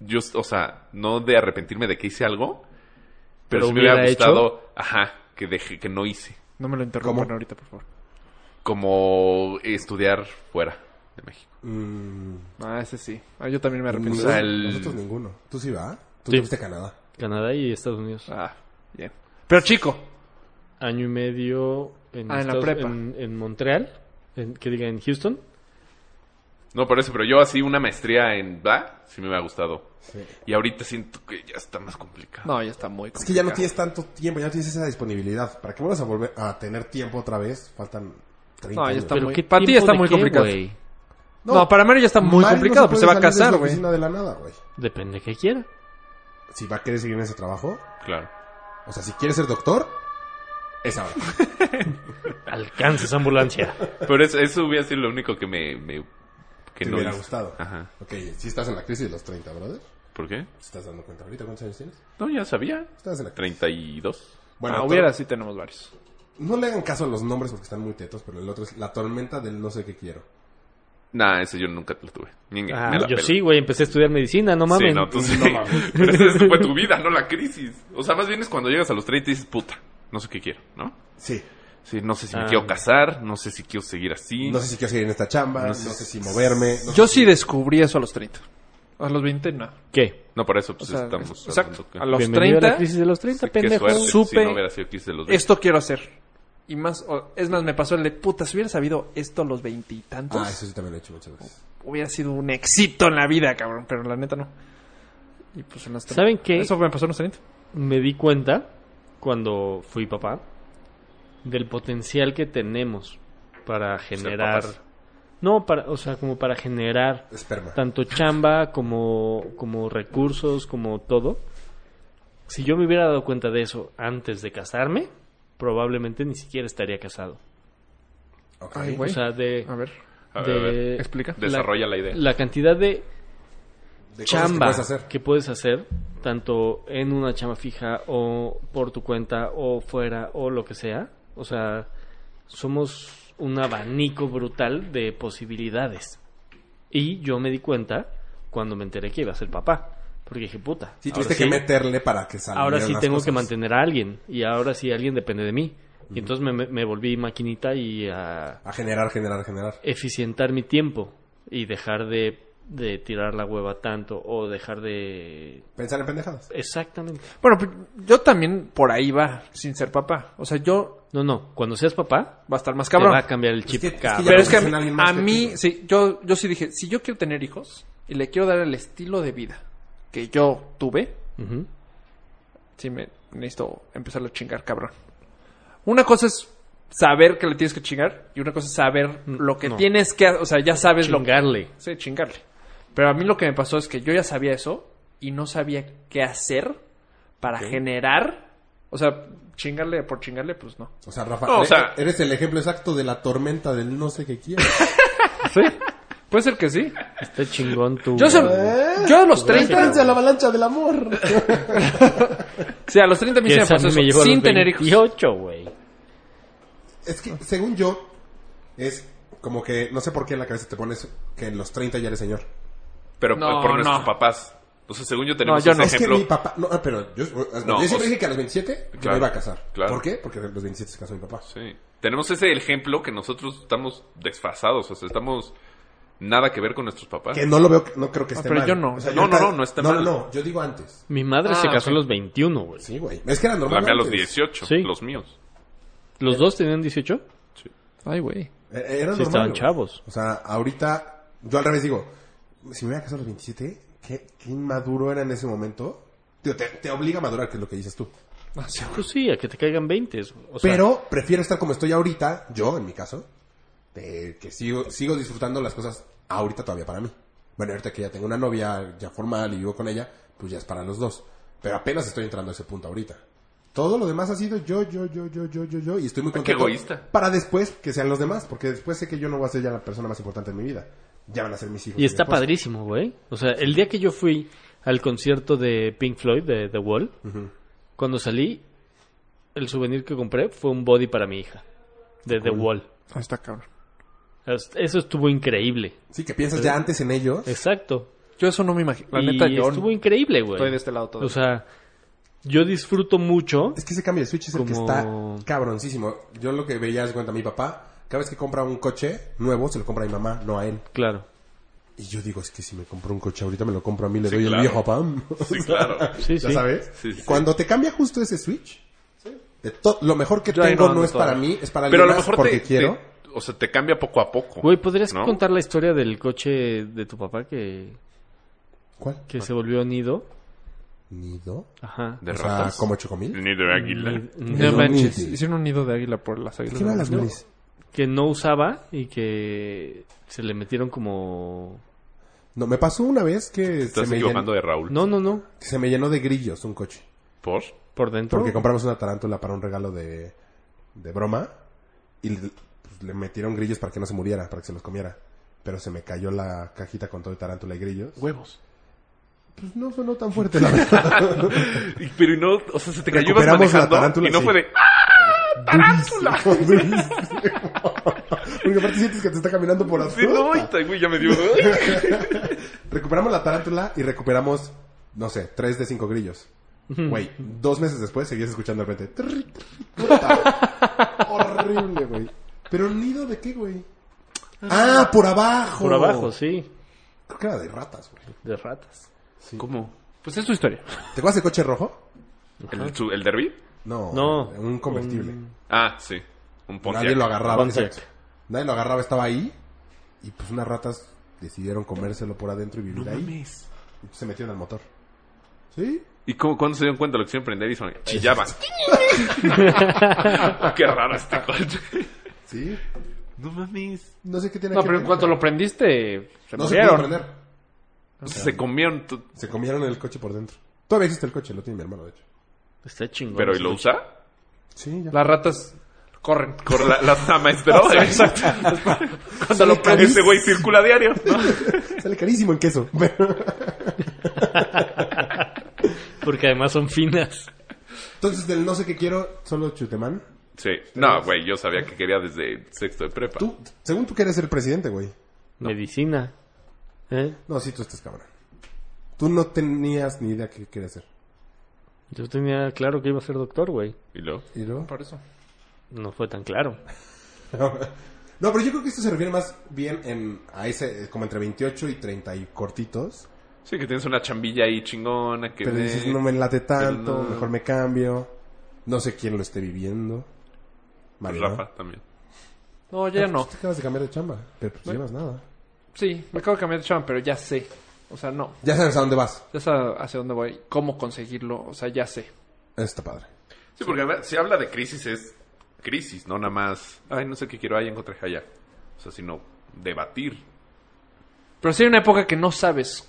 Speaker 5: Yo, o sea, no de arrepentirme de que hice algo, pero,
Speaker 4: Pero
Speaker 5: sí me hubiera
Speaker 4: hubiera
Speaker 5: gustado, ajá, que dejé, que no hice.
Speaker 2: No me lo interrumpan
Speaker 6: ¿Cómo?
Speaker 2: ahorita, por favor.
Speaker 5: Como estudiar fuera de México.
Speaker 6: Mm,
Speaker 2: Ah, ese sí. Ah, yo también me arrepiento.
Speaker 5: sea, el-
Speaker 6: Nosotros ninguno. Tú sí, va. Tú
Speaker 4: Sí.
Speaker 6: te fuiste a Canadá.
Speaker 4: Canadá y Estados Unidos.
Speaker 2: Ah, bien. Pero chico.
Speaker 4: Año y medio en,
Speaker 2: Ah, en la
Speaker 4: Estados-
Speaker 2: prepa.
Speaker 4: en- en Montreal, en- que diga en Houston.
Speaker 5: No, por eso, pero yo así una maestría en... ¿va? Sí me hubiera gustado.
Speaker 6: Sí.
Speaker 5: Y ahorita siento que ya está más complicado.
Speaker 2: No, ya está muy
Speaker 6: Es que ya no
Speaker 2: complicado.
Speaker 6: tienes tanto tiempo, ya no tienes esa disponibilidad. ¿Para qué vuelvas a volver a tener tiempo otra vez? Faltan 30
Speaker 2: No, ya
Speaker 6: años.
Speaker 2: está muy...
Speaker 4: qué
Speaker 2: Para ti ya
Speaker 4: tiempo
Speaker 2: está
Speaker 4: de
Speaker 2: muy
Speaker 4: qué,
Speaker 2: complicado.
Speaker 4: güey?
Speaker 2: No, para Mario ya está muy
Speaker 6: Mario
Speaker 2: complicado,
Speaker 6: no
Speaker 2: pues se va a
Speaker 6: puede salir
Speaker 2: casar,
Speaker 6: De, su
Speaker 2: güey.
Speaker 6: oficina de la nada, güey.
Speaker 4: Depende que quiera.
Speaker 6: Si va a querer seguir en ese trabajo,
Speaker 5: Claro.
Speaker 6: o sea, si quieres ser doctor, es ahora.
Speaker 4: Alcances ambulancia.
Speaker 5: Pero eso, eso hubiera sido lo único que me... me- que
Speaker 6: Te
Speaker 5: no
Speaker 6: hubiera
Speaker 5: hice.
Speaker 6: gustado.
Speaker 5: Ajá.
Speaker 6: Ok, si estás en la crisis de los 30, brother.
Speaker 5: ¿Por qué?
Speaker 6: ¿Te estás dando cuenta ahorita cuántos años tienes?
Speaker 5: No, ya sabía.
Speaker 6: Estás en la crisis.
Speaker 5: 32.
Speaker 6: Bueno,
Speaker 2: ah,
Speaker 6: tor-
Speaker 2: hubiera, sí tenemos varios.
Speaker 6: no le hagan caso a los nombres porque están muy tetos, pero el otro es la tormenta del no sé qué quiero.
Speaker 5: Nah, ese yo nunca lo tuve. Ñengue,
Speaker 4: Ah,
Speaker 5: me la
Speaker 4: yo
Speaker 5: pela.
Speaker 4: sí, güey. Empecé a estudiar medicina, no mames.
Speaker 5: Sí, no, tú sí. Pero esa fue tu vida, no la crisis. O sea, más bien es cuando llegas a los 30 y dices, puta, no sé qué quiero, ¿no?
Speaker 6: Sí.
Speaker 5: Sí, no sé si
Speaker 4: Ah.
Speaker 5: me quiero casar, no sé si quiero seguir así.
Speaker 6: No sé si quiero seguir en esta chamba, no sé, si moverme. no
Speaker 2: Yo sí descubrí eso a los 30. A los 20, no.
Speaker 4: ¿Qué?
Speaker 5: No, por eso,
Speaker 2: O
Speaker 5: pues
Speaker 2: sea,
Speaker 5: estamos
Speaker 2: exacto.
Speaker 5: hablando que-
Speaker 2: A los
Speaker 4: Bienvenido a
Speaker 2: 30,
Speaker 4: la crisis de los 30,
Speaker 5: Qué
Speaker 4: pendejo.
Speaker 5: suerte,
Speaker 2: supe-
Speaker 5: si no hubiera sido Kiss de los 20.
Speaker 2: esto quiero hacer. Y más, o- es más, me pasó el de puta, si hubiera sabido esto a los veintitantos,
Speaker 6: Ah, eso sí también lo he hecho muchas veces.
Speaker 2: hubiera sido un éxito en la vida, cabrón, pero la neta no. Y pues en las tre-
Speaker 4: ¿Saben qué?
Speaker 2: Eso me pasó en los 30.
Speaker 4: me di cuenta cuando fui papá del potencial que tenemos para generar
Speaker 5: papás.
Speaker 4: no para o sea como para generar
Speaker 6: Esperma.
Speaker 4: tanto chamba como como recursos como todo si yo me hubiera dado cuenta de eso antes de casarme probablemente ni siquiera estaría casado
Speaker 6: Ok.
Speaker 2: Ay,
Speaker 4: o
Speaker 2: güey.
Speaker 4: sea de,
Speaker 2: A ver,
Speaker 5: A ver, a ver,
Speaker 4: de-
Speaker 2: explica.
Speaker 4: la-
Speaker 5: Desarrolla la idea.
Speaker 4: la cantidad de
Speaker 6: De cosas que
Speaker 4: chamba
Speaker 6: puedes hacer.
Speaker 4: que puedes hacer, tanto en una chamba fija o por tu cuenta o fuera o lo que sea. O sea, somos un abanico brutal de posibilidades. Y yo me di cuenta cuando me enteré que iba a ser papá. Porque dije, puta.
Speaker 6: Sí,
Speaker 4: ahora
Speaker 6: tuviste que meterle para que salga.
Speaker 4: ahora sí tengo que mantener a alguien. Y ahora sí alguien depende de mí. Y entonces me, me- me volví maquinita y a
Speaker 6: A generar, generar, generar.
Speaker 4: eficientar mi tiempo. Y dejar de, de tirar la hueva tanto o dejar de
Speaker 6: Pensar en pendejadas.
Speaker 4: Exactamente.
Speaker 2: Bueno, pues, yo también por ahí va, sin ser papá. O sea, yo
Speaker 4: No, no. Cuando seas papá,
Speaker 2: va a estar más
Speaker 4: te
Speaker 2: cabrón.
Speaker 4: va a cambiar el chip.
Speaker 6: que- es que
Speaker 4: cabrón.
Speaker 6: ya-
Speaker 2: Pero es que
Speaker 6: Porque si alguien
Speaker 2: a,
Speaker 6: más
Speaker 2: a
Speaker 6: te
Speaker 2: mí,
Speaker 6: pide.
Speaker 2: sí, yo, yo sí dije, si yo quiero tener hijos y le quiero dar el estilo de vida que yo tuve,
Speaker 4: Ujú.
Speaker 2: sí me necesito empezar a chingar, cabrón. Una cosa es saber que le tienes que chingar y una cosa es saber
Speaker 6: Mm,
Speaker 2: lo que
Speaker 4: no.
Speaker 2: tienes que, ha- o sea, ya sabes lo
Speaker 4: Chingarle.
Speaker 2: que sí, chingarle. Pero a mí lo que me pasó es que yo ya sabía eso y no sabía qué hacer para generar, o sea, chingarle por chingarle, pues no.
Speaker 6: O sea, Rafa, eh,
Speaker 5: No, o sea-
Speaker 6: eres el ejemplo exacto de la tormenta del no sé qué quieres.
Speaker 2: Sí. Puede ser que sí.
Speaker 4: Está chingón tú.
Speaker 2: Yo, se- yo a los 30
Speaker 6: Entrance a la avalancha del amor.
Speaker 2: Sí, a los 30 me
Speaker 4: Que
Speaker 2: hicieron
Speaker 4: esa
Speaker 2: proceso
Speaker 4: me llegó a
Speaker 2: sin
Speaker 4: los
Speaker 2: tener
Speaker 4: 28,
Speaker 2: hijos.
Speaker 4: güey.
Speaker 6: es que, según yo, es como que, no sé por qué en la cabeza te pones que en los 30 ya eres señor.
Speaker 5: Pero
Speaker 2: No,
Speaker 5: por nuestros
Speaker 2: no.
Speaker 5: papás. O sea, según yo tenemos
Speaker 2: yo
Speaker 5: ese
Speaker 2: no.
Speaker 6: Es
Speaker 5: ejemplo.
Speaker 6: que mi papá, no, ah, pero yo, yo
Speaker 5: No, o
Speaker 6: siempre
Speaker 5: sea-
Speaker 6: dije que a los 27 que
Speaker 5: Claro,
Speaker 6: me iba a casar.
Speaker 5: claro.
Speaker 6: ¿Por qué? Porque a los 27 se casó mi papá.
Speaker 5: Sí. Tenemos ese ejemplo que nosotros estamos desfasados. O sea, estamos nada que ver con nuestros papás.
Speaker 6: Que no lo veo, no creo que
Speaker 2: Ah,
Speaker 6: esté
Speaker 2: pero
Speaker 6: mal.
Speaker 2: yo no.
Speaker 5: No, no,
Speaker 6: ahorita-
Speaker 5: no, no está
Speaker 6: no,
Speaker 5: mal.
Speaker 6: No, no, yo digo antes.
Speaker 4: Mi madre
Speaker 2: Ah,
Speaker 4: se casó
Speaker 2: ok.
Speaker 4: a los 21, güey.
Speaker 6: Sí, güey. Es que era normal.
Speaker 5: La mía a los
Speaker 6: antes.
Speaker 5: 18,
Speaker 4: Sí.
Speaker 5: los míos.
Speaker 4: ¿Los dos tenían 18?
Speaker 2: Ay, güey.
Speaker 6: Eh, Era normal.
Speaker 4: Sí, estaban
Speaker 6: güey.
Speaker 4: chavos.
Speaker 6: O sea, ahorita, yo al revés digo, si me hubiera casado a los 27, ¿qué, qué inmaduro era en ese momento? Tío, te, te obliga a madurar, que es lo que dices tú.
Speaker 4: Pues sí, a que te caigan 20. O sea,
Speaker 6: Pero prefiero estar como estoy ahorita, yo en mi caso, de que sigo, sigo disfrutando las cosas ahorita todavía para mí. Bueno, ahorita que ya tengo una novia ya formal y vivo con ella, pues ya es para los dos. Pero apenas estoy entrando a ese punto ahorita. Todo lo demás ha sido yo, yo, yo, yo, yo, yo, yo, y estoy muy
Speaker 5: Ah,
Speaker 6: contento.
Speaker 5: qué egoísta.
Speaker 6: Para después que sean los demás, porque después sé que yo no voy a ser ya la persona más importante de mi vida. Ya van a ser mis hijos.
Speaker 4: Y
Speaker 2: Pues,
Speaker 4: está
Speaker 6: mi esposa.
Speaker 4: padrísimo, güey. O sea, el día que yo fui al concierto de Pink Floyd, de The Wall, cuando salí, el souvenir que compré fue un body para mi hija, de The Wall.
Speaker 2: Ahí está, cabrón.
Speaker 4: Es- Eso estuvo increíble.
Speaker 6: Sí, que piensas ya antes en ellos.
Speaker 4: Exacto.
Speaker 2: Yo eso no me imagino. La
Speaker 4: y
Speaker 2: neta, yo
Speaker 4: estuvo increíble, güey.
Speaker 2: estoy de este lado todo.
Speaker 4: O sea, yo disfruto mucho.
Speaker 6: Es que ese cambio de Switch es el que
Speaker 4: Como-
Speaker 6: está cabroncísimo. Yo lo que veía, haz de cuenta, mi papá, cada vez que compra un coche nuevo, se lo compra a mi mamá, no a él.
Speaker 4: Claro.
Speaker 6: Y yo digo, es que si me compro un coche ahorita, me lo compro a mí, le doy
Speaker 5: claro.
Speaker 6: el viejo a Pam.
Speaker 5: Sí, claro.
Speaker 4: Sí,
Speaker 6: ¿Ya
Speaker 4: sí.
Speaker 6: sabes?
Speaker 5: Sí, sí.
Speaker 6: Cuando te cambia justo ese Switch, de to- lo mejor que
Speaker 2: Yo ahí
Speaker 6: tengo
Speaker 2: no
Speaker 6: no,
Speaker 2: ando
Speaker 6: es para
Speaker 2: todavía.
Speaker 6: mí, es para alguien
Speaker 5: Pero a lo
Speaker 6: más
Speaker 5: mejor
Speaker 6: porque
Speaker 5: te,
Speaker 6: quiero.
Speaker 5: te- o sea, te cambia poco a poco.
Speaker 4: Güey, ¿podrías
Speaker 5: ¿no?
Speaker 4: contar la historia del coche de tu papá que,
Speaker 6: ¿Cuál?
Speaker 4: que se volvió nido?
Speaker 6: ¿Nido?
Speaker 4: Ajá.
Speaker 5: De
Speaker 6: o sea,
Speaker 5: ratas.
Speaker 6: ¿como chocomil?
Speaker 5: Ni de águila.
Speaker 2: no
Speaker 6: un
Speaker 2: manches.
Speaker 6: nido.
Speaker 2: Hicieron un nido de águila por las águilas.
Speaker 6: ¿Qué eran
Speaker 2: de
Speaker 6: las
Speaker 2: Nueva York.
Speaker 6: milis?
Speaker 4: que no usaba y que se le metieron como...
Speaker 6: No, me pasó una vez que se
Speaker 5: Estás
Speaker 6: me,
Speaker 5: equivocando
Speaker 6: llenó,
Speaker 5: de Raúl.
Speaker 4: No, no, no.
Speaker 6: se me llenó de grillos un coche.
Speaker 5: ¿Por?
Speaker 4: Por dentro.
Speaker 6: Porque compramos una tarántula para un regalo de, de broma y le, pues, le metieron grillos para que no se muriera, para que se los comiera. Pero se me cayó la cajita con todo de tarántula y grillos.
Speaker 4: Huevos.
Speaker 6: Pues no sonó tan fuerte, la verdad.
Speaker 5: Y- Pero y no, o sea, se te cayó ibas
Speaker 6: Recuperamos la
Speaker 5: manejando
Speaker 6: tarántula,
Speaker 5: y no
Speaker 6: sí.
Speaker 5: fue de... "Ah,
Speaker 6: ¡Tarántula! Porque aparte sientes que te está caminando por la
Speaker 5: Sí, no, y ta- güey, ya me dio...
Speaker 6: Recuperamos la tarántula y recuperamos, no sé, tres de cinco grillos. Güey, dos meses después seguías escuchando de repente. "Trrr, trrr, puta". Horrible, güey. Pero nido de qué, güey. Ah, por abajo.
Speaker 4: Por abajo, sí.
Speaker 6: Creo que era de ratas, güey.
Speaker 4: De ratas.
Speaker 2: ¿Cómo? Pues es tu historia.
Speaker 6: ¿Te acuerdas del coche rojo?
Speaker 5: ¿El, su- el derby?
Speaker 6: No.
Speaker 4: No.
Speaker 6: Un convertible.
Speaker 5: Ah, sí. Un Pontiac.
Speaker 6: Nadie lo agarraba.
Speaker 4: Pontiac.
Speaker 6: exacto. Nadie lo agarraba, estaba ahí. Y pues unas ratas decidieron comérselo por adentro y vivir ahí. Y pues, se metieron al motor. ¿Sí?
Speaker 5: ¿Y cómo, cuándo se dieron cuenta lo que hicieron prender y son... Chillaba. Qué raro este coche.
Speaker 6: Sí.
Speaker 5: No mames.
Speaker 6: No sé qué tiene
Speaker 2: No,
Speaker 6: que
Speaker 2: pero en
Speaker 6: ver.
Speaker 2: cuanto lo prendiste, se
Speaker 6: No se pudo
Speaker 2: murieron.
Speaker 6: prender.
Speaker 5: O sea, se comieron... tu-
Speaker 6: Se comieron el coche por dentro. Todavía existe el coche, lo tiene mi hermano, de hecho.
Speaker 4: Está chingón.
Speaker 5: ¿Pero y lo usa?
Speaker 6: Sí, ya.
Speaker 2: las ratas corren.
Speaker 5: Con la, la dama esperó.
Speaker 2: Cuando lo
Speaker 6: Sale
Speaker 5: Ese güey circula diario. ¿no?
Speaker 6: carísimo- Sale carísimo en queso. Pero-
Speaker 4: Porque además son finas.
Speaker 6: Entonces, del no sé qué quiero, solo Chutemán.
Speaker 5: Sí. No, güey, yo sabía que quería desde sexto de prepa.
Speaker 6: Tú, según tú quieres ser presidente, güey.
Speaker 4: Medicina. ¿Eh?
Speaker 6: No, sí, tú estás cabrón. Tú no tenías ni idea qué querías ser.
Speaker 4: Yo tenía claro que iba a ser doctor, güey.
Speaker 5: Y luego...
Speaker 6: ¿Y luego?
Speaker 2: Por eso.
Speaker 4: No fue tan claro.
Speaker 6: No, pero yo creo que esto se refiere más bien en, a ese, eh, como entre 28 y 30 y cortitos.
Speaker 5: Sí, que tienes una chambilla ahí chingona que... pues,
Speaker 6: Pero
Speaker 5: ve-
Speaker 6: dices, no me late tanto,
Speaker 5: pero no.
Speaker 6: mejor me cambio. No sé quién lo esté viviendo. Mario, ¿no?
Speaker 5: Pues Rafa también.
Speaker 2: No, ya no.
Speaker 6: Pues, Te acabas de cambiar de chamba, pero pues llevas nada.
Speaker 2: Sí, me acabo de cambiar de chamba, pero ya sé. O sea, no.
Speaker 6: Ya sabes a dónde vas.
Speaker 2: Ya sé hacia dónde voy, cómo conseguirlo. O sea, ya sé.
Speaker 6: Eso está padre.
Speaker 5: Sí, porque además, si habla de crisis es crisis, no nada más, ay, no sé qué quiero, ay, encontré allá. O sea, sino debatir.
Speaker 2: Pero sí hay una época que no sabes.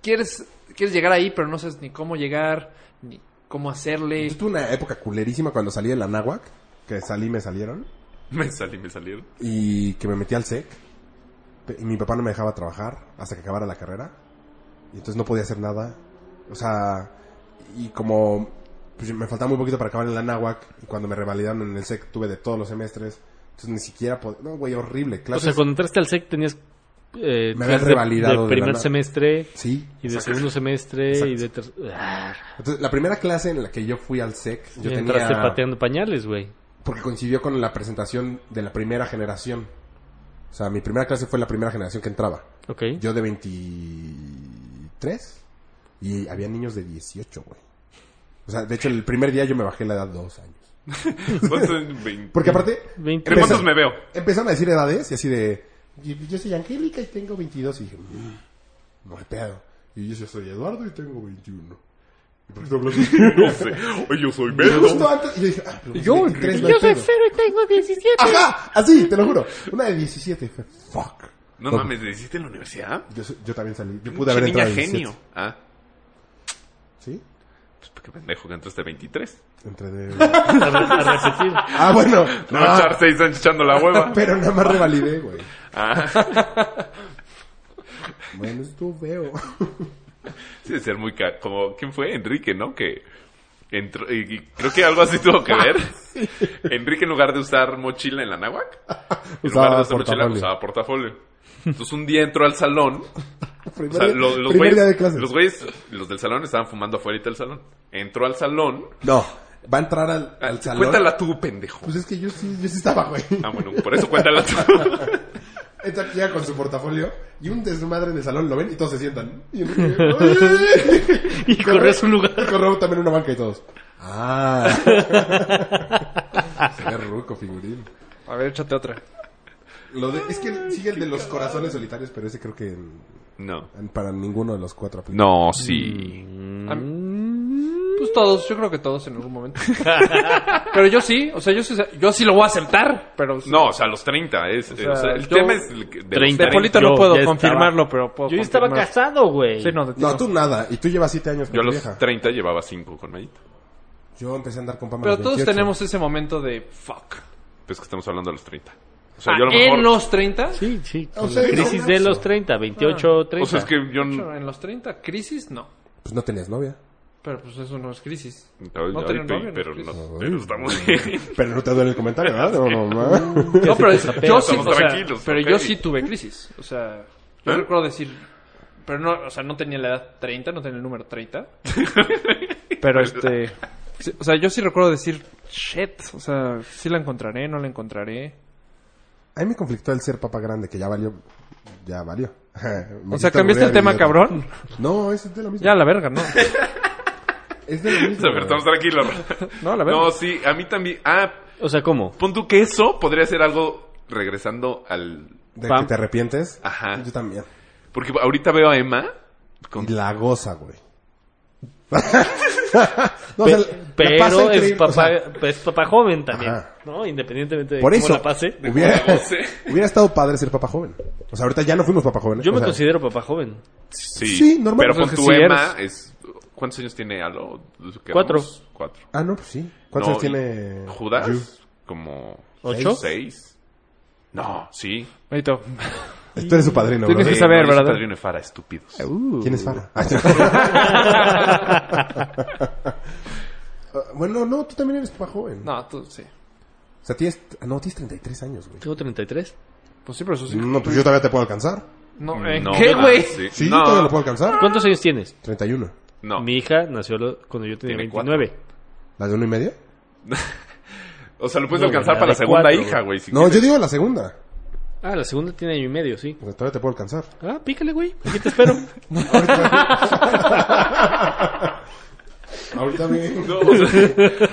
Speaker 2: Quieres, quieres llegar ahí, pero no sabes ni cómo llegar, ni cómo hacerle.
Speaker 6: Yo tuve una época culerísima cuando salí de la náhuac, que salí, me salieron,
Speaker 5: Me salí, me salieron.
Speaker 6: y que me metí al SEC. Pe- Y mi papá no me dejaba trabajar hasta que acabara la carrera. Y entonces no podía hacer nada. O sea, y como pues, me faltaba muy poquito para acabar en la náhuac, y cuando me revalidaron en el SEC tuve de todos los semestres. Entonces ni siquiera podía... No, güey, horrible.
Speaker 4: O
Speaker 6: Clases...
Speaker 4: sea, cuando entraste al SEC tenías... Eh, clases
Speaker 6: Me habían
Speaker 4: de-
Speaker 6: revalidado de
Speaker 4: De
Speaker 6: la
Speaker 4: primer
Speaker 6: nada.
Speaker 4: semestre
Speaker 6: Sí.
Speaker 4: y de segundo semestre y de ah, tercer...
Speaker 6: Entonces, la primera clase en la que yo fui al SEC, yo
Speaker 4: y
Speaker 6: tenía...
Speaker 4: entraste pateando pañales, güey.
Speaker 6: Porque coincidió con la presentación de la primera generación. O sea, mi primera clase fue la primera generación que entraba.
Speaker 4: Ok.
Speaker 6: Yo de 23 y había niños de 18, güey. O sea, de hecho, el primer día yo me bajé la edad dos años.
Speaker 5: ¿Cuántos? 20.
Speaker 6: Porque aparte...
Speaker 4: Veinte.
Speaker 5: ¿De cuántos me veo?
Speaker 6: Empezaron a decir edades y así de... "Y- Yo soy Angélica y tengo 22. Y dije... "Mm, No hay pedo. Y yo, yo soy Eduardo y tengo 21. Y por qué estoy hablando así?
Speaker 5: No sé. Oye, yo soy
Speaker 6: Y justo
Speaker 5: Beto.
Speaker 6: antes... Y yo dije... Ah, pero
Speaker 3: Yo,
Speaker 6: yo, 23, no hay
Speaker 3: yo soy
Speaker 6: pedo".
Speaker 3: cero y tengo 17.
Speaker 6: Ajá, así, te lo juro. Una de 17. Dije, fuck.
Speaker 5: No mames, ¿le hiciste en la universidad?
Speaker 6: Yo, soy- yo también salí. Yo
Speaker 5: Pinche
Speaker 6: pude haber
Speaker 5: niña
Speaker 6: entrado a 17.
Speaker 5: genio. Ah,
Speaker 6: ¿Sí?
Speaker 5: pues qué pendejo que entraste a 23.
Speaker 6: Entre de...
Speaker 4: A, re- a repetir.
Speaker 6: Ah, bueno.
Speaker 5: No,
Speaker 6: Ah,
Speaker 5: echar seis años echando la hueva.
Speaker 6: pero nada más revalidé, güey.
Speaker 5: Ah,
Speaker 6: Bueno, estuvo feo.
Speaker 5: sí, debe ser muy ca- como ¿quién fue? Enrique, ¿no? Que entró y, y creo que algo así tuvo que ver. Enrique en lugar de usar mochila en la náhuac, en lugar de
Speaker 6: Usaba
Speaker 5: usar mochila
Speaker 6: portafolio.
Speaker 5: usaba portafolio. Entonces un día entró al salón O
Speaker 6: Primer,
Speaker 5: sea,
Speaker 6: día-
Speaker 5: lo- los,
Speaker 6: primer día de
Speaker 5: güeyes,
Speaker 6: clase.
Speaker 5: los güeyes, los del salón estaban fumando afuera del salón. Entró al salón.
Speaker 6: No, va a entrar al, al salón.
Speaker 5: Ah, Cuéntala tú, pendejo.
Speaker 6: Pues es que yo sí, yo sí estaba, güey.
Speaker 5: Ah, bueno, por eso cuéntala tú.
Speaker 6: Entra llega con su portafolio y un desmadre en el salón lo ven y todos se sientan. Y, corre
Speaker 4: Y corre a su lugar.
Speaker 6: corrió también una banca y todos. Ah. se ve ruco, figurín.
Speaker 2: A ver, échate otra.
Speaker 6: Lo de, es que sigue el de los corazones solitarios, pero ese creo que en-
Speaker 5: No.
Speaker 6: en- para ninguno de los cuatro aplica.
Speaker 5: No, sí.
Speaker 6: Mm.
Speaker 2: A mí- Pues todos, yo creo que todos en algún momento. pero yo sí, o sea, yo sí, yo sí lo voy a aceptar, pero...
Speaker 5: No, o sea, los 30. Es,
Speaker 2: sea,
Speaker 5: o sea, el
Speaker 2: yo-
Speaker 5: tema es. el que- De los
Speaker 4: 30.
Speaker 2: De
Speaker 5: 30.
Speaker 2: Polito no
Speaker 4: Yo
Speaker 2: puedo
Speaker 4: ya estaba-
Speaker 2: confirmarlo, pero puedo
Speaker 4: Yo ya estaba
Speaker 2: confirmar.
Speaker 4: casado, güey.
Speaker 2: Sí, no, de ti
Speaker 6: No,
Speaker 2: no.
Speaker 6: tú nada. Y tú llevas siete años con
Speaker 5: Yo a
Speaker 6: tu
Speaker 5: los
Speaker 6: vieja.
Speaker 5: 30 llevaba 5 con Mayita.
Speaker 6: Yo empecé a andar con Pamela.
Speaker 2: Pero
Speaker 6: a los
Speaker 2: todos
Speaker 6: 28.
Speaker 2: tenemos ese momento de fuck.
Speaker 5: Pues que estamos hablando de los 30. O sea,
Speaker 2: Ah,
Speaker 5: yo a lo
Speaker 2: ¿En
Speaker 5: mejor.
Speaker 2: los 30?
Speaker 4: Sí, sí.
Speaker 6: O
Speaker 4: con
Speaker 6: sea,
Speaker 4: la
Speaker 6: no, Ah.
Speaker 4: crisis de
Speaker 6: no.
Speaker 4: los 30, 28, 30.
Speaker 5: O sea, es que yo.
Speaker 2: Claro, ¿En los 30? ¿Crisis? No.
Speaker 6: Pues no tenías novia.
Speaker 2: Pero pues eso no es crisis.
Speaker 5: No,
Speaker 2: No
Speaker 5: ahorita,
Speaker 2: tenía novio, no
Speaker 5: pero,
Speaker 2: es
Speaker 5: no,
Speaker 6: crisis.
Speaker 5: pero estamos bien.
Speaker 6: Pero no te duele el comentario, ¿verdad? No, no, ma.
Speaker 2: No, pero es- yo sí,
Speaker 5: estamos
Speaker 2: o sea,
Speaker 5: tranquilos,
Speaker 2: pero
Speaker 5: ok. ¿Eh?
Speaker 2: yo sí tuve crisis. O sea, yo recuerdo decir, pero no, o sea, no tenía la edad 30, no tenía el número 30. pero este, sí, o sea, yo sí recuerdo decir, shit, o sea, sí la encontraré, no la encontraré.
Speaker 6: A mí me conflictó el ser papa grande, que ya valió. Ya valió.
Speaker 2: O
Speaker 6: Me
Speaker 2: sea,
Speaker 6: hiciste
Speaker 2: ¿cambiaste el
Speaker 6: volver
Speaker 2: tema,
Speaker 6: idiota.
Speaker 2: cabrón?
Speaker 6: No, es de lo mismo.
Speaker 2: Ya, la verga, no.
Speaker 6: Es de lo
Speaker 5: O sea,
Speaker 6: mismo.
Speaker 5: pero
Speaker 6: güey.
Speaker 5: estamos tranquilos.
Speaker 2: No, la verga.
Speaker 5: No, sí, a mí también. Ah,
Speaker 4: O sea, ¿cómo?
Speaker 5: pon tú que eso podría ser algo regresando al.
Speaker 6: De
Speaker 4: Pam.
Speaker 6: que te arrepientes.
Speaker 5: Ajá.
Speaker 6: Yo también.
Speaker 5: Porque ahorita veo a Emma. Con...
Speaker 6: Y la goza, güey. No, o sea, la pasa
Speaker 4: Pero es
Speaker 6: increíble,
Speaker 4: papá,
Speaker 6: o sea,
Speaker 4: es papá joven también,
Speaker 6: Ajá.
Speaker 4: ¿no? Independientemente de
Speaker 6: por
Speaker 4: cómo
Speaker 6: eso.
Speaker 4: la pase.
Speaker 6: Hubiera,
Speaker 5: la goce.
Speaker 6: hubiera estado padre ser papá joven. O sea, ahorita ya no fuimos papá joven. ¿eh?
Speaker 4: Yo
Speaker 6: O
Speaker 4: me
Speaker 6: sea,
Speaker 4: considero papá joven.
Speaker 5: Sí,
Speaker 6: Sí, normal.
Speaker 5: Pero
Speaker 6: Pues
Speaker 5: con
Speaker 2: es que
Speaker 5: tu
Speaker 2: sí
Speaker 5: Emma es... ¿Cuántos años tiene Alo? ¿Qué
Speaker 4: Cuatro.
Speaker 5: vamos? Cuatro.
Speaker 6: Ah, no, pues sí. ¿Cuántos
Speaker 5: No,
Speaker 6: años
Speaker 5: y
Speaker 6: tiene.
Speaker 5: ¿Judas?
Speaker 6: Yu?
Speaker 5: Como...
Speaker 4: ¿Ocho?
Speaker 5: ¿Seis? No, sí. Eh,
Speaker 2: Benito,
Speaker 6: Tú eres su padrino,
Speaker 2: Tienes
Speaker 6: bro.
Speaker 2: que saber,
Speaker 5: no, yo soy
Speaker 2: ¿verdad?
Speaker 5: padrino de Fara, estúpidos.
Speaker 6: ¿Quién es Fara? Ah, bueno, no, tú también eres papá joven.
Speaker 2: No, tú sí.
Speaker 6: O sea, tienes. ah, No, tienes 33 años, güey.
Speaker 4: Tengo 33.
Speaker 2: Pues sí, pero eso sí.
Speaker 6: No, pues yo todavía te puedo alcanzar.
Speaker 2: No, ¿eh?
Speaker 5: No,
Speaker 2: ¿Qué,
Speaker 5: ah,
Speaker 2: güey?
Speaker 5: sí.
Speaker 6: Sí, yo todavía
Speaker 5: no,
Speaker 6: lo puedo alcanzar.
Speaker 4: ¿Cuántos años tienes?
Speaker 6: 31.
Speaker 5: no.
Speaker 4: Mi hija nació lo- cuando yo tenía
Speaker 5: Tiene
Speaker 4: 29.
Speaker 6: ¿La de uno y medio?
Speaker 5: O sea, lo puedes
Speaker 4: No,
Speaker 5: alcanzar
Speaker 4: la
Speaker 5: para la
Speaker 4: de
Speaker 5: segunda
Speaker 4: cuatro.
Speaker 5: hija, güey. si
Speaker 6: No,
Speaker 5: quieres.
Speaker 6: yo digo la segunda.
Speaker 4: Ah, la segunda tiene año y medio, sí.
Speaker 6: O sea, todavía te puedo alcanzar.
Speaker 4: Ah, pícale, güey. Aquí te espero.
Speaker 6: Ahorita bien.
Speaker 5: No, o sea,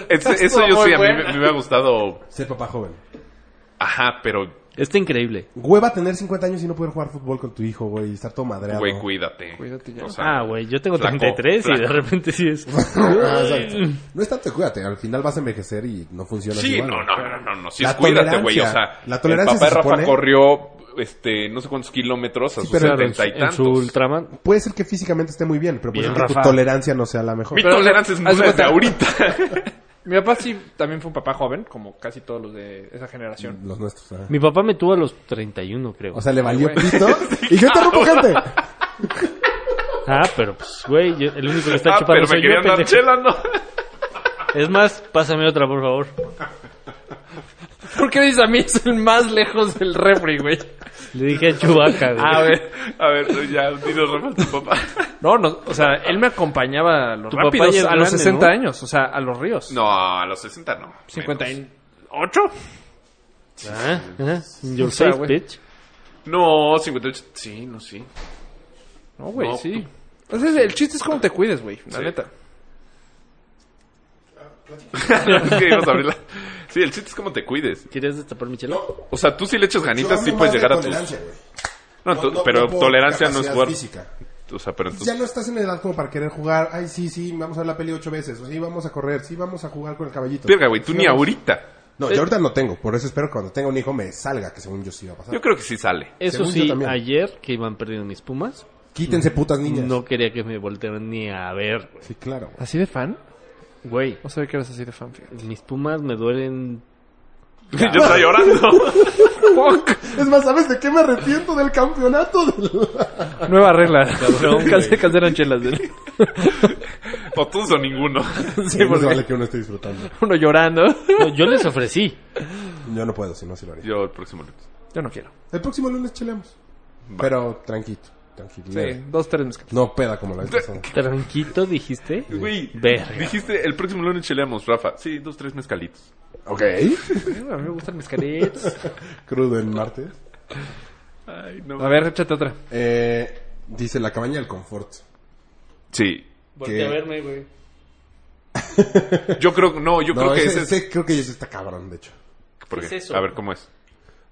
Speaker 5: es- eso
Speaker 2: Estuvo
Speaker 5: yo
Speaker 2: muy
Speaker 5: sí, a mí me,
Speaker 2: buena.
Speaker 5: me hubiera gustado...
Speaker 6: Ser papá joven.
Speaker 5: Ajá, pero,
Speaker 4: Está increíble.
Speaker 6: Hueva tener 50 años y no poder jugar fútbol con tu hijo, güey. y Estar todo madreado.
Speaker 5: güey, cuídate.
Speaker 2: Cuídate ya.
Speaker 5: O sea,
Speaker 4: Ah, güey, yo tengo
Speaker 5: flaco,
Speaker 4: 33 y de
Speaker 5: flaco.
Speaker 4: repente sí es.
Speaker 6: Ah, exacto. no es tanto cuídate. Al final vas a envejecer y no funciona
Speaker 5: Sí,
Speaker 6: igual,
Speaker 5: no,
Speaker 6: güey.
Speaker 5: no, no, no, no. Sí,
Speaker 6: La
Speaker 5: es cuídate, güey. O
Speaker 6: tolerancia.
Speaker 5: sea,
Speaker 6: La tolerancia
Speaker 5: el papá
Speaker 6: se
Speaker 5: de Rafa
Speaker 6: supone-
Speaker 5: corrió, este, no sé cuántos kilómetros a sus
Speaker 6: pero-
Speaker 5: setenta y
Speaker 4: en
Speaker 5: tantos.
Speaker 4: su Ultraman.
Speaker 6: Puede ser que físicamente esté muy bien, pero puede
Speaker 4: Bien,
Speaker 6: ser que tu
Speaker 4: Rafa.
Speaker 6: tolerancia no sea la mejor.
Speaker 5: Mi
Speaker 2: Pero,
Speaker 5: tolerancia es
Speaker 2: haz de
Speaker 5: nula desde
Speaker 2: cuenta.
Speaker 5: ahorita.
Speaker 2: Mi papá sí también fue un papá joven, como casi todos los de esa
Speaker 5: Mm.
Speaker 2: generación.
Speaker 6: Los nuestros. ajá.
Speaker 4: Mi papá me tuvo a los 31, creo.
Speaker 6: O sea, le valió
Speaker 2: güey.
Speaker 6: pito. y yo interrumpo gente.
Speaker 4: ah, pero pues, güey, yo- el único que está
Speaker 5: Ah,
Speaker 4: chupando
Speaker 5: pero
Speaker 4: soy
Speaker 5: me
Speaker 4: yo,
Speaker 5: querían dar
Speaker 4: pendejo.
Speaker 5: chela, ¿no?
Speaker 4: Es más, pásame otra, por favor.
Speaker 2: ¿Por qué dices a mí es el más lejos del refri, güey?
Speaker 4: Le dije a Chubaca, güey.
Speaker 5: A ver, a ver, ya, dinos, Rafa, tu papá.
Speaker 2: Ah, No, no, o sea, él me acompañaba a los
Speaker 4: Tu papá
Speaker 2: rápidos,
Speaker 4: ya es
Speaker 2: a los
Speaker 4: grande,
Speaker 2: 60
Speaker 4: ¿no?
Speaker 2: años, o sea, a los ríos.
Speaker 5: No, a los 60 no.
Speaker 2: 58.
Speaker 4: Ah, ah, in your
Speaker 2: O sea,
Speaker 4: face,
Speaker 2: güey.
Speaker 4: bitch.
Speaker 5: No, 58. Sí, no, sí.
Speaker 2: No, güey,
Speaker 5: No,
Speaker 2: sí. Entonces, el chiste es cómo te cuides, güey, la
Speaker 5: Sí.
Speaker 2: neta.
Speaker 5: Es que ibas a abrirla. Sí, el chiste es cómo te cuides.
Speaker 4: ¿Quieres destapar mi chela?
Speaker 5: O sea, tú si le echas ganitas, sí puedes llegar a tus. No, to- pero
Speaker 6: por
Speaker 5: tolerancia no es
Speaker 6: capacidad
Speaker 5: jugar.
Speaker 6: física.
Speaker 5: O sea, pero
Speaker 6: Ya
Speaker 5: entonces.
Speaker 6: no estás en edad como para querer jugar. Ay, sí, sí, vamos a ver la peli ocho veces. O sí, vamos a correr. Sí, vamos a jugar con el caballito.
Speaker 5: Verga, güey, tú ni ahorita.
Speaker 6: No, yo ahorita no tengo. Por eso espero que cuando tenga un hijo me salga, que según yo sí va a pasar.
Speaker 5: Yo creo que sí sale.
Speaker 4: Eso
Speaker 6: Según yo
Speaker 4: sí,
Speaker 6: también.
Speaker 4: ayer que iban perdiendo mis pumas,
Speaker 6: Quítense putas niñas.
Speaker 4: no quería que me voltearan ni a ver, güey.
Speaker 6: Sí, claro, güey.
Speaker 2: ¿Así de fan?
Speaker 4: güey.
Speaker 2: No sabía que eras así de fan, fíjate.
Speaker 4: Mis pumas me duelen.
Speaker 5: Yo estaba llorando.
Speaker 6: Es más, ¿sabes de qué me arrepiento del campeonato?
Speaker 2: Nueva regla.
Speaker 4: Cabrón,
Speaker 2: Cancel- Cancelan chelas. ¿eh?
Speaker 5: O todos o ninguno.
Speaker 6: Sí, más vale que uno esté disfrutando.
Speaker 2: Uno llorando.
Speaker 4: No, yo les ofrecí.
Speaker 6: Yo no puedo, si no, sí lo haría.
Speaker 5: Yo el próximo lunes.
Speaker 2: Yo no quiero.
Speaker 6: El próximo lunes cheleamos. Pero tranquilo, tranquilo.
Speaker 2: Sí, dos, tres mezcales.
Speaker 6: No peda como la vez pasada.
Speaker 4: Tranquito, dijiste.
Speaker 5: Güey,
Speaker 4: Verga.
Speaker 5: dijiste el próximo lunes cheleamos, Rafa. Sí, dos, tres mezcalitos.
Speaker 6: Ok.
Speaker 2: Eh, A mí me gustan mezcalitos.
Speaker 6: Crudo en martes.
Speaker 5: Ay, no.
Speaker 2: A ver, échate otra.
Speaker 6: Eh, dice la cabaña del confort.
Speaker 5: Sí.
Speaker 4: Voltea
Speaker 6: ¿Qué?
Speaker 4: a verme, güey.
Speaker 5: Yo creo, no, yo
Speaker 6: No,
Speaker 5: creo que
Speaker 6: ese,
Speaker 5: ese, es.
Speaker 6: ese creo que ese está cabrón, de hecho.
Speaker 5: ¿Por qué?
Speaker 4: es eso?
Speaker 5: A ver, ¿cómo es?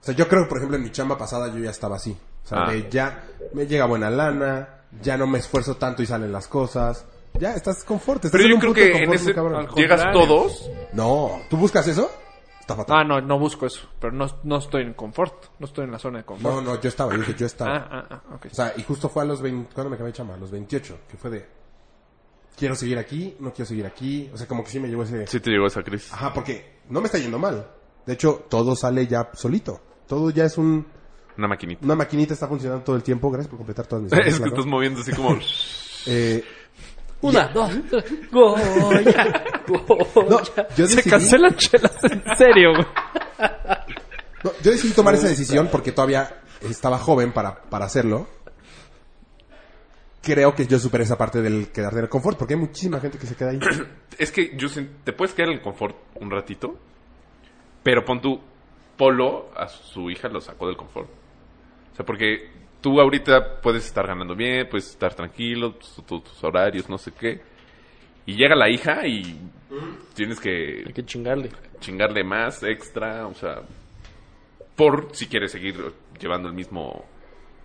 Speaker 6: O sea, yo creo, por ejemplo, en mi chamba pasada yo ya estaba así. O sea,
Speaker 5: Ah.
Speaker 6: de ya me llega buena lana, ya no me esfuerzo tanto y salen las cosas. Ya, estás confort. estás
Speaker 5: Pero yo
Speaker 6: un
Speaker 5: creo
Speaker 6: punto
Speaker 5: que
Speaker 6: de
Speaker 5: en
Speaker 6: confort muy
Speaker 5: ese
Speaker 6: cabrón.
Speaker 2: al-
Speaker 5: llegas
Speaker 2: contrario.
Speaker 5: todos.
Speaker 6: No, ¿tú buscas eso? Está fatal.
Speaker 2: Ah, no, no busco eso. Pero no, no estoy en confort. No estoy en la zona de confort.
Speaker 6: No, no, yo estaba, yo dije, yo estaba.
Speaker 2: Ah, ah, ah, ok.
Speaker 6: O sea, y justo fue a los 20, ¿cuándo me acabé de chamba? A los 28, que fue de, quiero seguir aquí, no quiero seguir aquí. O sea, como que sí me llevó ese...
Speaker 5: Sí te llegó esa crisis.
Speaker 6: Ajá, porque no me está yendo mal. De hecho, todo sale ya solito. Todo ya es un...
Speaker 5: Una maquinita.
Speaker 6: Una maquinita está funcionando todo el tiempo. Gracias por completar todas mis...
Speaker 5: Es que
Speaker 6: claro.
Speaker 5: estás moviendo así como.
Speaker 6: Eh,
Speaker 4: Una, dos, tres. Goya. Goya.
Speaker 6: no, yo
Speaker 2: Se
Speaker 6: decidí,
Speaker 2: cancelan chelas, en serio, güey.
Speaker 6: no, yo decidí tomar esa decisión porque todavía estaba joven para, para hacerlo. Creo que yo superé esa parte del quedarte en el confort, porque hay muchísima gente que se queda ahí.
Speaker 5: Es que yo sien- te puedes quedar en el confort un ratito, pero pon tu polo a su hija lo sacó del confort. O sea, porque tú ahorita puedes estar ganando bien, puedes estar tranquilo, tus, tu- tus horarios, no sé qué. Y llega la hija y tienes que
Speaker 4: Hay que chingarle.
Speaker 5: chingarle más extra, o sea, por si quieres seguir llevando el mismo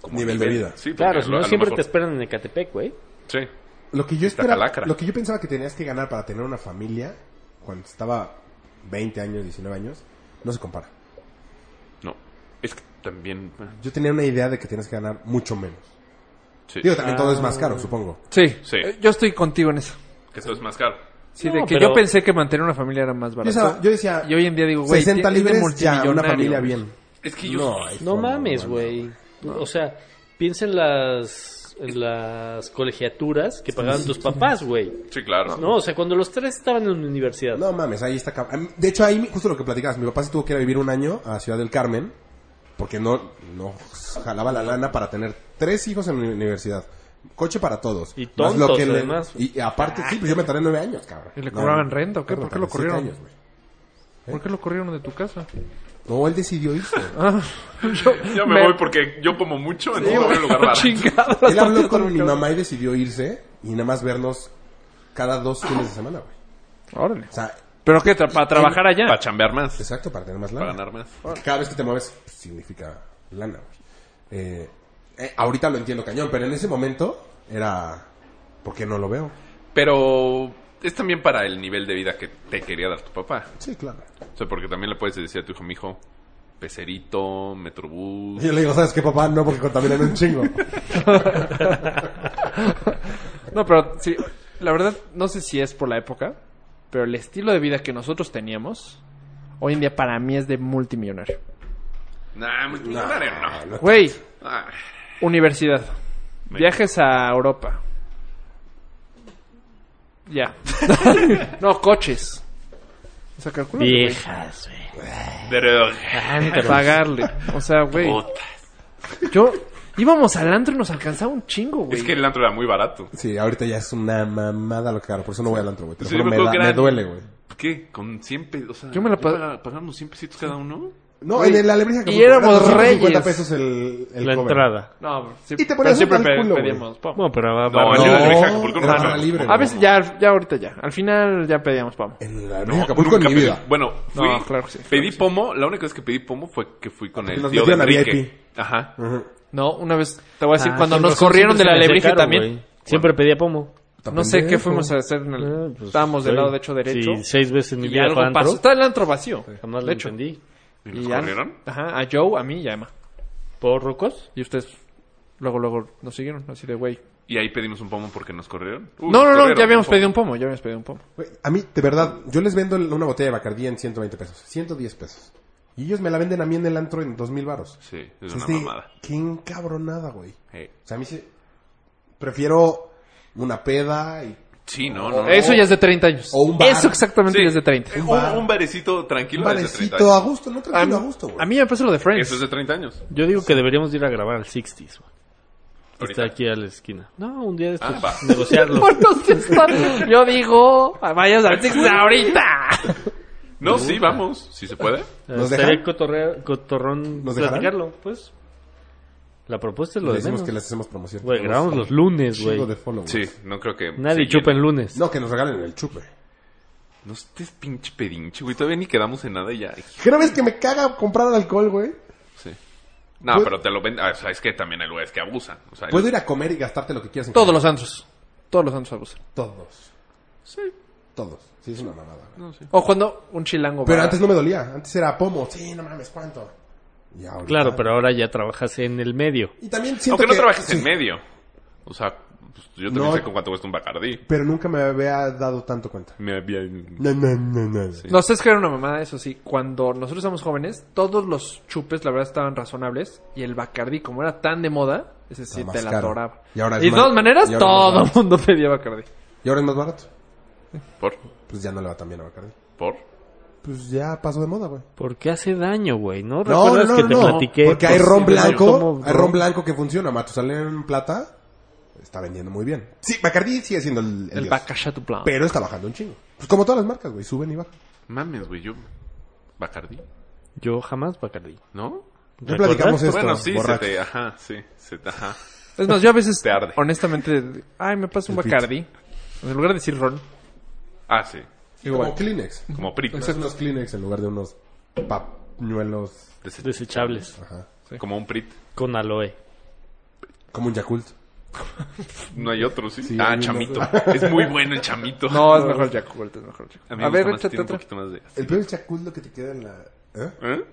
Speaker 5: como
Speaker 6: Nivel de vida.
Speaker 5: Sí,
Speaker 4: Claro,
Speaker 5: porque
Speaker 4: si
Speaker 5: a lo- a
Speaker 4: no
Speaker 5: lo
Speaker 4: siempre te
Speaker 5: mejor-
Speaker 4: esperan en Ecatepec, güey.
Speaker 5: Sí.
Speaker 6: Lo que yo
Speaker 5: Está
Speaker 6: esperaba,
Speaker 5: calacra.
Speaker 6: lo que yo pensaba que tenías que ganar para tener una familia cuando estaba 20 años, 19 años, no se compara.
Speaker 5: No. Es que también. ah,
Speaker 6: Yo tenía una idea de que tenías que ganar mucho menos.
Speaker 5: Sí.
Speaker 6: Digo, también todo es más caro, supongo.
Speaker 2: Sí,
Speaker 5: Sí.
Speaker 2: eh, yo estoy contigo en eso.
Speaker 5: Que eso es más caro.
Speaker 2: Sí,
Speaker 4: No,
Speaker 2: de que
Speaker 4: pero-
Speaker 2: yo pensé que mantener una familia era más
Speaker 6: Yo,
Speaker 2: barato.
Speaker 6: estaba- yo decía,
Speaker 2: Y hoy en día digo, güey,
Speaker 6: 60
Speaker 2: tienes de
Speaker 6: libres ya una
Speaker 2: multimillonario,
Speaker 6: familia
Speaker 2: güey.
Speaker 6: bien.
Speaker 5: Es que yo.
Speaker 6: hay
Speaker 4: No
Speaker 6: forma,
Speaker 4: mames,
Speaker 6: no,
Speaker 4: güey. O sea, piensa en las, en las colegiaturas que pagaban tus papás, güey.
Speaker 5: Sí, claro.
Speaker 4: No, o sea, cuando los tres estaban en la universidad.
Speaker 6: No mames, ahí está. cab- am- De hecho, ahí justo lo que platicabas, mi papá se tuvo que ir a vivir un año a Ciudad del Carmen porque no, no jalaba la lana para tener tres hijos en la universidad. Coche para todos.
Speaker 4: Y
Speaker 6: Más
Speaker 4: tontos,
Speaker 6: le-
Speaker 4: además.
Speaker 6: Y, y aparte, sí, pues yo me tardé nueve años, cabrón.
Speaker 2: ¿Y le
Speaker 6: No,
Speaker 2: cobraban renta o qué?
Speaker 6: perdón,
Speaker 2: ¿Por qué lo
Speaker 6: siete
Speaker 2: corrieron?
Speaker 6: años, güey.
Speaker 2: ¿Por qué lo corrieron de tu casa?
Speaker 6: no, él decidió irse.
Speaker 5: Yo me,
Speaker 2: Me-
Speaker 5: voy porque yo como mucho, entonces me voy a un lugar barato.
Speaker 2: Chingadas.
Speaker 6: él habló con mi mamá y decidió irse y nada más vernos cada dos fines de semana, güey.
Speaker 2: Órale.
Speaker 6: O sea,
Speaker 2: ¿Pero qué? tra- ¿Para trabajar allá?
Speaker 5: Para chambear más.
Speaker 6: exacto, para tener más
Speaker 5: Para
Speaker 6: lana.
Speaker 5: ganar más.
Speaker 6: Cada vez que te mueves pues, significa lana. güey. Eh, eh, ahorita lo entiendo cañón, pero en ese momento era porque no lo veo.
Speaker 5: Pero es también para el nivel de vida que te quería dar tu papá.
Speaker 6: Sí, claro.
Speaker 5: O sea, porque también le puedes decir a tu hijo, mijo, pecerito, metrobús.
Speaker 6: Y yo le digo, ¿sabes qué, papá? No, porque contaminan un chingo.
Speaker 2: No, pero sí, la verdad, no sé si es por la época, pero el estilo de vida que nosotros teníamos, hoy en día para mí es de multimillonario.
Speaker 5: Nah, muy millonario, no.
Speaker 2: Güey,
Speaker 5: Ah,
Speaker 2: universidad, viajes a Europa. Ya. no, coches. O sea, calcula.
Speaker 4: Viejas, güey.
Speaker 5: pero-
Speaker 2: Pagarle. O sea, güey.
Speaker 5: Puta.
Speaker 2: Yo. Íbamos al antro y nos alcanzaba un chingo, güey.
Speaker 5: Es que el antro era muy barato.
Speaker 6: Sí, ahorita ya es una mamada lo que caro, por eso no voy al antro, güey. Te lo
Speaker 5: Sí,
Speaker 6: juro,
Speaker 5: me
Speaker 6: me,
Speaker 5: acuerdo
Speaker 6: da-
Speaker 5: que era-
Speaker 6: me duele, güey.
Speaker 5: ¿Qué? ¿Con 100 pesos? O sea,
Speaker 2: Yo me la pa-
Speaker 5: pagaba- ¿Pagábamos 100 pesitos cada uno?
Speaker 6: No, en el alebrije
Speaker 2: y éramos reyes.
Speaker 6: pesos el, el
Speaker 4: la
Speaker 6: cover.
Speaker 4: entrada.
Speaker 2: No, sí,
Speaker 6: Y te
Speaker 2: pero
Speaker 6: ponías
Speaker 2: siempre
Speaker 6: hasta el
Speaker 2: pe-
Speaker 6: culo, güey.
Speaker 2: pedíamos pom.
Speaker 4: Bueno, pero va-
Speaker 5: No,
Speaker 4: va-
Speaker 5: el
Speaker 4: no.
Speaker 5: libro de Alebrije Acapulco no
Speaker 6: la
Speaker 5: me
Speaker 6: barra
Speaker 5: acuerdo.
Speaker 6: libre,
Speaker 2: A
Speaker 6: güey.
Speaker 2: veces ya, ya ahorita ya. Al final ya pedíamos pom.
Speaker 6: En la
Speaker 5: No,
Speaker 6: Avenida Acapulco en
Speaker 5: nunca
Speaker 6: mi
Speaker 5: pedí-
Speaker 6: vida.
Speaker 5: Bueno, fui,
Speaker 2: No, claro que sí, claro
Speaker 5: pedí
Speaker 2: que sí.
Speaker 5: pomo. La única vez que pedí pomo fue que fui con el
Speaker 6: nos
Speaker 5: tío de
Speaker 6: metieron a
Speaker 5: Enrique.
Speaker 6: VIP.
Speaker 5: Ajá.
Speaker 6: Ujú.
Speaker 2: No, una vez, te voy a decir,
Speaker 4: Ah,
Speaker 2: cuando
Speaker 4: con
Speaker 2: nos
Speaker 4: razón,
Speaker 2: corrieron de
Speaker 4: siempre
Speaker 2: la
Speaker 4: se me hacía
Speaker 2: alebrije
Speaker 4: caro,
Speaker 2: también.
Speaker 4: güey. Siempre pedía pomo.
Speaker 6: Está
Speaker 2: No sé qué
Speaker 6: pendejo.
Speaker 2: fuimos a hacer. en el-
Speaker 4: Eh, pues,
Speaker 2: Estábamos del
Speaker 4: güey.
Speaker 2: lado derecho derecho.
Speaker 4: Sí, seis veces en mi
Speaker 2: y
Speaker 4: vida
Speaker 2: algo
Speaker 4: fue antro.
Speaker 2: pasó. Está el antro vacío.
Speaker 4: Jamás
Speaker 2: de
Speaker 4: lo
Speaker 2: hecho.
Speaker 4: entendí.
Speaker 5: ¿Y nos
Speaker 2: ya-
Speaker 5: corrieron?
Speaker 2: Ajá, a Joe, a mí y a Emma.
Speaker 4: ¿Por rocos?
Speaker 2: Y ustedes luego, luego nos siguieron, así de güey.
Speaker 5: Y ahí pedimos un pomo porque nos corrieron.
Speaker 2: no,
Speaker 5: Uy, nos
Speaker 2: no, no,
Speaker 5: corrieron,
Speaker 2: ya habíamos
Speaker 5: un pomo.
Speaker 2: pedido un pomo, ya habíamos pedido un pomo.
Speaker 6: Güey, A mí, de verdad, yo les vendo una botella de Bacardí en 120 pesos. 110 pesos. Y ellos me la venden a mí en el antro en 2000 baros.
Speaker 5: Sí,
Speaker 6: O
Speaker 5: es
Speaker 6: sea,
Speaker 5: una
Speaker 6: este,
Speaker 5: mamada.
Speaker 6: Qué encabronada, güey.
Speaker 5: Eh,
Speaker 6: O sea, a mí sí... Prefiero una peda y...
Speaker 5: Sí, no, no.
Speaker 2: Eso ya es de 30 años.
Speaker 6: o un bar.
Speaker 2: Eso exactamente
Speaker 5: Sí.
Speaker 2: ya es de 30.
Speaker 5: Eh, Un,
Speaker 6: bar.
Speaker 5: un barecito tranquilo
Speaker 6: Un
Speaker 5: es de 30
Speaker 6: barecito
Speaker 5: años.
Speaker 6: a gusto, no tranquilo a gusto, güey.
Speaker 2: A mí me parece lo de Friends.
Speaker 5: Eso es de 30 años.
Speaker 4: Yo digo que deberíamos de ir a grabar al 60s, güey.
Speaker 5: Ahorita.
Speaker 4: Está aquí a la esquina. No, un día de estos,
Speaker 5: Ah, va.
Speaker 4: negociarlo.
Speaker 2: Por los que están- Yo digo, vayas al Six ahorita.
Speaker 5: No, sí, vamos. Si se puede.
Speaker 6: ¿Nos
Speaker 4: Eh, Estaría
Speaker 6: dejan?
Speaker 4: cotorreo- cotorrón
Speaker 6: ¿Nos dejarán?
Speaker 4: platicarlo, pues. La propuesta es lo de
Speaker 6: Le decimos
Speaker 4: menos.
Speaker 6: que les hacemos promoción.
Speaker 4: Güey,
Speaker 6: Tenemos
Speaker 4: grabamos
Speaker 6: un
Speaker 4: los lunes,
Speaker 6: chingo de
Speaker 4: güey.
Speaker 6: followers.
Speaker 5: Sí, no creo que.
Speaker 4: Nadie
Speaker 5: se
Speaker 4: chupa
Speaker 5: llene.
Speaker 4: el lunes.
Speaker 6: No, que nos regalen el chupe.
Speaker 5: No estés pinche pedinche, güey. Todavía ni quedamos en nada y ya.
Speaker 6: ¿Qué no ves que me caga comprar alcohol, güey?
Speaker 5: Sí. No,
Speaker 6: Pues-
Speaker 5: pero te lo venden. ah, O sea, es que también hay lugares que abusan. O sea,
Speaker 6: Puedo ir a comer y gastarte lo que quieras. en
Speaker 2: Todos
Speaker 6: casa.
Speaker 2: los antros. Todos los antros abusan.
Speaker 6: Todos.
Speaker 5: Sí.
Speaker 6: Todos. Sí, es una mamada. güey.
Speaker 5: No, sí.
Speaker 2: O cuando un chilango
Speaker 6: Pero
Speaker 2: va-
Speaker 6: antes no me dolía. Antes era pomo. Sí, no mames, ¿cuánto? Y ahorita-
Speaker 4: Claro, pero ahora ya trabajas en el medio.
Speaker 6: Y también siento
Speaker 5: Aunque no
Speaker 6: que-
Speaker 5: trabajes en
Speaker 6: sí,
Speaker 5: medio. O sea, pues, yo también
Speaker 6: No.
Speaker 5: sé con cuánto cuesta un bacardí.
Speaker 6: Pero nunca me había dado tanto cuenta.
Speaker 5: Me había...
Speaker 6: No, no, no, no.
Speaker 2: No sé, es que era una mamada, eso sí. Cuando nosotros éramos jóvenes, todos los chupes, la verdad, estaban razonables. Y el Bacardí, como era tan de moda, ese sí
Speaker 6: Está
Speaker 2: te
Speaker 6: más
Speaker 2: la
Speaker 6: caro.
Speaker 2: atoraba. Y,
Speaker 6: Y ahora es
Speaker 2: de
Speaker 6: más-
Speaker 2: todas maneras,
Speaker 6: y ahora es más
Speaker 2: todo el
Speaker 6: barato.
Speaker 2: mundo pedía Bacardí.
Speaker 6: Y ahora es más barato.
Speaker 5: ¿Por?
Speaker 6: Pues ya no le va tan bien a Bacardi.
Speaker 5: ¿Por?
Speaker 6: Pues ya pasó de moda, güey.
Speaker 4: Porque hace daño, güey, ¿no? ¿Recuerdas que te platiqué?
Speaker 6: Porque hay
Speaker 4: Pues,
Speaker 6: ron
Speaker 4: sí, yo
Speaker 6: blanco,
Speaker 4: tomo
Speaker 6: hay
Speaker 4: ron.
Speaker 6: ron blanco que funciona. Matusalén Plata está vendiendo muy bien. Sí, Bacardi sigue siendo el, el
Speaker 2: El
Speaker 6: dios.
Speaker 2: Bacasha tu plan.
Speaker 6: Pero está bajando un chingo. Pues como todas las marcas, güey, suben y bajan.
Speaker 5: Mames, güey, yo... ¿Bacardí?
Speaker 4: Yo jamás Bacardi.
Speaker 5: ¿no?
Speaker 6: Ya
Speaker 4: ¿Recuerdas?
Speaker 6: platicamos esto,
Speaker 5: bueno, sí, se
Speaker 6: borracho.
Speaker 5: te... Ajá, sí. Se te... Ajá.
Speaker 2: Es más, yo a veces,
Speaker 5: Te arde.
Speaker 2: honestamente, ay, me pasa un Bacardí. En lugar de decir ron,
Speaker 5: Ah, sí.
Speaker 6: Como Kleenex.
Speaker 5: Como PRI.
Speaker 6: Haces unos Kleenex en lugar de unos pañuelos.
Speaker 5: Dese-
Speaker 4: Desechables.
Speaker 6: Ajá.
Speaker 5: Como un PRI.
Speaker 4: Con aloe.
Speaker 6: Como un Yakult.
Speaker 5: No hay otro, ¿sí?
Speaker 6: Sí, hay
Speaker 5: ah,
Speaker 6: unos-
Speaker 5: chamito. es muy bueno el chamito.
Speaker 2: no, es mejor Yakult, es mejor Yakult.
Speaker 5: A,
Speaker 2: A, ver, échate
Speaker 5: échate
Speaker 2: otra.
Speaker 5: Un poquito más de...
Speaker 6: El peor es Yakult lo que te queda en la. ¿Eh?
Speaker 5: ¿Eh?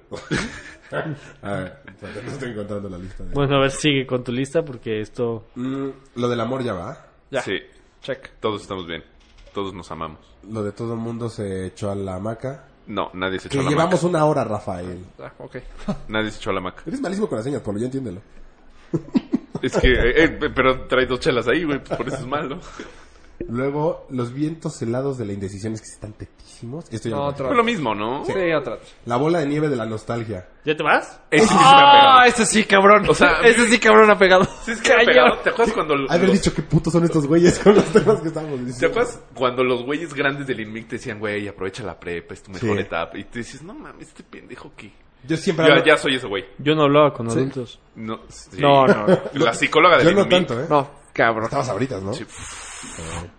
Speaker 6: A ver, espérate, no estoy encontrando la lista. De...
Speaker 4: Bueno, a ver, sigue con tu lista porque esto...
Speaker 6: Mm, lo del amor ya va.
Speaker 2: Ya,
Speaker 5: Sí.
Speaker 2: check.
Speaker 5: Todos estamos bien. Todos nos amamos.
Speaker 6: Lo de todo el mundo se echó a la hamaca.
Speaker 5: No, nadie se
Speaker 6: Que
Speaker 5: echó a la
Speaker 6: llevamos
Speaker 5: maca.
Speaker 6: una hora, Rafael.
Speaker 2: Ah, ok.
Speaker 5: Nadie se echó a la maca.
Speaker 6: Eres malísimo con las señas, Pablo, ya entiéndelo.
Speaker 5: Es que... eh, eh, pero trae dos chelas ahí, güey. Pues por eso es malo.
Speaker 6: Luego, los vientos helados de la indecisión es que están tetísimos. Esto ya
Speaker 2: No,
Speaker 6: lo-
Speaker 2: otra.
Speaker 5: Fue lo mismo, ¿no?
Speaker 2: Sí, otra.
Speaker 6: La bola de nieve de la nostalgia.
Speaker 4: ¿Ya te vas?
Speaker 5: Ese sí se me ha
Speaker 2: Ah,
Speaker 5: pegado.
Speaker 2: ese sí, cabrón.
Speaker 5: O sea,
Speaker 2: ese sí, cabrón, ha pegado.
Speaker 5: Sí, es que me ha pegado. ¿Te acuerdas cuando... los-
Speaker 6: Haber dicho qué putos son estos güeyes con los temas que estamos diciendo.
Speaker 5: ¿Te acuerdas cuando los güeyes grandes del INMIC te decían, güey, aprovecha la prepa, es tu mejor
Speaker 6: Sí.
Speaker 5: etapa? Y te dices, no mames, este pendejo que.
Speaker 6: Yo siempre
Speaker 5: Yo
Speaker 6: hablo-
Speaker 5: ya soy ese güey.
Speaker 4: Yo no hablaba con adultos.
Speaker 5: No, sí.
Speaker 2: No, no, no.
Speaker 5: La psicóloga del
Speaker 6: Yo no
Speaker 5: INMIC.
Speaker 6: tanto, ¿eh?
Speaker 2: No, cabrón.
Speaker 6: Estabas ahorita, ¿no?
Speaker 5: Sí.
Speaker 6: Eh,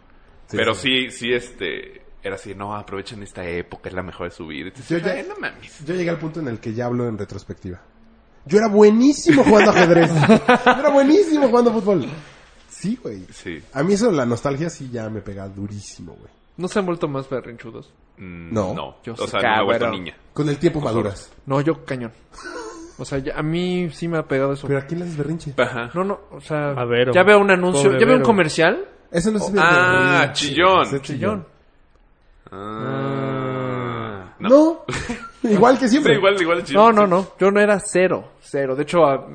Speaker 5: Pero sí, sí, este. Era así, no, aprovechen esta época, es la mejor de su vida. Y te
Speaker 6: Yo
Speaker 5: dices,
Speaker 6: ya-
Speaker 5: "Ay, no mames.
Speaker 6: Yo llegué al punto en el que ya hablo en retrospectiva. Yo era buenísimo jugando ajedrez. Yo era buenísimo jugando fútbol. Sí, güey.
Speaker 5: Sí.
Speaker 6: A mí eso de la nostalgia sí ya me pega durísimo, güey.
Speaker 2: ¿No se han vuelto más berrinchudos?
Speaker 5: Mm,
Speaker 6: No.
Speaker 5: No.
Speaker 2: Yo
Speaker 5: o
Speaker 2: soy
Speaker 5: sea, no me he vuelto
Speaker 2: cabrón.
Speaker 5: niña.
Speaker 6: Con el tiempo maduras.
Speaker 2: No, yo cañón. O sea, ya- a mí sí me ha pegado eso.
Speaker 6: Pero ¿a quién le haces berrinche?
Speaker 5: Ajá.
Speaker 2: No, no, o sea,
Speaker 4: A Vero.
Speaker 2: ya veo un anuncio,
Speaker 4: Pobre
Speaker 2: ya veo un
Speaker 4: Vero.
Speaker 2: comercial.
Speaker 6: Eso no es berrinche.
Speaker 5: Ah, chillón.
Speaker 6: Es
Speaker 2: Chillón.
Speaker 5: Ah.
Speaker 6: No. igual que
Speaker 5: Sí,
Speaker 6: siempre.
Speaker 5: igual, igual
Speaker 2: No,
Speaker 5: chillón.
Speaker 2: no, no, yo no era cero, cero. De hecho, a-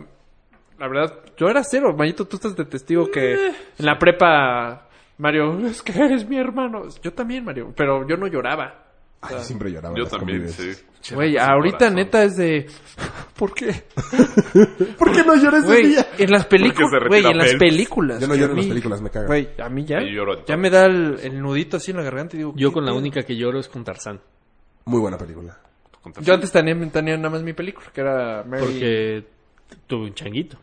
Speaker 2: la verdad, yo era cero. Mayito, tú estás de testigo que
Speaker 5: Eh,
Speaker 2: en la prepa, Mario, es que eres mi hermano. Yo también, Mario, pero yo no lloraba.
Speaker 6: Ay, yo siempre lloraba. en
Speaker 5: Yo
Speaker 6: las
Speaker 5: también, sí.
Speaker 6: convivencias.
Speaker 5: Che,
Speaker 2: Güey,
Speaker 5: sin
Speaker 2: ahorita
Speaker 5: corazón.
Speaker 2: neta es de... ¿Por qué?
Speaker 6: ¿Por qué no lloré ese
Speaker 2: Güey,
Speaker 6: día?
Speaker 2: en las
Speaker 5: Porque se
Speaker 2: películas,
Speaker 5: retira
Speaker 2: güey, en las
Speaker 5: Phelps.
Speaker 2: películas.
Speaker 6: Yo no
Speaker 2: que
Speaker 6: lloro
Speaker 2: a
Speaker 6: en las
Speaker 2: mí-
Speaker 6: películas, me caga.
Speaker 2: Güey, a mí ya,
Speaker 5: Yo lloro en
Speaker 2: ya
Speaker 5: todo.
Speaker 2: me da el, el nudito así en la garganta y digo...
Speaker 4: Yo
Speaker 2: ¿qué
Speaker 4: con la
Speaker 2: pedo?
Speaker 4: única que lloro es con Tarzán.
Speaker 6: Muy buena película.
Speaker 5: juntarse.
Speaker 2: Yo antes tenía, tenía nada más mi película, que era Mary.
Speaker 4: Porque tuve un changuito.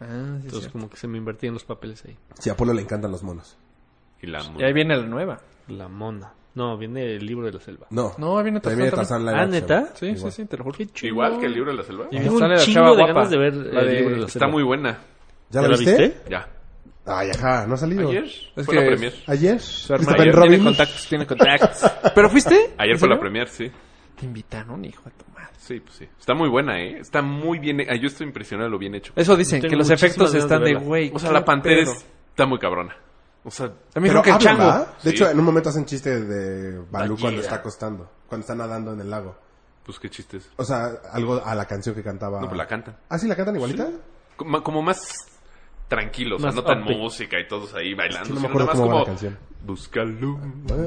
Speaker 2: Ah, sí,
Speaker 4: Entonces
Speaker 2: sí.
Speaker 4: como que se me invertían los papeles ahí.
Speaker 6: Si a Polo le encantan los monos.
Speaker 5: Y la
Speaker 2: Y ahí viene la nueva.
Speaker 4: La mona. No, viene el libro de la selva.
Speaker 6: No.
Speaker 2: No, ahí viene
Speaker 6: También viene
Speaker 2: Tarzán.
Speaker 6: Tarzán live
Speaker 4: Ah,
Speaker 6: action.
Speaker 4: ¿neta?
Speaker 2: Sí, sí, sí, te lo juro.
Speaker 5: Igual que el libro de la selva.
Speaker 4: Y
Speaker 2: Ahí
Speaker 4: tengo
Speaker 2: sale
Speaker 4: un
Speaker 2: la
Speaker 4: chingo
Speaker 2: chava
Speaker 4: de
Speaker 2: guapa.
Speaker 4: ganas de ver
Speaker 2: La
Speaker 4: el
Speaker 2: de-
Speaker 4: libro de la
Speaker 5: Está
Speaker 4: selva.
Speaker 5: muy buena.
Speaker 6: ¿Ya,
Speaker 4: ¿Ya
Speaker 6: la
Speaker 4: la
Speaker 6: viste?
Speaker 4: viste?
Speaker 5: Ya.
Speaker 6: Ay, ajá, no ha salido.
Speaker 5: Ayer
Speaker 2: Es
Speaker 5: fue
Speaker 2: que
Speaker 5: la
Speaker 2: es-
Speaker 5: premier.
Speaker 6: ¿Ayer?
Speaker 2: hermana-
Speaker 6: ¿Christopher
Speaker 2: Ayer
Speaker 6: Este Robin?
Speaker 2: tiene contactos, tiene contactos. ¿Pero fuiste?
Speaker 5: Ayer
Speaker 2: ¿En
Speaker 5: fue la
Speaker 2: serio?
Speaker 5: premier, sí.
Speaker 2: Te invitaron, hijo de tu madre.
Speaker 5: Sí, pues sí. Está muy buena, ¿eh? Está muy bien. he- ah, yo estoy impresionado de lo bien hecho.
Speaker 2: Eso dicen,
Speaker 4: Tengo
Speaker 2: que los
Speaker 4: muchísimas ganas
Speaker 2: efectos
Speaker 4: de
Speaker 2: están de
Speaker 4: verla.
Speaker 2: güey.
Speaker 5: O sea,
Speaker 2: qué
Speaker 5: la pantera
Speaker 2: pedo.
Speaker 5: es- está muy cabrona. O sea,
Speaker 2: También creo
Speaker 6: Pero
Speaker 2: que el
Speaker 6: habla,
Speaker 2: chango.
Speaker 6: ¿va?
Speaker 5: Sí.
Speaker 6: De hecho, en un momento hacen chiste de Balú
Speaker 4: Bagheera.
Speaker 6: cuando está acostando, cuando está nadando en el lago.
Speaker 5: pues qué chiste es.
Speaker 6: O sea, algo a la canción que cantaba.
Speaker 5: No, pues la cantan.
Speaker 6: ¿Ah, sí la cantan igualita?
Speaker 5: Como, como más tranquilo, o sea,
Speaker 4: Más
Speaker 5: no tan
Speaker 4: upbeat.
Speaker 5: música y todos ahí
Speaker 6: Es que
Speaker 5: bailando.
Speaker 6: no me
Speaker 5: sino
Speaker 6: acuerdo
Speaker 5: nada más
Speaker 6: cómo va la
Speaker 5: como,
Speaker 6: canción. Ah,
Speaker 5: Búscalo.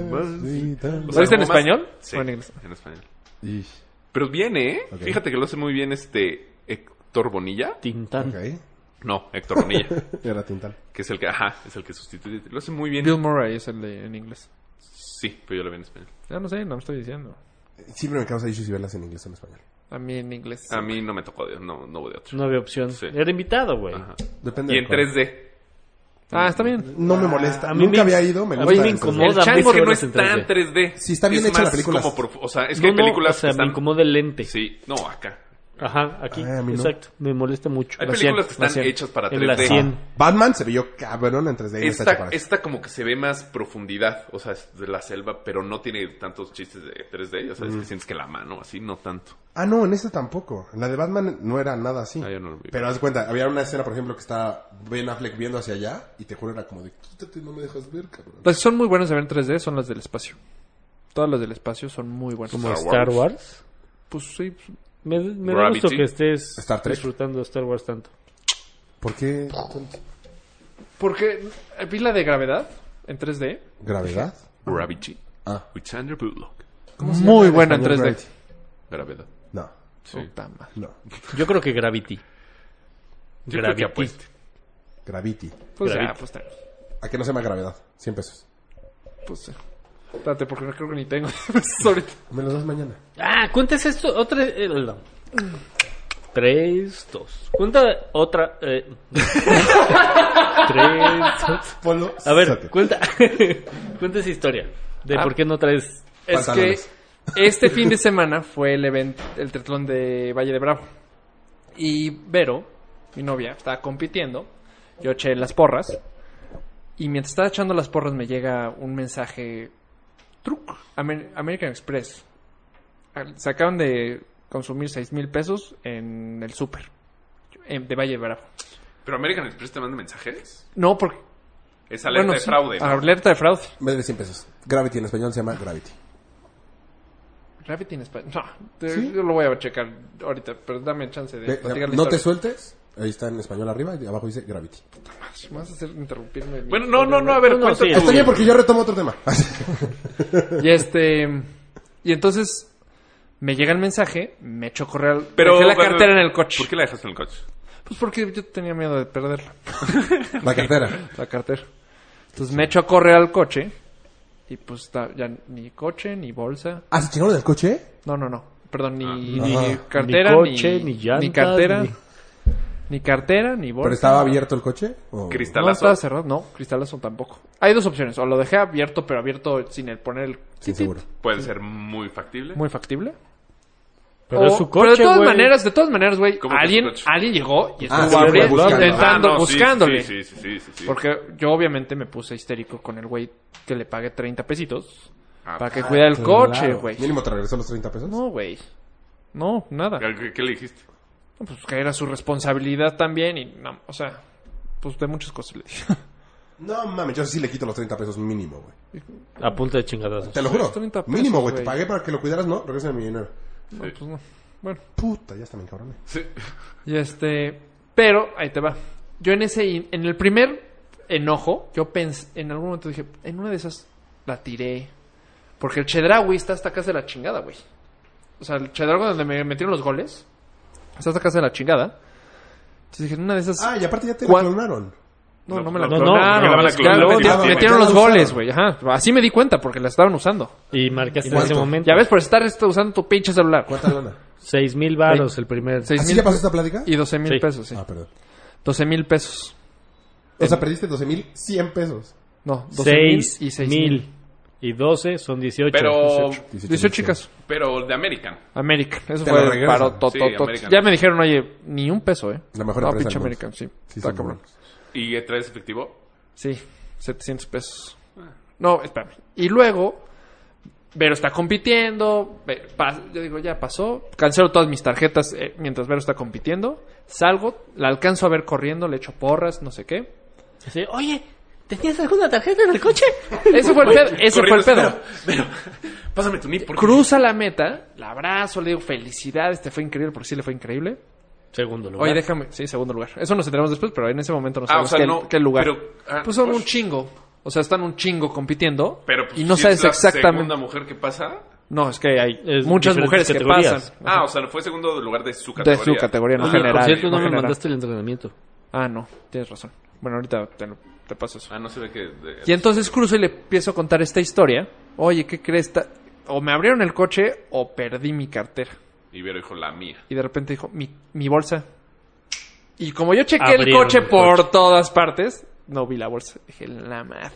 Speaker 6: Mamacita.
Speaker 5: O
Speaker 2: ¿Lo viste en
Speaker 5: como más-
Speaker 2: español?
Speaker 5: Sí,
Speaker 2: ¿O en inglés?
Speaker 5: en español.
Speaker 6: Y-
Speaker 5: Pero viene, ¿eh?
Speaker 6: Ok.
Speaker 5: Fíjate que lo hace muy bien este Héctor Bonilla.
Speaker 4: Tintán.
Speaker 6: Ok.
Speaker 5: No, Héctor Bonilla,
Speaker 6: Era Tintán.
Speaker 5: que es el que, ajá, es el que sustituye. Lo hace muy bien.
Speaker 2: Bill Murray es el de en inglés.
Speaker 5: Sí, pero yo lo veo en español.
Speaker 2: Ya no sé, no me estoy diciendo.
Speaker 6: Siempre me causa issues si verlas en inglés o en español.
Speaker 2: A mí en inglés.
Speaker 5: A mí no me tocó, de- no, no hubo de otro.
Speaker 4: No había opción.
Speaker 5: Sí.
Speaker 4: Era invitado, güey.
Speaker 5: Ajá.
Speaker 6: Depende
Speaker 5: Y
Speaker 6: del
Speaker 5: en
Speaker 6: cual.
Speaker 5: 3D.
Speaker 2: Ah, está bien.
Speaker 6: No me molesta.
Speaker 4: A mí
Speaker 6: Nunca
Speaker 4: me-
Speaker 6: había ido. Me
Speaker 4: a
Speaker 6: gusta.
Speaker 4: mí me
Speaker 6: el
Speaker 4: incomoda.
Speaker 5: El
Speaker 4: Moda,
Speaker 5: chango que no
Speaker 4: ves
Speaker 5: es tan
Speaker 4: horas en
Speaker 5: 3D.
Speaker 6: Sí, está bien
Speaker 5: es
Speaker 6: hecha la
Speaker 5: más
Speaker 6: película.
Speaker 5: como profu- o sea, es que
Speaker 4: No,
Speaker 5: hay
Speaker 4: no,
Speaker 5: películas
Speaker 4: o sea,
Speaker 5: que están...
Speaker 4: me incomoda el lente.
Speaker 5: Sí, no, acá.
Speaker 4: Ajá, aquí.
Speaker 6: Ay, a mí no.
Speaker 4: Exacto. Me molesta mucho.
Speaker 5: Hay
Speaker 4: La
Speaker 5: películas
Speaker 4: cien,
Speaker 5: que
Speaker 4: la
Speaker 5: están
Speaker 4: cien.
Speaker 5: hechas para
Speaker 4: En la
Speaker 5: 3D.
Speaker 4: 100.
Speaker 6: Batman se vio cabrón en 3D. y no está hecho
Speaker 5: Esta,
Speaker 6: para eso.
Speaker 5: esta como que se ve más profundidad, o sea, es de la selva, pero no tiene tantos chistes de 3D, o sea, es que sientes que la mano así, no tanto.
Speaker 6: Ah, no, en esta tampoco. En la de Batman no era nada así.
Speaker 5: Ah, yo no lo vi.
Speaker 6: Pero haz cuenta, había una escena, por ejemplo, que está Ben Affleck viendo hacia allá y te juro era como de quítate, no me dejas ver, cabrón.
Speaker 2: Las que Pues son muy buenas de ver en 3D son las del espacio. Todas las del espacio son muy buenas.
Speaker 4: Como
Speaker 5: Star
Speaker 4: Star
Speaker 5: Wars.
Speaker 4: Wars.
Speaker 2: Pues sí.
Speaker 4: Me, me da
Speaker 5: Gravity.
Speaker 4: gusto que estés
Speaker 6: Star Trek.
Speaker 4: disfrutando de Star Wars tanto.
Speaker 6: ¿Por qué tanto?
Speaker 2: Porque eh, vi la de gravedad en 3D.
Speaker 6: gravedad?
Speaker 5: Gravity.
Speaker 6: Ah,
Speaker 5: With Sandra Bullock.
Speaker 2: Muy buena en
Speaker 6: español
Speaker 2: 3D.
Speaker 6: Gravity?
Speaker 5: Gravedad.
Speaker 6: no,
Speaker 5: Sí.
Speaker 2: Puta madre.
Speaker 6: no,
Speaker 4: Yo creo que Gravity.
Speaker 5: Yo creo que
Speaker 4: Gravity.
Speaker 5: apueste.
Speaker 6: Gravity.
Speaker 2: Pues ya,
Speaker 4: Gravity.
Speaker 2: pues está.
Speaker 6: ¿A qué no se llama gravedad? 100 pesos.
Speaker 2: Pues sí. Espérate, porque no creo que ni tengo pesos ahorita.
Speaker 6: Me los das mañana.
Speaker 4: Ah, cuentas esto. Otra. eh, no. Tres, dos. Cuenta otra. eh, Tres, dos.
Speaker 6: Polo.
Speaker 4: A ver,
Speaker 6: saque.
Speaker 4: cuenta, cuenta esa historia de
Speaker 2: Ah.
Speaker 4: por qué no traes.
Speaker 2: Es que
Speaker 6: Pantalones.
Speaker 2: este fin de semana fue el evento, el triatlón de Valle de Bravo. Y Vero, mi novia, estaba compitiendo. Yo eché las porras. Y mientras estaba echando las porras me llega un mensaje... Truc. Amer- American Express. Al- Se acaban de consumir seis mil pesos en el súper. en- De Valle de Bravo.
Speaker 5: Pero American Express te manda mensajes.
Speaker 2: No, porque...
Speaker 5: Es alerta
Speaker 2: bueno,
Speaker 5: de
Speaker 2: sí, Ah,
Speaker 5: fraude. ¿no?
Speaker 2: Alerta de fraude.
Speaker 6: Me debes 100 pesos. Gravity en español se llama Gravity.
Speaker 2: Gravity en español. No, te- yo lo voy a checar ahorita, pero dame chance de
Speaker 6: Ve, eh,
Speaker 2: platicar la
Speaker 6: no te
Speaker 2: historia.
Speaker 6: sueltes. Ahí está en español arriba y abajo dice Gravity.
Speaker 2: Pues, Me vas a hacer interrumpirme.
Speaker 5: Bueno, no, no, no, a ver,
Speaker 4: No, no,
Speaker 5: cuenta
Speaker 4: sí,
Speaker 5: tú.
Speaker 6: Está bien porque yo retomo otro tema.
Speaker 2: Y este. Y entonces. Me llega el mensaje, me echo correr al.
Speaker 5: Pero,
Speaker 2: dejé la
Speaker 5: bueno,
Speaker 2: cartera en el coche.
Speaker 5: ¿Por qué la dejaste en el coche?
Speaker 2: Pues porque yo tenía miedo de perderla,
Speaker 6: La cartera.
Speaker 2: la cartera. Entonces me echo a correr al coche. Y pues está- ya ni coche, ni bolsa.
Speaker 6: ¿Ah, se chingaron del coche?
Speaker 2: No, no, no. Perdón, ni,
Speaker 5: Ah,
Speaker 6: Ajá.
Speaker 2: ni cartera,
Speaker 4: Ni
Speaker 2: ni,
Speaker 4: coche, ni llantas,
Speaker 2: cartera,
Speaker 4: ni-
Speaker 2: ni... cartera, ni bolsa.
Speaker 6: ¿Pero estaba abierto el coche? ¿O-
Speaker 2: No
Speaker 5: Cristalazo.
Speaker 2: estaba cerrado, no, cristalazo tampoco. Hay dos opciones, o lo dejé abierto, pero abierto sin el poner el
Speaker 6: Sí, seguro.
Speaker 5: Puede ser muy factible.
Speaker 2: muy factible.
Speaker 4: Pero
Speaker 2: O-
Speaker 4: es su coche,
Speaker 2: de todas
Speaker 4: güey. Ah,
Speaker 2: maneras, de todas maneras, güey,
Speaker 5: ¿Cómo que
Speaker 2: alguien,
Speaker 5: su coche?
Speaker 2: alguien llegó y estuvo
Speaker 6: sí, lo
Speaker 2: abriendo,
Speaker 6: buscando.
Speaker 2: intentando,
Speaker 5: Ah, no, sí,
Speaker 2: buscándole.
Speaker 5: Sí, sí, sí, sí, sí.
Speaker 2: Porque yo obviamente me puse histérico con el güey que le pagué 30 pesitos
Speaker 5: Ah,
Speaker 2: para que cuidara el coche,
Speaker 6: Claro.
Speaker 2: güey.
Speaker 6: Mínimo te regresó los 30 pesos.
Speaker 2: No, güey. No, nada.
Speaker 5: ¿Qué, qué le dijiste?
Speaker 2: No, Pues que era su responsabilidad también y, no, o sea, pues de muchas cosas le dije.
Speaker 6: No mames, yo sí le quito los 30 pesos mínimo, güey.
Speaker 4: A punta de chingadazos.
Speaker 6: Te lo juro.
Speaker 2: 30 pesos,
Speaker 6: mínimo, güey. Te
Speaker 2: güey.
Speaker 6: pagué para que lo cuidaras, no. Regresa mi dinero.
Speaker 2: No, pues no. Bueno.
Speaker 6: Puta, ya está bien, cabrón. eh.
Speaker 5: Sí.
Speaker 2: Y este, pero ahí te va. Yo en ese, in- en el primer enojo, yo pensé, en algún momento dije, en una de esas la tiré. Porque el Chedraui está hasta casa de la chingada, güey. O sea, el Chedraui donde me metieron los goles, está hasta casa de la chingada. Entonces dije, en una de esas...
Speaker 6: Ah, y aparte ya te
Speaker 2: ¿Cuál?
Speaker 6: lo clonaron.
Speaker 2: No, no,
Speaker 5: No,
Speaker 2: me la
Speaker 5: no,
Speaker 4: no,
Speaker 2: clonaron.
Speaker 5: me la van a
Speaker 2: les- claro,
Speaker 5: clonar.
Speaker 2: metieron-
Speaker 5: Ah,
Speaker 2: metieron
Speaker 6: ya
Speaker 2: los
Speaker 6: la
Speaker 2: goles,
Speaker 6: usaron.
Speaker 2: güey. Ajá. Así me di cuenta porque la estaban usando.
Speaker 4: Y marcaste en
Speaker 6: ¿Cuánto?
Speaker 4: ese momento.
Speaker 2: Ya ves, por estar esto usando tu pinche celular.
Speaker 6: ¿Cuánta lana?
Speaker 4: Seis mil varos el primer.
Speaker 2: Seis
Speaker 6: ¿Así
Speaker 2: mil
Speaker 6: ya pasó esta plática?
Speaker 2: Y 12 mil
Speaker 4: Sí.
Speaker 2: pesos, sí.
Speaker 6: Ah, perdón.
Speaker 2: 12 mil pesos.
Speaker 6: O sea, perdiste 12.100 pesos.
Speaker 2: No, 12 mil
Speaker 4: Seis
Speaker 2: y 6 mil.
Speaker 4: mil. Y doce son dieciocho.
Speaker 5: Pero,
Speaker 2: 18 chicas.
Speaker 5: pero de American.
Speaker 2: American. Eso
Speaker 6: Te
Speaker 2: fue
Speaker 6: lo
Speaker 2: el
Speaker 6: regresan.
Speaker 2: paro to-
Speaker 5: Sí,
Speaker 2: to- to-
Speaker 5: American.
Speaker 2: Ya me dijeron, oye, ni un peso, ¿eh?
Speaker 6: La mejor
Speaker 2: no,
Speaker 6: empresa
Speaker 2: pinche
Speaker 6: del mundo.
Speaker 2: American, sí.
Speaker 6: Sí,
Speaker 2: Está
Speaker 6: son
Speaker 2: cabrón.
Speaker 6: buenos.
Speaker 5: ¿Y traes efectivo?
Speaker 2: Sí, 700 pesos.
Speaker 5: Ah.
Speaker 2: No, espérame. Y luego, Vero está compitiendo. Ve- pas- yo digo, ya pasó. Cancelo todas mis tarjetas eh, mientras Vero está compitiendo. Salgo, la alcanzo a ver corriendo, le echo porras, no sé qué.
Speaker 4: Así, Oye, ¿tenías alguna tarjeta en el coche?
Speaker 2: Ese fue el pedo. Ese fue el
Speaker 5: Corriendo,
Speaker 2: pedo.
Speaker 5: Pero, pero, pásame tu NIP. porque-
Speaker 2: Cruza la meta, la abrazo, le digo felicidades, te fue increíble, porque sí le fue increíble.
Speaker 4: Segundo lugar.
Speaker 2: Oye, déjame, sí, segundo lugar. Eso nos enteramos después, pero en ese momento no
Speaker 5: Ah, o
Speaker 2: sabemos
Speaker 5: sea,
Speaker 2: qué,
Speaker 5: no,
Speaker 2: qué lugar.
Speaker 5: pero, ah,
Speaker 2: pues son
Speaker 5: pues-
Speaker 2: un chingo. O sea, están un chingo compitiendo.
Speaker 5: Pero, pues,
Speaker 2: y no
Speaker 5: si
Speaker 2: sabes
Speaker 5: es la
Speaker 2: exactamente.
Speaker 5: segunda mujer que pasa?
Speaker 2: No, es que hay
Speaker 4: Es
Speaker 2: muchas
Speaker 4: diferentes
Speaker 2: mujeres que
Speaker 4: categorías.
Speaker 2: pasan.
Speaker 5: Ah, o sea, fue segundo lugar de su
Speaker 2: de
Speaker 5: categoría.
Speaker 2: su categoría, no
Speaker 4: Oye,
Speaker 2: general.
Speaker 4: por cierto, no
Speaker 2: no
Speaker 4: me
Speaker 2: general.
Speaker 4: mandaste el entrenamiento.
Speaker 2: Ah, no, tienes razón. Bueno, ahorita te, lo- te paso eso.
Speaker 5: Ah, no se ve que... de-
Speaker 2: Y entonces cruzo y le empiezo a contar esta historia. Oye, ¿qué crees? Ta- O me abrieron el coche o perdí mi cartera.
Speaker 5: Y Vero dijo, la mía.
Speaker 2: Y de repente dijo, mi, mi bolsa. Y como yo chequé el
Speaker 4: Abrieron
Speaker 2: coche
Speaker 4: el
Speaker 2: por
Speaker 4: coche.
Speaker 2: todas partes, no vi la bolsa. Dije, la madre.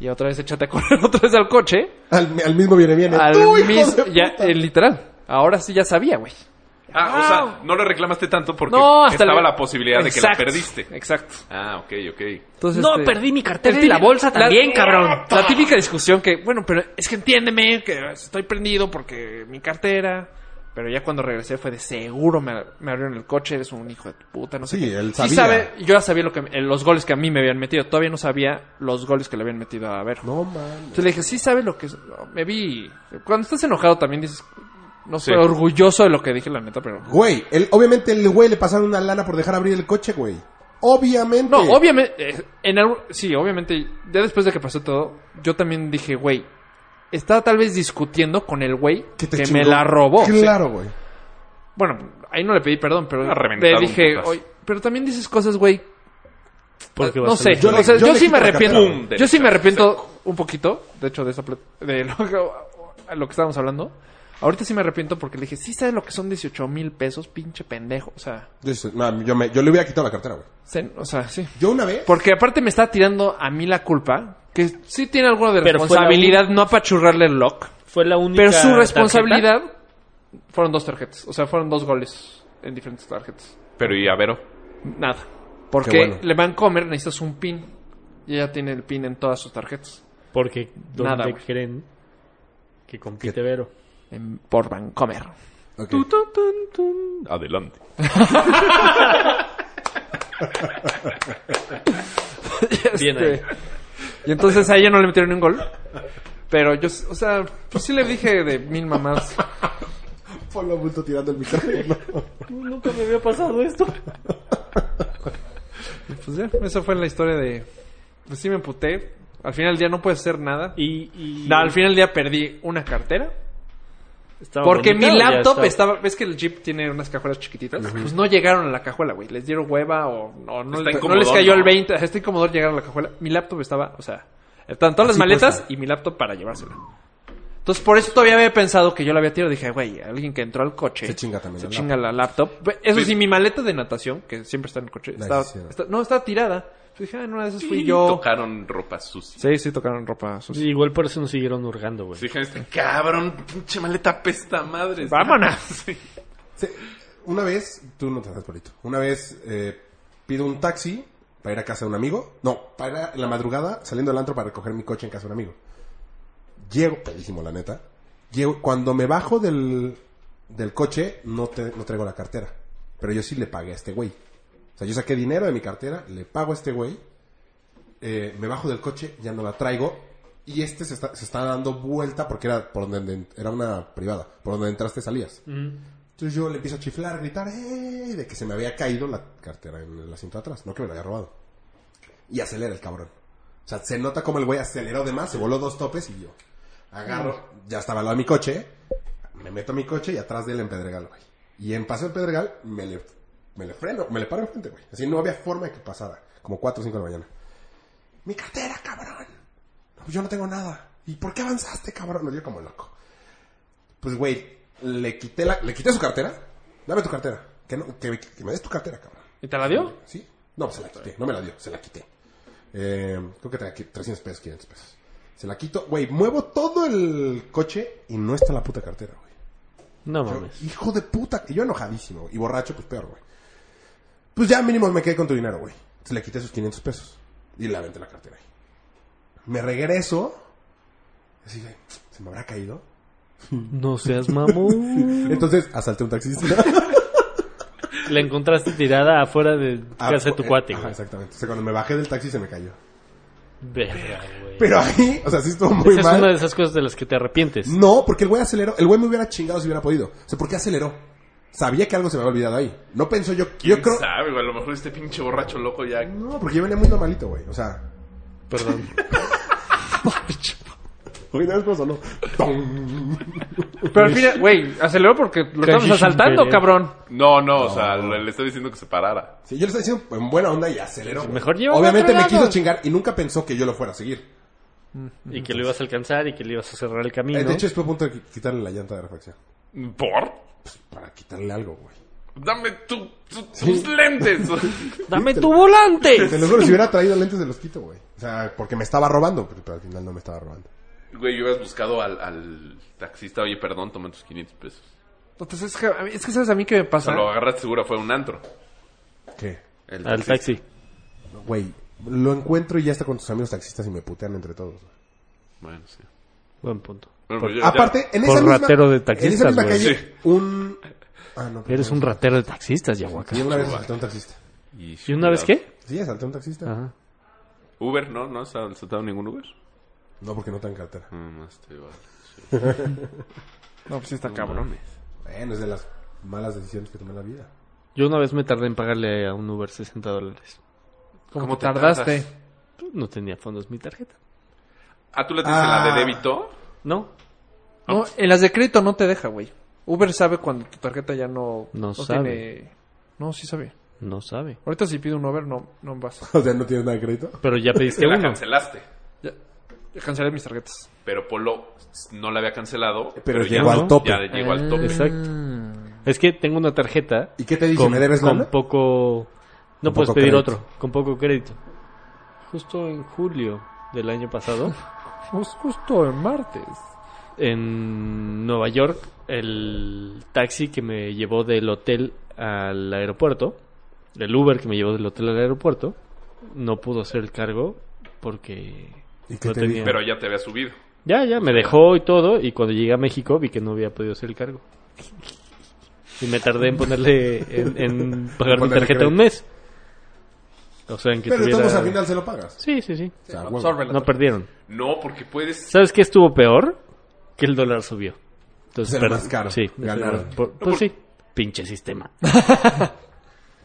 Speaker 2: Y otra vez échate a correr otra vez al coche.
Speaker 6: Al, al mismo viene, viene.
Speaker 2: Al
Speaker 6: ¡Tú, hijo
Speaker 2: mis-
Speaker 6: de
Speaker 2: ya,
Speaker 6: puta!
Speaker 2: eh, literal. Ahora sí ya sabía, güey.
Speaker 5: Ah, o sea, no le reclamaste tanto porque
Speaker 2: No, hasta
Speaker 5: estaba
Speaker 2: le-
Speaker 5: la posibilidad de que la
Speaker 2: Exacto,
Speaker 5: perdiste.
Speaker 2: Exacto.
Speaker 5: Ah, ok, ok.
Speaker 2: Entonces,
Speaker 4: no,
Speaker 2: este,
Speaker 4: perdí mi cartera
Speaker 2: el
Speaker 4: y la
Speaker 2: típico-
Speaker 4: bolsa también, cabrón.
Speaker 2: La típica discusión que, bueno, pero es que entiéndeme que estoy prendido porque mi cartera. Pero ya cuando regresé fue de seguro me, me abrieron el coche, eres un hijo de tu puta, no sé.
Speaker 6: Sí,
Speaker 2: qué".
Speaker 6: él
Speaker 2: Sí
Speaker 6: sabía.
Speaker 2: sabe, yo ya sabía lo que, eh, los goles que a mí me habían metido. Todavía no sabía los goles que le habían metido a ver.
Speaker 6: No, man.
Speaker 2: Entonces le dije, sí sabe lo que es. No, me vi. Cuando estás enojado también dices, no sé,
Speaker 5: Sí.
Speaker 2: orgulloso de lo que dije, la neta, pero.
Speaker 6: Güey, el- obviamente el güey le pasaron una lana por dejar abrir el coche, güey. Obviamente.
Speaker 2: No, obviamente, eh, en algún- sí, obviamente, ya después de que pasó todo, yo también dije, güey, estaba tal vez discutiendo con el güey que,
Speaker 6: Que, te
Speaker 2: me
Speaker 6: chingó.
Speaker 2: la robó.
Speaker 6: Claro, güey.
Speaker 2: Sí. Bueno, ahí no le pedí perdón, pero
Speaker 5: Ha reventado
Speaker 2: le
Speaker 5: un
Speaker 2: dije,
Speaker 5: putazo.
Speaker 2: oye, pero también dices cosas, güey,
Speaker 4: Porque
Speaker 2: no
Speaker 4: vas a
Speaker 2: sé,
Speaker 4: la-
Speaker 6: Yo
Speaker 2: yo,
Speaker 6: le-
Speaker 2: o sea,
Speaker 6: yo
Speaker 2: yo
Speaker 6: le
Speaker 2: sí
Speaker 6: quito
Speaker 2: me
Speaker 6: la
Speaker 2: arrepiento,
Speaker 5: cartera. Pum,
Speaker 2: yo sí
Speaker 5: derechazo,
Speaker 2: me arrepiento un poquito, de hecho, de, esa pl- de lo, que- a lo que estábamos hablando. Ahorita sí me arrepiento porque le dije, sí sabes lo que son 18 mil pesos, pinche pendejo, o sea,
Speaker 6: Yo, sé- no, yo, me- yo le hubiera quitado la cartera, güey.
Speaker 2: se- o sea, sí.
Speaker 6: Yo una vez.
Speaker 2: Porque aparte me está tirando a mí la culpa, que sí tiene algo de
Speaker 4: Pero fue la
Speaker 2: responsabilidad no apachurrarle el lock,
Speaker 4: Fue la única.
Speaker 2: pero su
Speaker 4: tarjeta.
Speaker 2: responsabilidad fueron dos tarjetas, o sea, fueron dos goles en diferentes tarjetas.
Speaker 5: Pero y a Vero.
Speaker 2: Nada. Porque
Speaker 6: Qué bueno.
Speaker 2: Le Van Comer necesitas un pin y ella tiene el pin en todas sus tarjetas.
Speaker 4: Porque donde
Speaker 2: Nada, güey.
Speaker 4: creen que compite Vero.
Speaker 2: En- por Vancomer.
Speaker 6: Ok.
Speaker 5: Adelante.
Speaker 4: Bien
Speaker 2: Este, Y entonces a ella no le metieron ni un gol. Pero yo, o sea, pues sí le dije de mil mamás.
Speaker 6: Polo bulto tirando el micrófono.
Speaker 4: Nunca me había pasado esto.
Speaker 2: Y Pues ya, esa fue la historia de. Pues sí me emputé. Al final del día no puedes hacer nada.
Speaker 4: Y. y-
Speaker 2: No, al final del día perdí una cartera.
Speaker 4: ¿Estaba
Speaker 2: Porque
Speaker 4: bonita
Speaker 2: mi
Speaker 4: o ya
Speaker 2: laptop estaba... ¿Ves que el Jeep tiene unas cajuelas chiquititas? Pues no llegaron a la cajuela, güey. Les dieron hueva o, o no,
Speaker 5: Está
Speaker 2: le- no
Speaker 5: incomodón,
Speaker 2: les cayó el
Speaker 5: ¿no?
Speaker 2: 20. Está incómodo llegar a la cajuela. Mi laptop estaba... O sea, estaban todas las
Speaker 6: Así
Speaker 2: maletas
Speaker 6: cuesta.
Speaker 2: y mi laptop para llevársela. Entonces, por eso todavía había pensado que yo la había tirado. Dije, güey, alguien que entró al coche...
Speaker 6: Se chinga también
Speaker 2: Se
Speaker 6: la
Speaker 2: chinga la laptop. Ve- Eso
Speaker 5: Sí.
Speaker 2: sí, mi maleta de natación, que siempre está en el coche,
Speaker 6: La
Speaker 2: estaba-
Speaker 6: hicieron.
Speaker 2: está- no, estaba tirada. Yo dije, ah, en una de esas fui
Speaker 5: Y
Speaker 2: yo.
Speaker 5: tocaron ropa sucia.
Speaker 2: Sí, sí, tocaron ropa sucia.
Speaker 4: Igual por eso nos siguieron hurgando, güey.
Speaker 5: Sí, Dije, este cabrón, pinche maleta pesta madre.
Speaker 2: Vámonos.
Speaker 5: Sí.
Speaker 6: Se- Una vez, tú no te das polito. Una vez eh, pido un taxi para ir a casa de un amigo. No, para ir a- en la madrugada saliendo del antro para recoger mi coche en casa de un amigo. Llego, pedísimo la neta. Llego, cuando me bajo del, del coche, no, te- no traigo la cartera. Pero yo sí le pagué a este güey. O sea, yo saqué dinero de mi cartera, le pago a este güey. eh, me bajo del coche, ya no la traigo. Y este se está, se está dando vuelta porque era por donde era una privada. Por donde entraste salías. Entonces yo le empiezo a chiflar, a gritar, ¡eh! De que se me había caído la cartera en el asiento de atrás, no que me la había robado. Y acelera el cabrón. O sea, se nota como el güey aceleró de más, se voló dos topes y yo agarro, ya estaba al lado de mi coche, me meto a mi coche y atrás de él en Pedregal, güey. Y en paso del Pedregal me le, me le freno, me le paro enfrente, güey. Así no había forma de que pasara. Como 4 o 5 de la mañana. Mi cartera, cabrón. No, pues yo no tengo nada. ¿Y por qué avanzaste, cabrón? No, yo como loco. Pues, güey, le quité, la, le quité su cartera. Dame tu cartera. Que, no, que, que me des tu cartera, cabrón.
Speaker 2: ¿Y te la dio?
Speaker 6: ¿Sí? No, pues se la quité. No me la dio, se la quité. Eh, creo que tenía aquí 300 pesos, 500 pesos. Se la quito. Güey, muevo todo el coche y no está la puta cartera, güey.
Speaker 4: No
Speaker 6: Yo,
Speaker 4: mames.
Speaker 6: hijo de puta. Y yo enojadísimo. Y borracho, pues peor, güey. Pues ya mínimo me quedé con tu dinero, güey. Entonces le quité sus 500 pesos. Y le aventé la cartera ahí. Me regreso. Así que, ¿se me habrá caído?
Speaker 4: No seas mamón.
Speaker 6: Entonces asalté a un taxista.
Speaker 4: La encontraste tirada afuera de casa de tu
Speaker 6: Ah,
Speaker 4: cuate,
Speaker 6: ajá,
Speaker 4: güey.
Speaker 6: exactamente. O sea, cuando me bajé del taxi se me cayó.
Speaker 4: Verga, güey.
Speaker 6: Pero ahí, o sea, sí estuvo muy
Speaker 4: Esa es
Speaker 6: mal.
Speaker 4: una de esas cosas de las que te arrepientes.
Speaker 6: No, porque el güey aceleró. El güey me hubiera chingado si hubiera podido. O sea, ¿por qué aceleró? Sabía que algo se me había olvidado ahí. No pensó yo. Yo
Speaker 5: ¿Quién
Speaker 6: creo.
Speaker 5: sabe, güey? A lo mejor este pinche borracho loco ya...
Speaker 6: No, porque yo venía muy normalito, güey. O sea.
Speaker 4: Perdón.
Speaker 6: Oye, ¿sabes cómo sonó? ¡Tong!
Speaker 2: Pero al final, güey, aceleró porque lo estamos
Speaker 4: Casi
Speaker 2: asaltando,
Speaker 4: sin querer.
Speaker 2: cabrón.
Speaker 5: No, no, o sea, le, le está diciendo que se parara.
Speaker 6: Sí, yo le estoy diciendo en buena onda y acelero. güey.
Speaker 4: Mejor llévame
Speaker 6: Obviamente
Speaker 4: a
Speaker 6: me
Speaker 4: otro
Speaker 6: quiso
Speaker 4: lado.
Speaker 6: chingar y nunca pensó que yo lo fuera a seguir.
Speaker 4: Y que lo ibas a alcanzar y que le ibas a cerrar el
Speaker 6: Mm. Eh,
Speaker 4: camino.
Speaker 6: De hecho, estuve a punto de qui- quitarle la llanta de refacción.
Speaker 5: ¿Por?
Speaker 6: Para quitarle algo, güey.
Speaker 5: Dame tu- tu- tus lentes.
Speaker 4: ¡Dame tu volante!
Speaker 6: Te lo juro, si hubiera traído lentes se los quito, güey. O sea, porque me estaba robando, pero, pero al final no me estaba robando.
Speaker 5: Güey, yo hubieras buscado al, al taxista. Oye, perdón, toma tus 500 pesos.
Speaker 2: Entonces, es que, a mí- es que sabes a mí que me
Speaker 5: O
Speaker 2: pasa.
Speaker 5: sea, lo agarraste seguro fue a un antro.
Speaker 6: ¿Qué?
Speaker 5: El
Speaker 4: Ah. Al
Speaker 5: taxista.
Speaker 4: taxi.
Speaker 6: Güey, lo encuentro y ya está con tus amigos taxistas y me putean entre todos. güey.
Speaker 5: Bueno, sí.
Speaker 4: Buen punto.
Speaker 5: Bueno, pues yo ya-
Speaker 6: Aparte, en esa
Speaker 4: Por
Speaker 6: misma...
Speaker 4: ratero de
Speaker 6: en esa
Speaker 4: taxistas,
Speaker 6: misma
Speaker 4: güey.
Speaker 6: calle,
Speaker 5: Sí.
Speaker 6: un... Ah, no. pero
Speaker 4: Eres un ratero de taxistas, Yahuaca.
Speaker 6: Yo una vez asalté a un taxista.
Speaker 5: Y,
Speaker 4: ¿Y una vez qué?
Speaker 6: Sí, asalté a un taxista.
Speaker 4: Ajá.
Speaker 5: Uber, ¿no? ¿No has asaltado ningún Uber?
Speaker 6: No, porque no tan cartera.
Speaker 5: Mm, este, va.
Speaker 2: No, pues sí está cabrón.
Speaker 6: Bueno, es de las malas decisiones que tomé en la vida.
Speaker 4: Yo una vez me tardé en pagarle a un Uber 60 dólares.
Speaker 2: ¿Cómo,
Speaker 5: ¿Cómo
Speaker 2: te
Speaker 5: te
Speaker 2: tardaste?
Speaker 4: No tenía fondos mi tarjeta.
Speaker 5: Ah, ¿tú le tienes
Speaker 6: Ah.
Speaker 5: la de débito?
Speaker 4: No,
Speaker 2: No, en las de crédito no te deja, güey. Uber sabe cuando tu tarjeta ya no...
Speaker 4: No sabe.
Speaker 2: tiene- No, sí sabe.
Speaker 4: no sabe.
Speaker 2: Ahorita si pido un Uber no, no vas.
Speaker 6: O sea, no tienes nada de crédito.
Speaker 4: Pero ya pediste
Speaker 5: Te la
Speaker 4: uno.
Speaker 5: cancelaste.
Speaker 2: Ya, ya cancelé mis tarjetas.
Speaker 5: Pero Polo no la había cancelado.
Speaker 6: Pero llegó
Speaker 5: ya,
Speaker 6: al tope.
Speaker 5: Ya
Speaker 2: Ah,
Speaker 5: llegó al tope.
Speaker 4: Exacto.
Speaker 2: Mm.
Speaker 4: Es que tengo una tarjeta
Speaker 6: ¿Y qué te dice?
Speaker 4: con,
Speaker 6: ¿Me debes
Speaker 4: con
Speaker 6: lana?
Speaker 4: poco... No
Speaker 6: Con
Speaker 4: puedes
Speaker 6: poco
Speaker 4: pedir
Speaker 6: crédito.
Speaker 4: otro, con poco crédito. Justo en julio del año pasado,
Speaker 2: Es Pues justo el martes.
Speaker 4: en Nueva York, el taxi que me llevó del hotel al aeropuerto, el Uber que me llevó del hotel al aeropuerto, no pudo hacer el cargo porque
Speaker 6: ¿Y qué
Speaker 4: no
Speaker 6: te
Speaker 4: tenía...
Speaker 5: Pero ya te había subido.
Speaker 4: Ya, ya, me dejó y todo, y cuando llegué a México vi que no había podido hacer el cargo. Y me tardé en ponerle, en, en pagar mi
Speaker 6: Ponerle
Speaker 4: tarjeta un
Speaker 6: crédito.
Speaker 4: mes. O sea, en que
Speaker 6: Pero de todos
Speaker 4: tuviera...
Speaker 6: modos, al final se lo pagas.
Speaker 4: Sí, sí, sí.
Speaker 6: O sea, huevo.
Speaker 2: Absórbela.
Speaker 4: Ah, No perdieron.
Speaker 5: No, porque puedes...
Speaker 4: ¿Sabes qué estuvo peor? Que el dólar subió. Entonces,
Speaker 6: Será
Speaker 4: per-
Speaker 6: más caro.
Speaker 4: Sí,
Speaker 6: Ganaron.
Speaker 4: por- pues sí. Pinche sistema.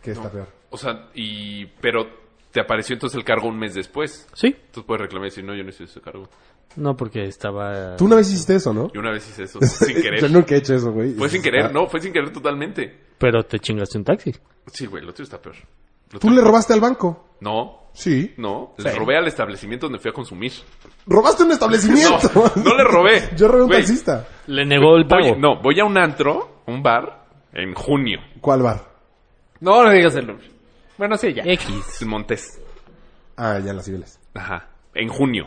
Speaker 6: ¿Qué está peor?
Speaker 5: O sea, y... Pero te apareció entonces el cargo un mes después.
Speaker 4: Sí.
Speaker 5: Entonces puedes reclamar y decir, no, yo no hice ese cargo.
Speaker 4: No, porque estaba...
Speaker 6: Tú una vez hiciste eso, ¿no?
Speaker 5: Yo una vez hice eso, sin
Speaker 6: Yo
Speaker 5: querer.
Speaker 6: nunca he hecho eso, güey. Ah,
Speaker 5: Fue sin querer, no, fue sin querer totalmente.
Speaker 4: Pero te chingaste un taxi.
Speaker 5: Sí, güey, lo tuyo está peor. Lo
Speaker 6: ¿Tú
Speaker 5: tuyo-
Speaker 6: le robaste al banco?
Speaker 5: No,
Speaker 6: Sí.
Speaker 5: no. Le robé al establecimiento donde fui a consumir.
Speaker 6: ¿Robaste un establecimiento?
Speaker 5: No, no le robé.
Speaker 6: Yo robé un
Speaker 5: Güey.
Speaker 6: taxista.
Speaker 4: Le negó el pago.
Speaker 5: Voy- no, voy a un antro, un bar, en junio,
Speaker 6: ¿Cuál bar?
Speaker 2: No le digas el nombre. Bueno, sí, ya.
Speaker 4: X.
Speaker 5: en Montes.
Speaker 6: Ah, ya en las civiles.
Speaker 5: Ajá, en junio.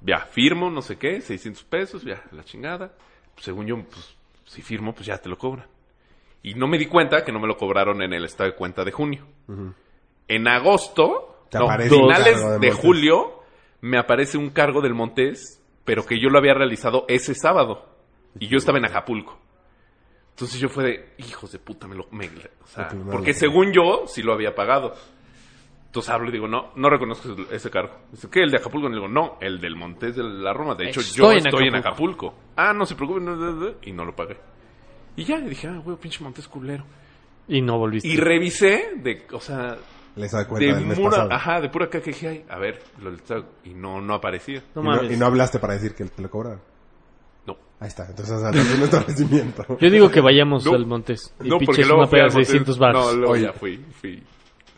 Speaker 5: Ya, firmo, no sé qué, 600 pesos, ya, la chingada. Pues, según yo, pues, si firmo, pues ya te lo cobran. Y no me di cuenta que no me lo cobraron en el estado de cuenta de junio. En agosto,
Speaker 6: Te
Speaker 5: no,
Speaker 6: aparece un
Speaker 5: finales
Speaker 6: cargo de
Speaker 5: de,
Speaker 6: Montes.
Speaker 5: julio, me aparece un cargo del Montes, pero que yo lo había realizado ese sábado. Y yo estaba en Acapulco. Entonces yo fue de, hijos de puta, me lo... me- o sea,
Speaker 6: Ok, no,
Speaker 5: porque
Speaker 6: no.
Speaker 5: según yo, sí lo había pagado. Entonces hablo y digo, no, no reconozco ese- ese cargo. Dice, ¿qué? ¿El de Acapulco? Y le digo, no, el del Montes de la Roma. De hecho, yo
Speaker 2: Estoy en
Speaker 5: estoy en Acapulco. Ah, no se preocupe. no, no, no, Y no lo pagué. Y ya, y dije, ah, güey, pinche Montes culero.
Speaker 4: Y no volviste.
Speaker 5: Y revisé de, o sea,
Speaker 6: Les da cuenta
Speaker 5: de
Speaker 6: del mes
Speaker 5: pura,
Speaker 6: pasado.
Speaker 5: ajá, de pura caca que dije, ay, a ver, lo del trago. Y no, no aparecía.
Speaker 4: No
Speaker 6: y, no,
Speaker 4: mames.
Speaker 6: y no hablaste para decir que te lo cobraron.
Speaker 5: No.
Speaker 6: Ahí está. Entonces asaltaste un establecimiento.
Speaker 4: Yo digo que vayamos
Speaker 5: No.
Speaker 4: al Montes y
Speaker 5: no,
Speaker 4: piches
Speaker 5: luego
Speaker 4: una
Speaker 5: fui
Speaker 4: peda
Speaker 5: al
Speaker 4: de
Speaker 5: Montes.
Speaker 4: 600 baros.
Speaker 5: No, luego
Speaker 6: Oye.
Speaker 5: ya fui, fui.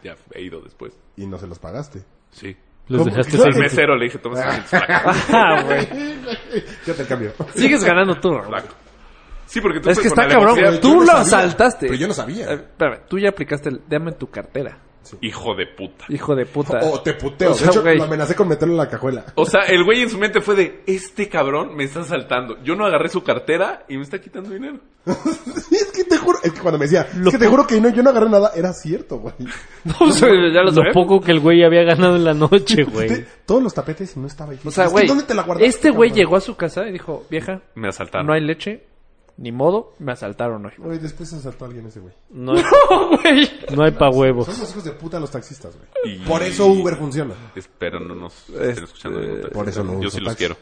Speaker 5: Ya he ido después.
Speaker 6: y no se los pagaste.
Speaker 5: Sí.
Speaker 4: Los
Speaker 6: ¿Cómo?
Speaker 4: dejaste
Speaker 6: Yo
Speaker 5: Al
Speaker 4: sin...
Speaker 6: te-
Speaker 5: mesero le dije, toma ese saco,
Speaker 2: Ah, güey.
Speaker 6: Yo te cambio.
Speaker 2: Sigues ganando tú, Raúl.
Speaker 5: saco. Sí, porque tú
Speaker 2: Es
Speaker 5: pues,
Speaker 2: que
Speaker 5: con
Speaker 2: está
Speaker 5: la
Speaker 2: cabrón, güey.
Speaker 5: democracia-
Speaker 2: Tú
Speaker 6: no
Speaker 2: lo
Speaker 6: sabía,
Speaker 2: asaltaste.
Speaker 6: Pero yo no
Speaker 2: Eh,
Speaker 6: sabía.
Speaker 2: Espérame, tú ya aplicaste el dame tu cartera,
Speaker 5: Hijo de puta.
Speaker 2: hijo de puta.
Speaker 6: O te puteo.
Speaker 2: O sea,
Speaker 6: de hecho,
Speaker 2: güey.
Speaker 6: lo amenacé con meterlo en la cajuela.
Speaker 5: O sea, el güey en su mente fue de, este cabrón me está saltando. Yo no agarré su cartera y me está quitando dinero.
Speaker 6: es que te juro, es que cuando me decía, es que te juro que no, yo no agarré nada, era cierto, güey.
Speaker 2: O sea, ya lo
Speaker 4: Lo
Speaker 2: sabes.
Speaker 4: poco que el güey había ganado en la noche, güey.
Speaker 6: Te- Todos los tapetes y no estaba ahí.
Speaker 2: O sea,
Speaker 6: Es que,
Speaker 2: güey.
Speaker 6: ¿Dónde te la guardaste?
Speaker 2: Este güey
Speaker 6: cabrón?
Speaker 2: llegó a su casa y dijo, vieja,
Speaker 5: Me asaltaron.
Speaker 2: no hay leche, ni modo, me asaltaron hoy.
Speaker 6: Güey, después asaltó a alguien ese güey.
Speaker 4: No hay,
Speaker 2: Güey.
Speaker 4: no hay pa' huevos.
Speaker 6: Son los hijos de puta los taxistas, güey.
Speaker 5: Y-
Speaker 6: Por eso Uber funciona.
Speaker 5: Espero no nos
Speaker 2: Este,
Speaker 5: estén escuchando. ningún taxista.
Speaker 6: por eso no
Speaker 5: Yo
Speaker 6: uso
Speaker 5: sí los
Speaker 6: taxi.
Speaker 5: quiero.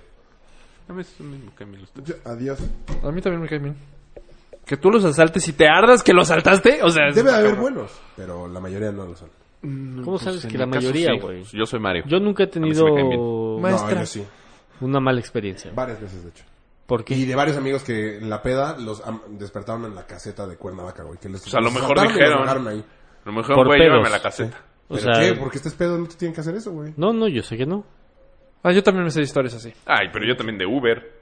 Speaker 5: A mí es lo mismo que a mí los taxis.
Speaker 6: Yo- adiós.
Speaker 2: A mí también me cae bien. Que tú los asaltes y te ardas que los asaltaste, o sea, es-
Speaker 6: Debe de haber buenos, pero la mayoría no lo son.
Speaker 2: Mm, pues,
Speaker 4: ¿Cómo sabes
Speaker 5: En
Speaker 4: que la
Speaker 5: mi caso,
Speaker 4: mayoría,
Speaker 5: sí.
Speaker 4: güey?
Speaker 5: Yo soy Mario.
Speaker 4: Yo nunca he
Speaker 5: mí
Speaker 4: tenido
Speaker 5: sí me caen bien.
Speaker 2: Maestra.
Speaker 6: No, yo sí.
Speaker 4: una mala experiencia.
Speaker 6: Varias veces, de hecho.
Speaker 4: ¿Por qué?
Speaker 6: Y de varios amigos que en la peda los am- despertaron en la caseta de Cuernavaca, güey. Que les,
Speaker 5: Pues a lo
Speaker 6: los
Speaker 5: mejor
Speaker 6: mataron y los
Speaker 5: dijeron.
Speaker 6: dejaron ahí.
Speaker 5: A lo mejor,
Speaker 4: Por
Speaker 5: güey,
Speaker 4: pedos.
Speaker 5: llévame a la caseta.
Speaker 4: O
Speaker 6: ¿Pero
Speaker 4: sea,
Speaker 6: qué? ¿Por qué estás pedo? No te tienen que hacer eso, güey.
Speaker 4: no, no, yo sé que no.
Speaker 2: Ah, yo también me sé historias así.
Speaker 5: Ay, pero yo también de Uber.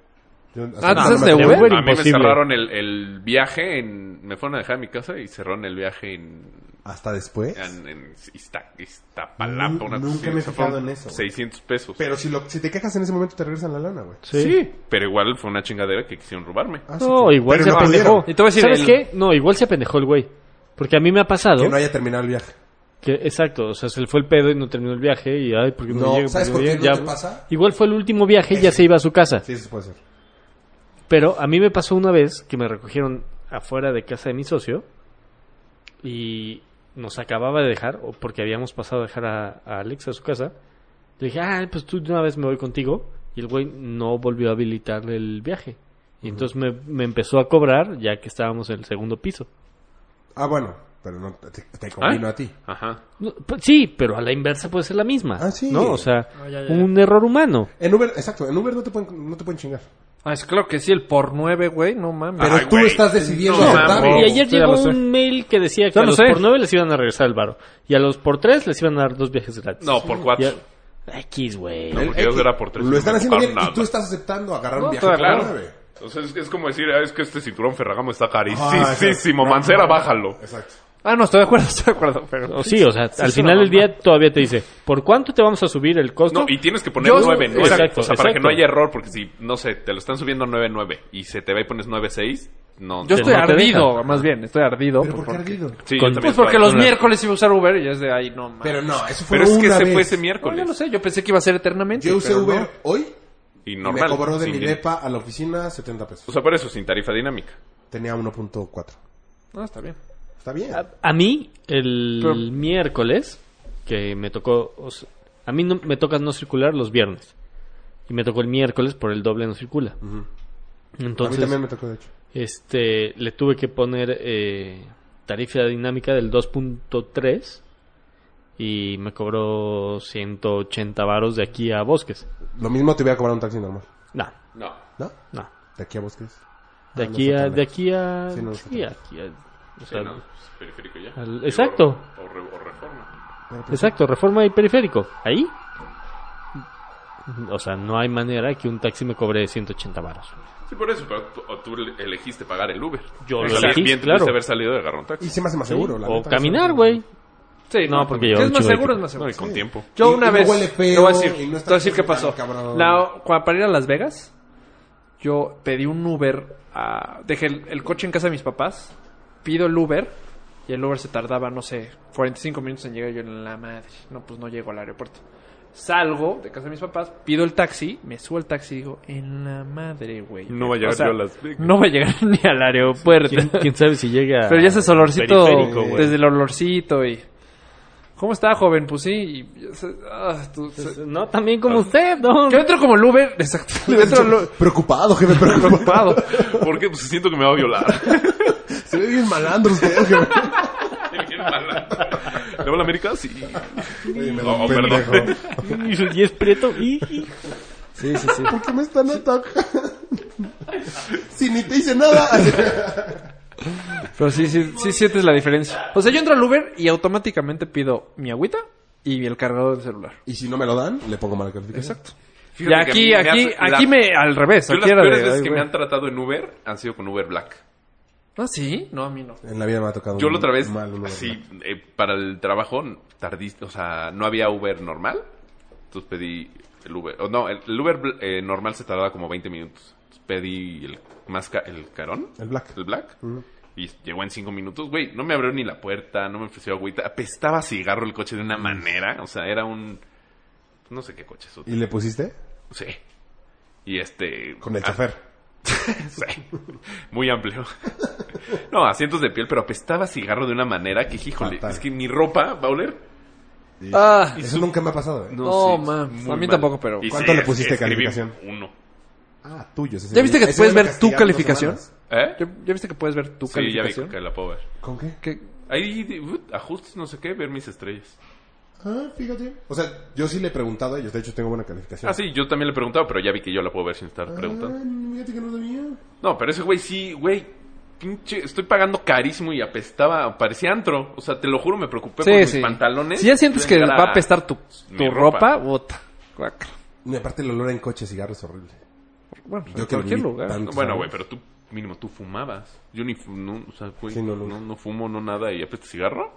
Speaker 6: Yo-
Speaker 2: Ah,
Speaker 6: hasta
Speaker 2: ¿tú
Speaker 6: ahorita
Speaker 2: sabes
Speaker 6: no
Speaker 2: de
Speaker 6: me-
Speaker 4: De
Speaker 2: Uber?
Speaker 4: Uber
Speaker 5: a mí me
Speaker 4: imposible.
Speaker 5: cerraron el, el viaje en... Me fueron a dejar a mi casa y cerraron el viaje en...
Speaker 6: Hasta después.
Speaker 5: En, en Ista- Iztapalapa,
Speaker 6: Nu-
Speaker 5: una cosa así.
Speaker 6: nunca me he
Speaker 5: O sea, fueron
Speaker 6: fijado en eso, güey.
Speaker 5: 600 pesos.
Speaker 6: Pero si, lo, si te quejas en ese momento te regresan la lana, güey.
Speaker 4: Sí.
Speaker 5: Pero igual fue una chingadera que quisieron robarme.
Speaker 6: Ah, sí,
Speaker 4: No,
Speaker 6: sí.
Speaker 4: igual
Speaker 6: Pero
Speaker 4: se
Speaker 6: no
Speaker 4: apendejó.
Speaker 6: pudieron.
Speaker 2: Y te voy a decir
Speaker 4: ¿Sabes
Speaker 2: el-
Speaker 4: qué? No, igual se apendejó el güey. Porque a mí me ha pasado.
Speaker 6: Que no haya terminado el viaje.
Speaker 4: Que, exacto, o sea, se le fue el pedo y no terminó el viaje y ay, porque no,
Speaker 6: No,
Speaker 4: llega,
Speaker 6: ¿sabes
Speaker 4: ¿por qué
Speaker 6: por
Speaker 4: no
Speaker 6: qué no
Speaker 4: llega?
Speaker 6: te pasa?
Speaker 4: Igual fue el último viaje y ya se iba a su casa.
Speaker 6: Sí, eso puede ser.
Speaker 4: Pero a mí me pasó una vez que me recogieron afuera de casa de mi socio y nos acababa de dejar, o porque habíamos pasado a dejar a, a Alex a su casa. Le dije, ah, pues tú de una vez me voy contigo. Y el güey no volvió a habilitar el viaje. Y entonces me, me empezó a cobrar ya que estábamos en el segundo piso.
Speaker 6: Ah, bueno. Pero no te, te convino
Speaker 5: ¿Ah?
Speaker 6: a ti.
Speaker 5: Ajá.
Speaker 4: No, pues sí, pero a la inversa puede ser la misma.
Speaker 6: Ah, sí.
Speaker 4: ¿No? O sea,
Speaker 2: Ah, ya, ya, ya.
Speaker 4: un error humano.
Speaker 6: En Uber, exacto. En Uber no te pueden, no te pueden chingar.
Speaker 2: Ah, es claro que sí, el por nueve, güey, no mames.
Speaker 6: Pero
Speaker 5: Ay,
Speaker 6: tú
Speaker 5: güey.
Speaker 6: estás decidiendo
Speaker 5: No,
Speaker 6: aceptarlo.
Speaker 5: mames.
Speaker 4: Y ayer
Speaker 2: Sí, ya
Speaker 4: llegó
Speaker 2: lo sé.
Speaker 4: un mail que decía que
Speaker 2: Ya
Speaker 4: a
Speaker 2: lo
Speaker 4: los
Speaker 2: sé.
Speaker 4: por nueve les iban a regresar el varo. Y a los por tres les iban a dar dos viajes gratis.
Speaker 5: No, por cuatro.
Speaker 4: Y a- X, güey.
Speaker 5: No, porque yo era por tres.
Speaker 6: Lo están
Speaker 5: No
Speaker 6: haciendo
Speaker 5: me
Speaker 6: bien
Speaker 5: pagaron
Speaker 6: y tú
Speaker 5: nada.
Speaker 6: estás aceptando agarrar
Speaker 2: No,
Speaker 6: un viaje
Speaker 2: está
Speaker 6: por
Speaker 2: claro.
Speaker 6: nueve.
Speaker 5: O sea, es, es como decir, ah, es que este cinturón Ferragamo está
Speaker 6: Ah,
Speaker 5: carísimo.
Speaker 6: exacto.
Speaker 5: Mancera,
Speaker 6: No, no, no.
Speaker 5: bájalo.
Speaker 6: Exacto.
Speaker 2: Ah, no, estoy de acuerdo, estoy de acuerdo, pero...
Speaker 4: O sí, o sea,
Speaker 2: Oh, Sí,
Speaker 4: al
Speaker 2: es una
Speaker 4: final del
Speaker 2: mamá.
Speaker 4: día todavía te dice, ¿por cuánto te vamos a subir el costo?
Speaker 5: No, y tienes que poner
Speaker 2: Yo-
Speaker 5: 9, ¿no?
Speaker 4: Exacto,
Speaker 5: o sea, para que
Speaker 4: exacto.
Speaker 5: no haya error, porque si, no sé, te lo están subiendo 9-9 y se te va y pones 9-6, no.
Speaker 2: Yo
Speaker 4: Pero
Speaker 2: estoy
Speaker 4: no te
Speaker 2: ardido,
Speaker 4: dejan.
Speaker 2: más bien, estoy ardido.
Speaker 6: ¿Pero por qué
Speaker 2: porque-
Speaker 6: ardido?
Speaker 5: Sí,
Speaker 4: Con-
Speaker 5: yo también
Speaker 2: Pues
Speaker 5: estoy
Speaker 2: porque los
Speaker 5: ardido.
Speaker 2: miércoles iba a usar Uber y es de ahí, no mames.
Speaker 6: Pero no, eso fue
Speaker 5: Pero es que
Speaker 6: una
Speaker 5: se
Speaker 6: vez.
Speaker 5: fue ese
Speaker 2: No,
Speaker 5: miércoles.
Speaker 2: ya lo sé, yo pensé que iba a ser eternamente.
Speaker 6: Yo usé
Speaker 2: pero
Speaker 6: Uber
Speaker 2: no.
Speaker 6: hoy
Speaker 5: Y
Speaker 6: y
Speaker 5: normal.
Speaker 6: me cobró de
Speaker 5: sin
Speaker 6: mi
Speaker 5: dinero.
Speaker 6: depa a la oficina 70
Speaker 5: O
Speaker 6: pesos.
Speaker 5: sea, por eso, sin tarifa dinámica.
Speaker 6: Tenía 1.4.
Speaker 2: No, está bien.
Speaker 6: Está bien.
Speaker 4: A mí, el
Speaker 2: Pero-
Speaker 4: miércoles, que me tocó, o sea, a mí no, me toca no circular los viernes. Y me tocó el miércoles por el doble no circula. Entonces,
Speaker 6: a mí también me tocó, de hecho.
Speaker 4: Este, le tuve que poner eh, tarifa dinámica del 2.3 y me cobró 180 varos de aquí a Bosques.
Speaker 6: Lo mismo te voy a cobrar un taxi normal.
Speaker 4: No,
Speaker 5: No.
Speaker 6: ¿No?
Speaker 4: no.
Speaker 6: De aquí a Bosques.
Speaker 4: De
Speaker 6: Ah,
Speaker 4: aquí
Speaker 6: no
Speaker 4: a
Speaker 6: está tan
Speaker 4: de aquí a
Speaker 6: Sí, no está
Speaker 4: sí,
Speaker 6: tan
Speaker 4: aquí a- o
Speaker 5: Sí,
Speaker 4: sea,
Speaker 5: no, pues, periférico ya.
Speaker 4: al- exacto.
Speaker 5: O, o re- o reforma.
Speaker 6: pues
Speaker 4: Exacto, Reforma y Periférico. Ahí. O sea, no hay manera que un taxi me cobre 180 varos.
Speaker 5: Sí, por eso, pero tú, o tú le- elegiste pagar el Uber.
Speaker 4: Yo
Speaker 5: O
Speaker 4: lo
Speaker 5: sea, bien-
Speaker 4: elegí,
Speaker 5: bien te
Speaker 4: claro.
Speaker 5: pudiste haber salido de agarrar un taxi.
Speaker 6: Y se me hace más seguro. la
Speaker 4: o
Speaker 6: neta, no sé.
Speaker 4: caminar, güey.
Speaker 2: Sí,
Speaker 4: No, porque yo
Speaker 2: ¿Qué es más
Speaker 4: chido de que-
Speaker 2: seguro? Es más
Speaker 5: No,
Speaker 2: seguro.
Speaker 5: y con tiempo.
Speaker 2: Yo
Speaker 6: Y-
Speaker 2: una
Speaker 6: y no
Speaker 2: vez.
Speaker 6: huele feo,
Speaker 2: te voy a decir,
Speaker 6: y no está
Speaker 2: te voy a decir qué
Speaker 6: tan
Speaker 2: pasó.
Speaker 6: cabrón.
Speaker 2: La- cua- para ir a Las Vegas, yo pedí un Uber. a- dejé el, el coche en casa de mis papás. Pido el Uber. Y el Uber se tardaba, no sé, 45 minutos en llegar. Yo en la madre. No, pues no llego al aeropuerto. Salgo de casa de mis papás, pido el taxi, me subo al taxi y digo, en la madre, güey.
Speaker 5: No va a llegar yo a Las Vegas.
Speaker 2: No va a llegar ni al aeropuerto.
Speaker 4: ¿Quién, quién sabe si llega
Speaker 2: Pero ya ese olorcito,
Speaker 4: Periférico, güey.
Speaker 2: desde el olorcito y... ¿Cómo está, joven? Pues sí, y- ya se- ah, tú- se-
Speaker 4: No, también
Speaker 5: Ah.
Speaker 4: como usted, no.
Speaker 2: Yo entro como el Uber, exacto. Yo entro al Uber
Speaker 6: Preocupado, jefe, preocupado.
Speaker 2: preocupado.
Speaker 5: Porque pues, siento que me va a violar.
Speaker 6: se ve bien malandro usted, jefe.
Speaker 5: Oh, Bien mala. ¿Le va a la América? Sí.
Speaker 6: Oye,
Speaker 5: No,
Speaker 6: me da un pendejo.
Speaker 5: perdón.
Speaker 4: Y es prieto. Y- y-
Speaker 6: Sí, sí, sí. ¿Por qué me están atacando? si ni te hice nada.
Speaker 2: Pero sí, sí, sí sientes la diferencia. O sea, yo entro al Uber y automáticamente pido mi agüita y el cargador del celular.
Speaker 6: Y si no me lo dan, le pongo mala calificación.
Speaker 2: Exacto.
Speaker 5: Fíjate
Speaker 2: y aquí,
Speaker 5: que a mí
Speaker 2: aquí,
Speaker 5: hace- la-
Speaker 2: aquí me, al revés.
Speaker 5: Yo las
Speaker 2: Aquí era
Speaker 5: peores
Speaker 2: de,
Speaker 5: veces
Speaker 2: ay,
Speaker 5: que me
Speaker 2: güey.
Speaker 5: han tratado en Uber han sido con Uber Black.
Speaker 2: Ah, sí, no, a mí no.
Speaker 6: En la vida me ha tocado
Speaker 5: Yo
Speaker 6: un
Speaker 5: la otra vez,
Speaker 6: mal uno,
Speaker 5: así,
Speaker 6: ¿verdad?
Speaker 5: eh, para el trabajo, tardiste, o sea, no había Uber normal. Entonces pedí el Uber, o no, el, el Uber bl- eh, normal se tardaba como 20 minutos. Entonces pedí el, más ca- el carón,
Speaker 6: El black.
Speaker 5: el black, y llegó en 5 minutos. Güey, no me abrió ni la puerta, no me ofreció agüita. Apestaba cigarro el coche de una manera, o sea, era un... No sé qué coche es. otro.
Speaker 6: ¿Y le pusiste?
Speaker 5: Sí. Y este...
Speaker 6: Con el
Speaker 5: ah,
Speaker 6: chofer.
Speaker 5: Sí. Muy amplio. No, asientos de piel, pero apestaba cigarro de una manera que, híjole,
Speaker 6: Fatal.
Speaker 5: es que mi ropa va a oler.
Speaker 2: Ah,
Speaker 6: Eso nunca me ha pasado, ¿eh?
Speaker 2: No,
Speaker 5: sí,
Speaker 2: man.
Speaker 5: muy
Speaker 2: A mí tampoco, pero-
Speaker 5: Y
Speaker 6: ¿Cuánto le pusiste
Speaker 5: es que escribí
Speaker 6: calificación?
Speaker 5: Uno.
Speaker 6: Ah, tuyo. ese
Speaker 2: ¿Ya viste que
Speaker 6: ese
Speaker 2: puedes
Speaker 6: me
Speaker 2: ver tu
Speaker 6: castigaron dos
Speaker 2: calificación?
Speaker 6: semanas.
Speaker 5: ¿Eh?
Speaker 2: ¿Ya, ya viste que puedes ver tu
Speaker 5: Sí, ya vi
Speaker 2: calificación?
Speaker 5: que la puedo ver.
Speaker 6: ¿Con qué?
Speaker 2: Que-
Speaker 5: Ahí, de- uh, ajustes, no sé qué, ver mis estrellas.
Speaker 6: Ah, fíjate. O sea, yo sí le he preguntado a ellos. De hecho, tengo buena calificación.
Speaker 5: Ah, sí, yo también le preguntaba, pero ya vi que yo la puedo ver sin estar preguntando.
Speaker 6: Ah, fíjate que no es la mía.
Speaker 5: No, pero ese güey sí, güey. Pinche, estoy pagando carísimo y apestaba, parecía antro. O sea, te lo juro, me preocupé por mis pantalones.
Speaker 2: Si ya sientes que
Speaker 5: Era
Speaker 2: va a apestar tu,
Speaker 5: mi
Speaker 2: tu ropa, bota. guácala.
Speaker 6: Y aparte el olor en coche, cigarro es horrible.
Speaker 2: Bueno,
Speaker 6: Yo
Speaker 2: en
Speaker 6: que
Speaker 2: cualquier
Speaker 6: viví
Speaker 2: lugar.
Speaker 6: tantos
Speaker 5: Bueno,
Speaker 6: años.
Speaker 5: güey, pero tú, mínimo, tú fumabas. Yo ni, fu- no, o sea, güey,
Speaker 6: Sí, no,
Speaker 5: no,
Speaker 6: no.
Speaker 5: no fumo, no nada, y apesta cigarro.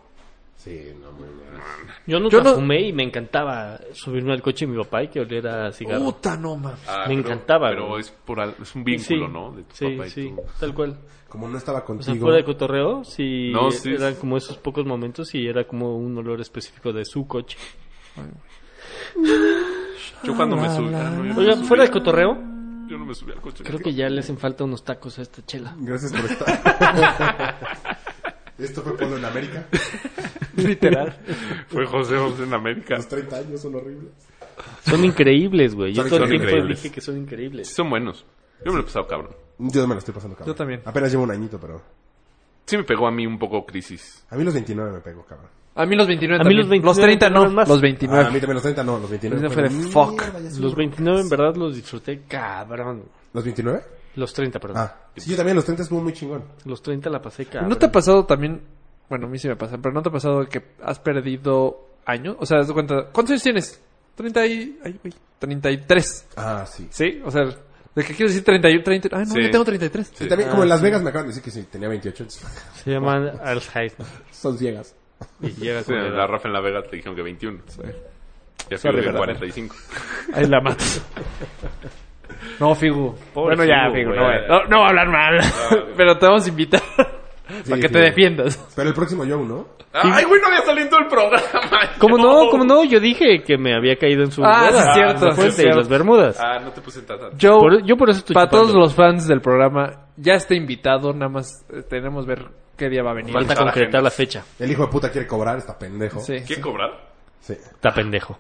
Speaker 6: Sí, no, muy bien.
Speaker 4: Yo nunca
Speaker 2: Yo no-
Speaker 4: fumé y me encantaba subirme al coche de mi papá y que oliera a cigarro.
Speaker 2: Puta, no, mames.
Speaker 5: Ah,
Speaker 4: Me
Speaker 5: pero-
Speaker 4: encantaba,
Speaker 5: Pero
Speaker 4: güey.
Speaker 5: es, por, al- es un
Speaker 4: Sí,
Speaker 5: vínculo, ¿no? De tu
Speaker 4: sí,
Speaker 5: papá y
Speaker 4: sí,
Speaker 5: tu-
Speaker 4: tal cual.
Speaker 6: Como no estaba
Speaker 4: O sea,
Speaker 6: contigo.
Speaker 4: fuera de cotorreo, sí,
Speaker 5: No, sí,
Speaker 4: eran
Speaker 5: sí.
Speaker 4: como esos pocos momentos y era como un olor específico de su coche.
Speaker 5: Yo cuando me subí... ah, no, yo, no
Speaker 4: Oigan,
Speaker 5: me
Speaker 4: fuera de
Speaker 5: subí
Speaker 4: cotorreo,
Speaker 5: yo no me subí al coche.
Speaker 4: creo que ya le hacen falta unos tacos a esta chela.
Speaker 6: Gracias por estar. Esto fue Polo en América.
Speaker 2: Literal.
Speaker 5: Fue José José en América.
Speaker 6: Los 30 años son horribles.
Speaker 4: Son increíbles, güey. Yo
Speaker 6: Son
Speaker 4: todo el tiempo
Speaker 5: increíbles.
Speaker 4: dije que son
Speaker 5: Sí,
Speaker 4: increíbles.
Speaker 5: son buenos. Yo me lo he pasado cabrón.
Speaker 6: Yo me lo estoy pasando cabrón.
Speaker 2: Yo también.
Speaker 6: Apenas llevo un añito, pero...
Speaker 5: Sí me pegó a mí un poco crisis.
Speaker 6: A mí los 29 me pegó, cabrón.
Speaker 2: A mí los 29
Speaker 4: A mí
Speaker 2: también.
Speaker 4: los 29
Speaker 2: Los 30 no,
Speaker 4: fueron más.
Speaker 2: los
Speaker 6: Ah, a
Speaker 2: 29.
Speaker 6: mí también los 30, no, los 29.
Speaker 2: Los 29 fue de
Speaker 6: Mierda,
Speaker 2: fuck.
Speaker 6: ya son
Speaker 4: Los
Speaker 6: rucas.
Speaker 4: 29 en verdad los disfruté cabrón.
Speaker 6: ¿Los 29?
Speaker 4: Los 30, perdón.
Speaker 6: Ah, sí, yo también los 30 estuvo muy chingón.
Speaker 4: Los 30 la pasé cabrón.
Speaker 2: ¿No te ha pasado también? Bueno, a mí sí me pasa, pero ¿no te ha pasado que has perdido años? O sea, haz de cuenta, ¿cuántos años tienes? 30 y... Ay, güey, 33.
Speaker 6: Ah, sí.
Speaker 2: ¿Sí? O sea, ¿de qué quieres decir 31? 30? Ay, no,
Speaker 5: Sí. Ah,
Speaker 2: yo tengo 33.
Speaker 6: Y también, como en Las Vegas me acaban de decir que sí, tenía 28, entonces,
Speaker 4: Se llaman Alzheimer.
Speaker 6: son ciegas.
Speaker 4: Y llega
Speaker 5: Sí,
Speaker 4: con
Speaker 5: a
Speaker 4: el-
Speaker 5: la Rafa en La Vega te dijeron que 21. Ya
Speaker 2: Sorry,
Speaker 5: subí de
Speaker 2: verdad.
Speaker 5: 45.
Speaker 2: Ahí la matas. No, Figu.
Speaker 4: Pobre
Speaker 2: bueno, ya,
Speaker 4: Figu,
Speaker 2: Figu.
Speaker 4: güey.
Speaker 2: No, güey. no, no voy a hablar mal. pero te vamos a invitar para que
Speaker 6: sí.
Speaker 2: te defiendas.
Speaker 6: Pero el próximo yo, ¿no?
Speaker 5: ¡Ay, güey, no había salido en todo el programa!
Speaker 4: ¿Cómo no? ¿Cómo no? Yo dije que me había caído en su
Speaker 2: Ah,
Speaker 4: boda.
Speaker 2: sí, cierto,
Speaker 4: La fuente
Speaker 2: sí, cierto.
Speaker 4: y las Bermudas.
Speaker 5: Ah, no te puse en taza.
Speaker 2: Joe,
Speaker 4: Por- yo por eso estoy
Speaker 2: para todos
Speaker 4: chupando.
Speaker 2: los fans del programa, ya está invitado. Nada más eh, tenemos ver qué día va a venir.
Speaker 4: Falta
Speaker 5: Está la
Speaker 4: concretar la fecha.
Speaker 6: El hijo de puta quiere cobrar, está pendejo.
Speaker 2: Sí,
Speaker 5: ¿Qué
Speaker 2: sí.
Speaker 5: cobrar?
Speaker 6: Sí.
Speaker 4: Está pendejo.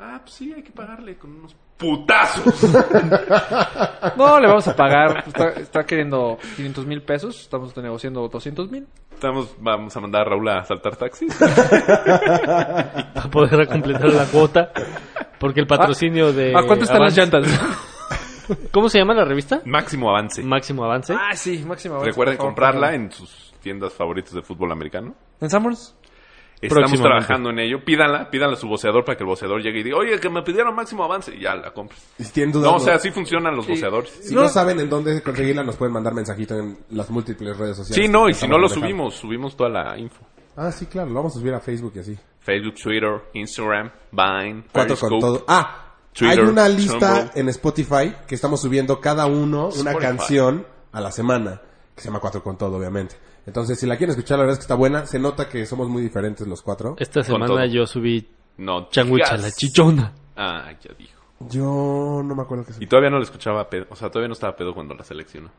Speaker 5: Ah, pues sí, hay que pagarle con unos putazos.
Speaker 2: No, le vamos a pagar. Está, está queriendo 500 mil pesos. Estamos negociando 200 mil.
Speaker 5: Estamos, vamos a mandar a Raúl a saltar taxis.
Speaker 4: Para poder completar la cuota. Porque el patrocinio de...
Speaker 2: Ah, ¿A cuánto están
Speaker 4: Avance-
Speaker 2: las llantas?
Speaker 4: ¿Cómo se llama la revista?
Speaker 5: Máximo avance.
Speaker 4: Máximo Avance.
Speaker 2: ah, sí, máxima. avance,
Speaker 5: Recuerden
Speaker 2: por favor,
Speaker 5: comprarla
Speaker 2: por
Speaker 5: en sus tiendas favoritas de fútbol americano.
Speaker 2: favor. ¿En Summers?
Speaker 5: Estamos
Speaker 4: Próximamente.
Speaker 5: trabajando en ello. Pídanla, pídanla a su voceador para que el voceador llegue y diga, oye, que me pidieron máximo avance. Y ya la compras.
Speaker 6: Y si tienen dudas,
Speaker 5: No, o
Speaker 6: no-
Speaker 5: sea, así funcionan los voceadores.
Speaker 6: si no, saben en dónde conseguirla, nos pueden mandar mensajito en las múltiples redes sociales.
Speaker 5: Sí,
Speaker 6: que
Speaker 5: no, y
Speaker 6: estamos
Speaker 5: si no lo
Speaker 6: manejando.
Speaker 5: subimos, subimos toda la info.
Speaker 6: Ah, sí, claro, lo vamos a subir a Facebook y así.
Speaker 5: Facebook, Twitter, Instagram, Vine,
Speaker 6: Cuatro con
Speaker 5: Periscope.
Speaker 6: todo. Ah,
Speaker 5: Twitter,
Speaker 6: hay una lista
Speaker 5: Tumblr.
Speaker 6: en Spotify que estamos subiendo cada uno una
Speaker 5: Spotify.
Speaker 6: canción a la semana, que se llama Cuatro con todo, obviamente. Entonces, si la quieren escuchar, la verdad es que está buena. Se nota que somos muy diferentes los cuatro.
Speaker 4: Esta
Speaker 5: todo.
Speaker 4: semana yo subí
Speaker 5: No,
Speaker 4: changuicha,
Speaker 5: digas.
Speaker 4: la chichona.
Speaker 5: Ah, ya dijo.
Speaker 6: Yo no me acuerdo qué
Speaker 5: Y
Speaker 6: se...
Speaker 5: todavía no la escuchaba pedo. O sea, todavía no estaba pedo cuando la seleccionó.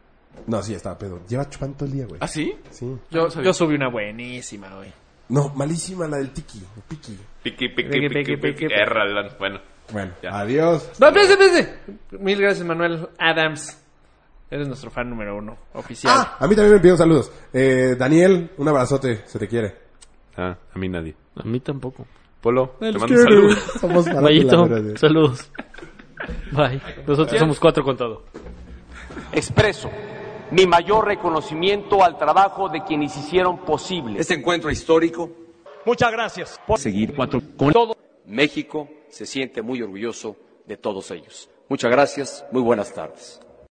Speaker 6: No, sí, estaba pedo. Lleva chupando todo el día, güey.
Speaker 5: ¿Ah, sí?
Speaker 6: Sí.
Speaker 2: Yo, yo subí una buenísima hoy.
Speaker 6: No, malísima la del Tiki. el Tiki.
Speaker 2: Piqui,
Speaker 5: Piqui, piqui, piqui,
Speaker 2: piqui,
Speaker 5: piqui,
Speaker 2: piqui, piqui.
Speaker 5: Erralan. Bueno.
Speaker 6: Bueno,
Speaker 5: Ya.
Speaker 6: adiós.
Speaker 2: No, espérate, espérate. Mil gracias, Manuel Adams. Eres nuestro fan número uno, oficial.
Speaker 6: Ah, a mí también me pidieron saludos. Eh, Daniel, un abrazote, se te quiere.
Speaker 5: Ah, a mí nadie.
Speaker 4: A mí tampoco.
Speaker 5: Polo, te
Speaker 2: los
Speaker 5: mando un saludo.
Speaker 6: Somos
Speaker 4: Mayito,
Speaker 6: maravillosos.
Speaker 4: saludos. Bye. Nosotros somos cuatro con todo.
Speaker 7: Expreso, mi mayor reconocimiento al trabajo de quienes hicieron posible
Speaker 8: Este encuentro histórico
Speaker 7: Muchas gracias. Por
Speaker 8: seguir cuatro con todo. México se siente muy orgulloso de todos ellos. Muchas gracias, muy buenas tardes.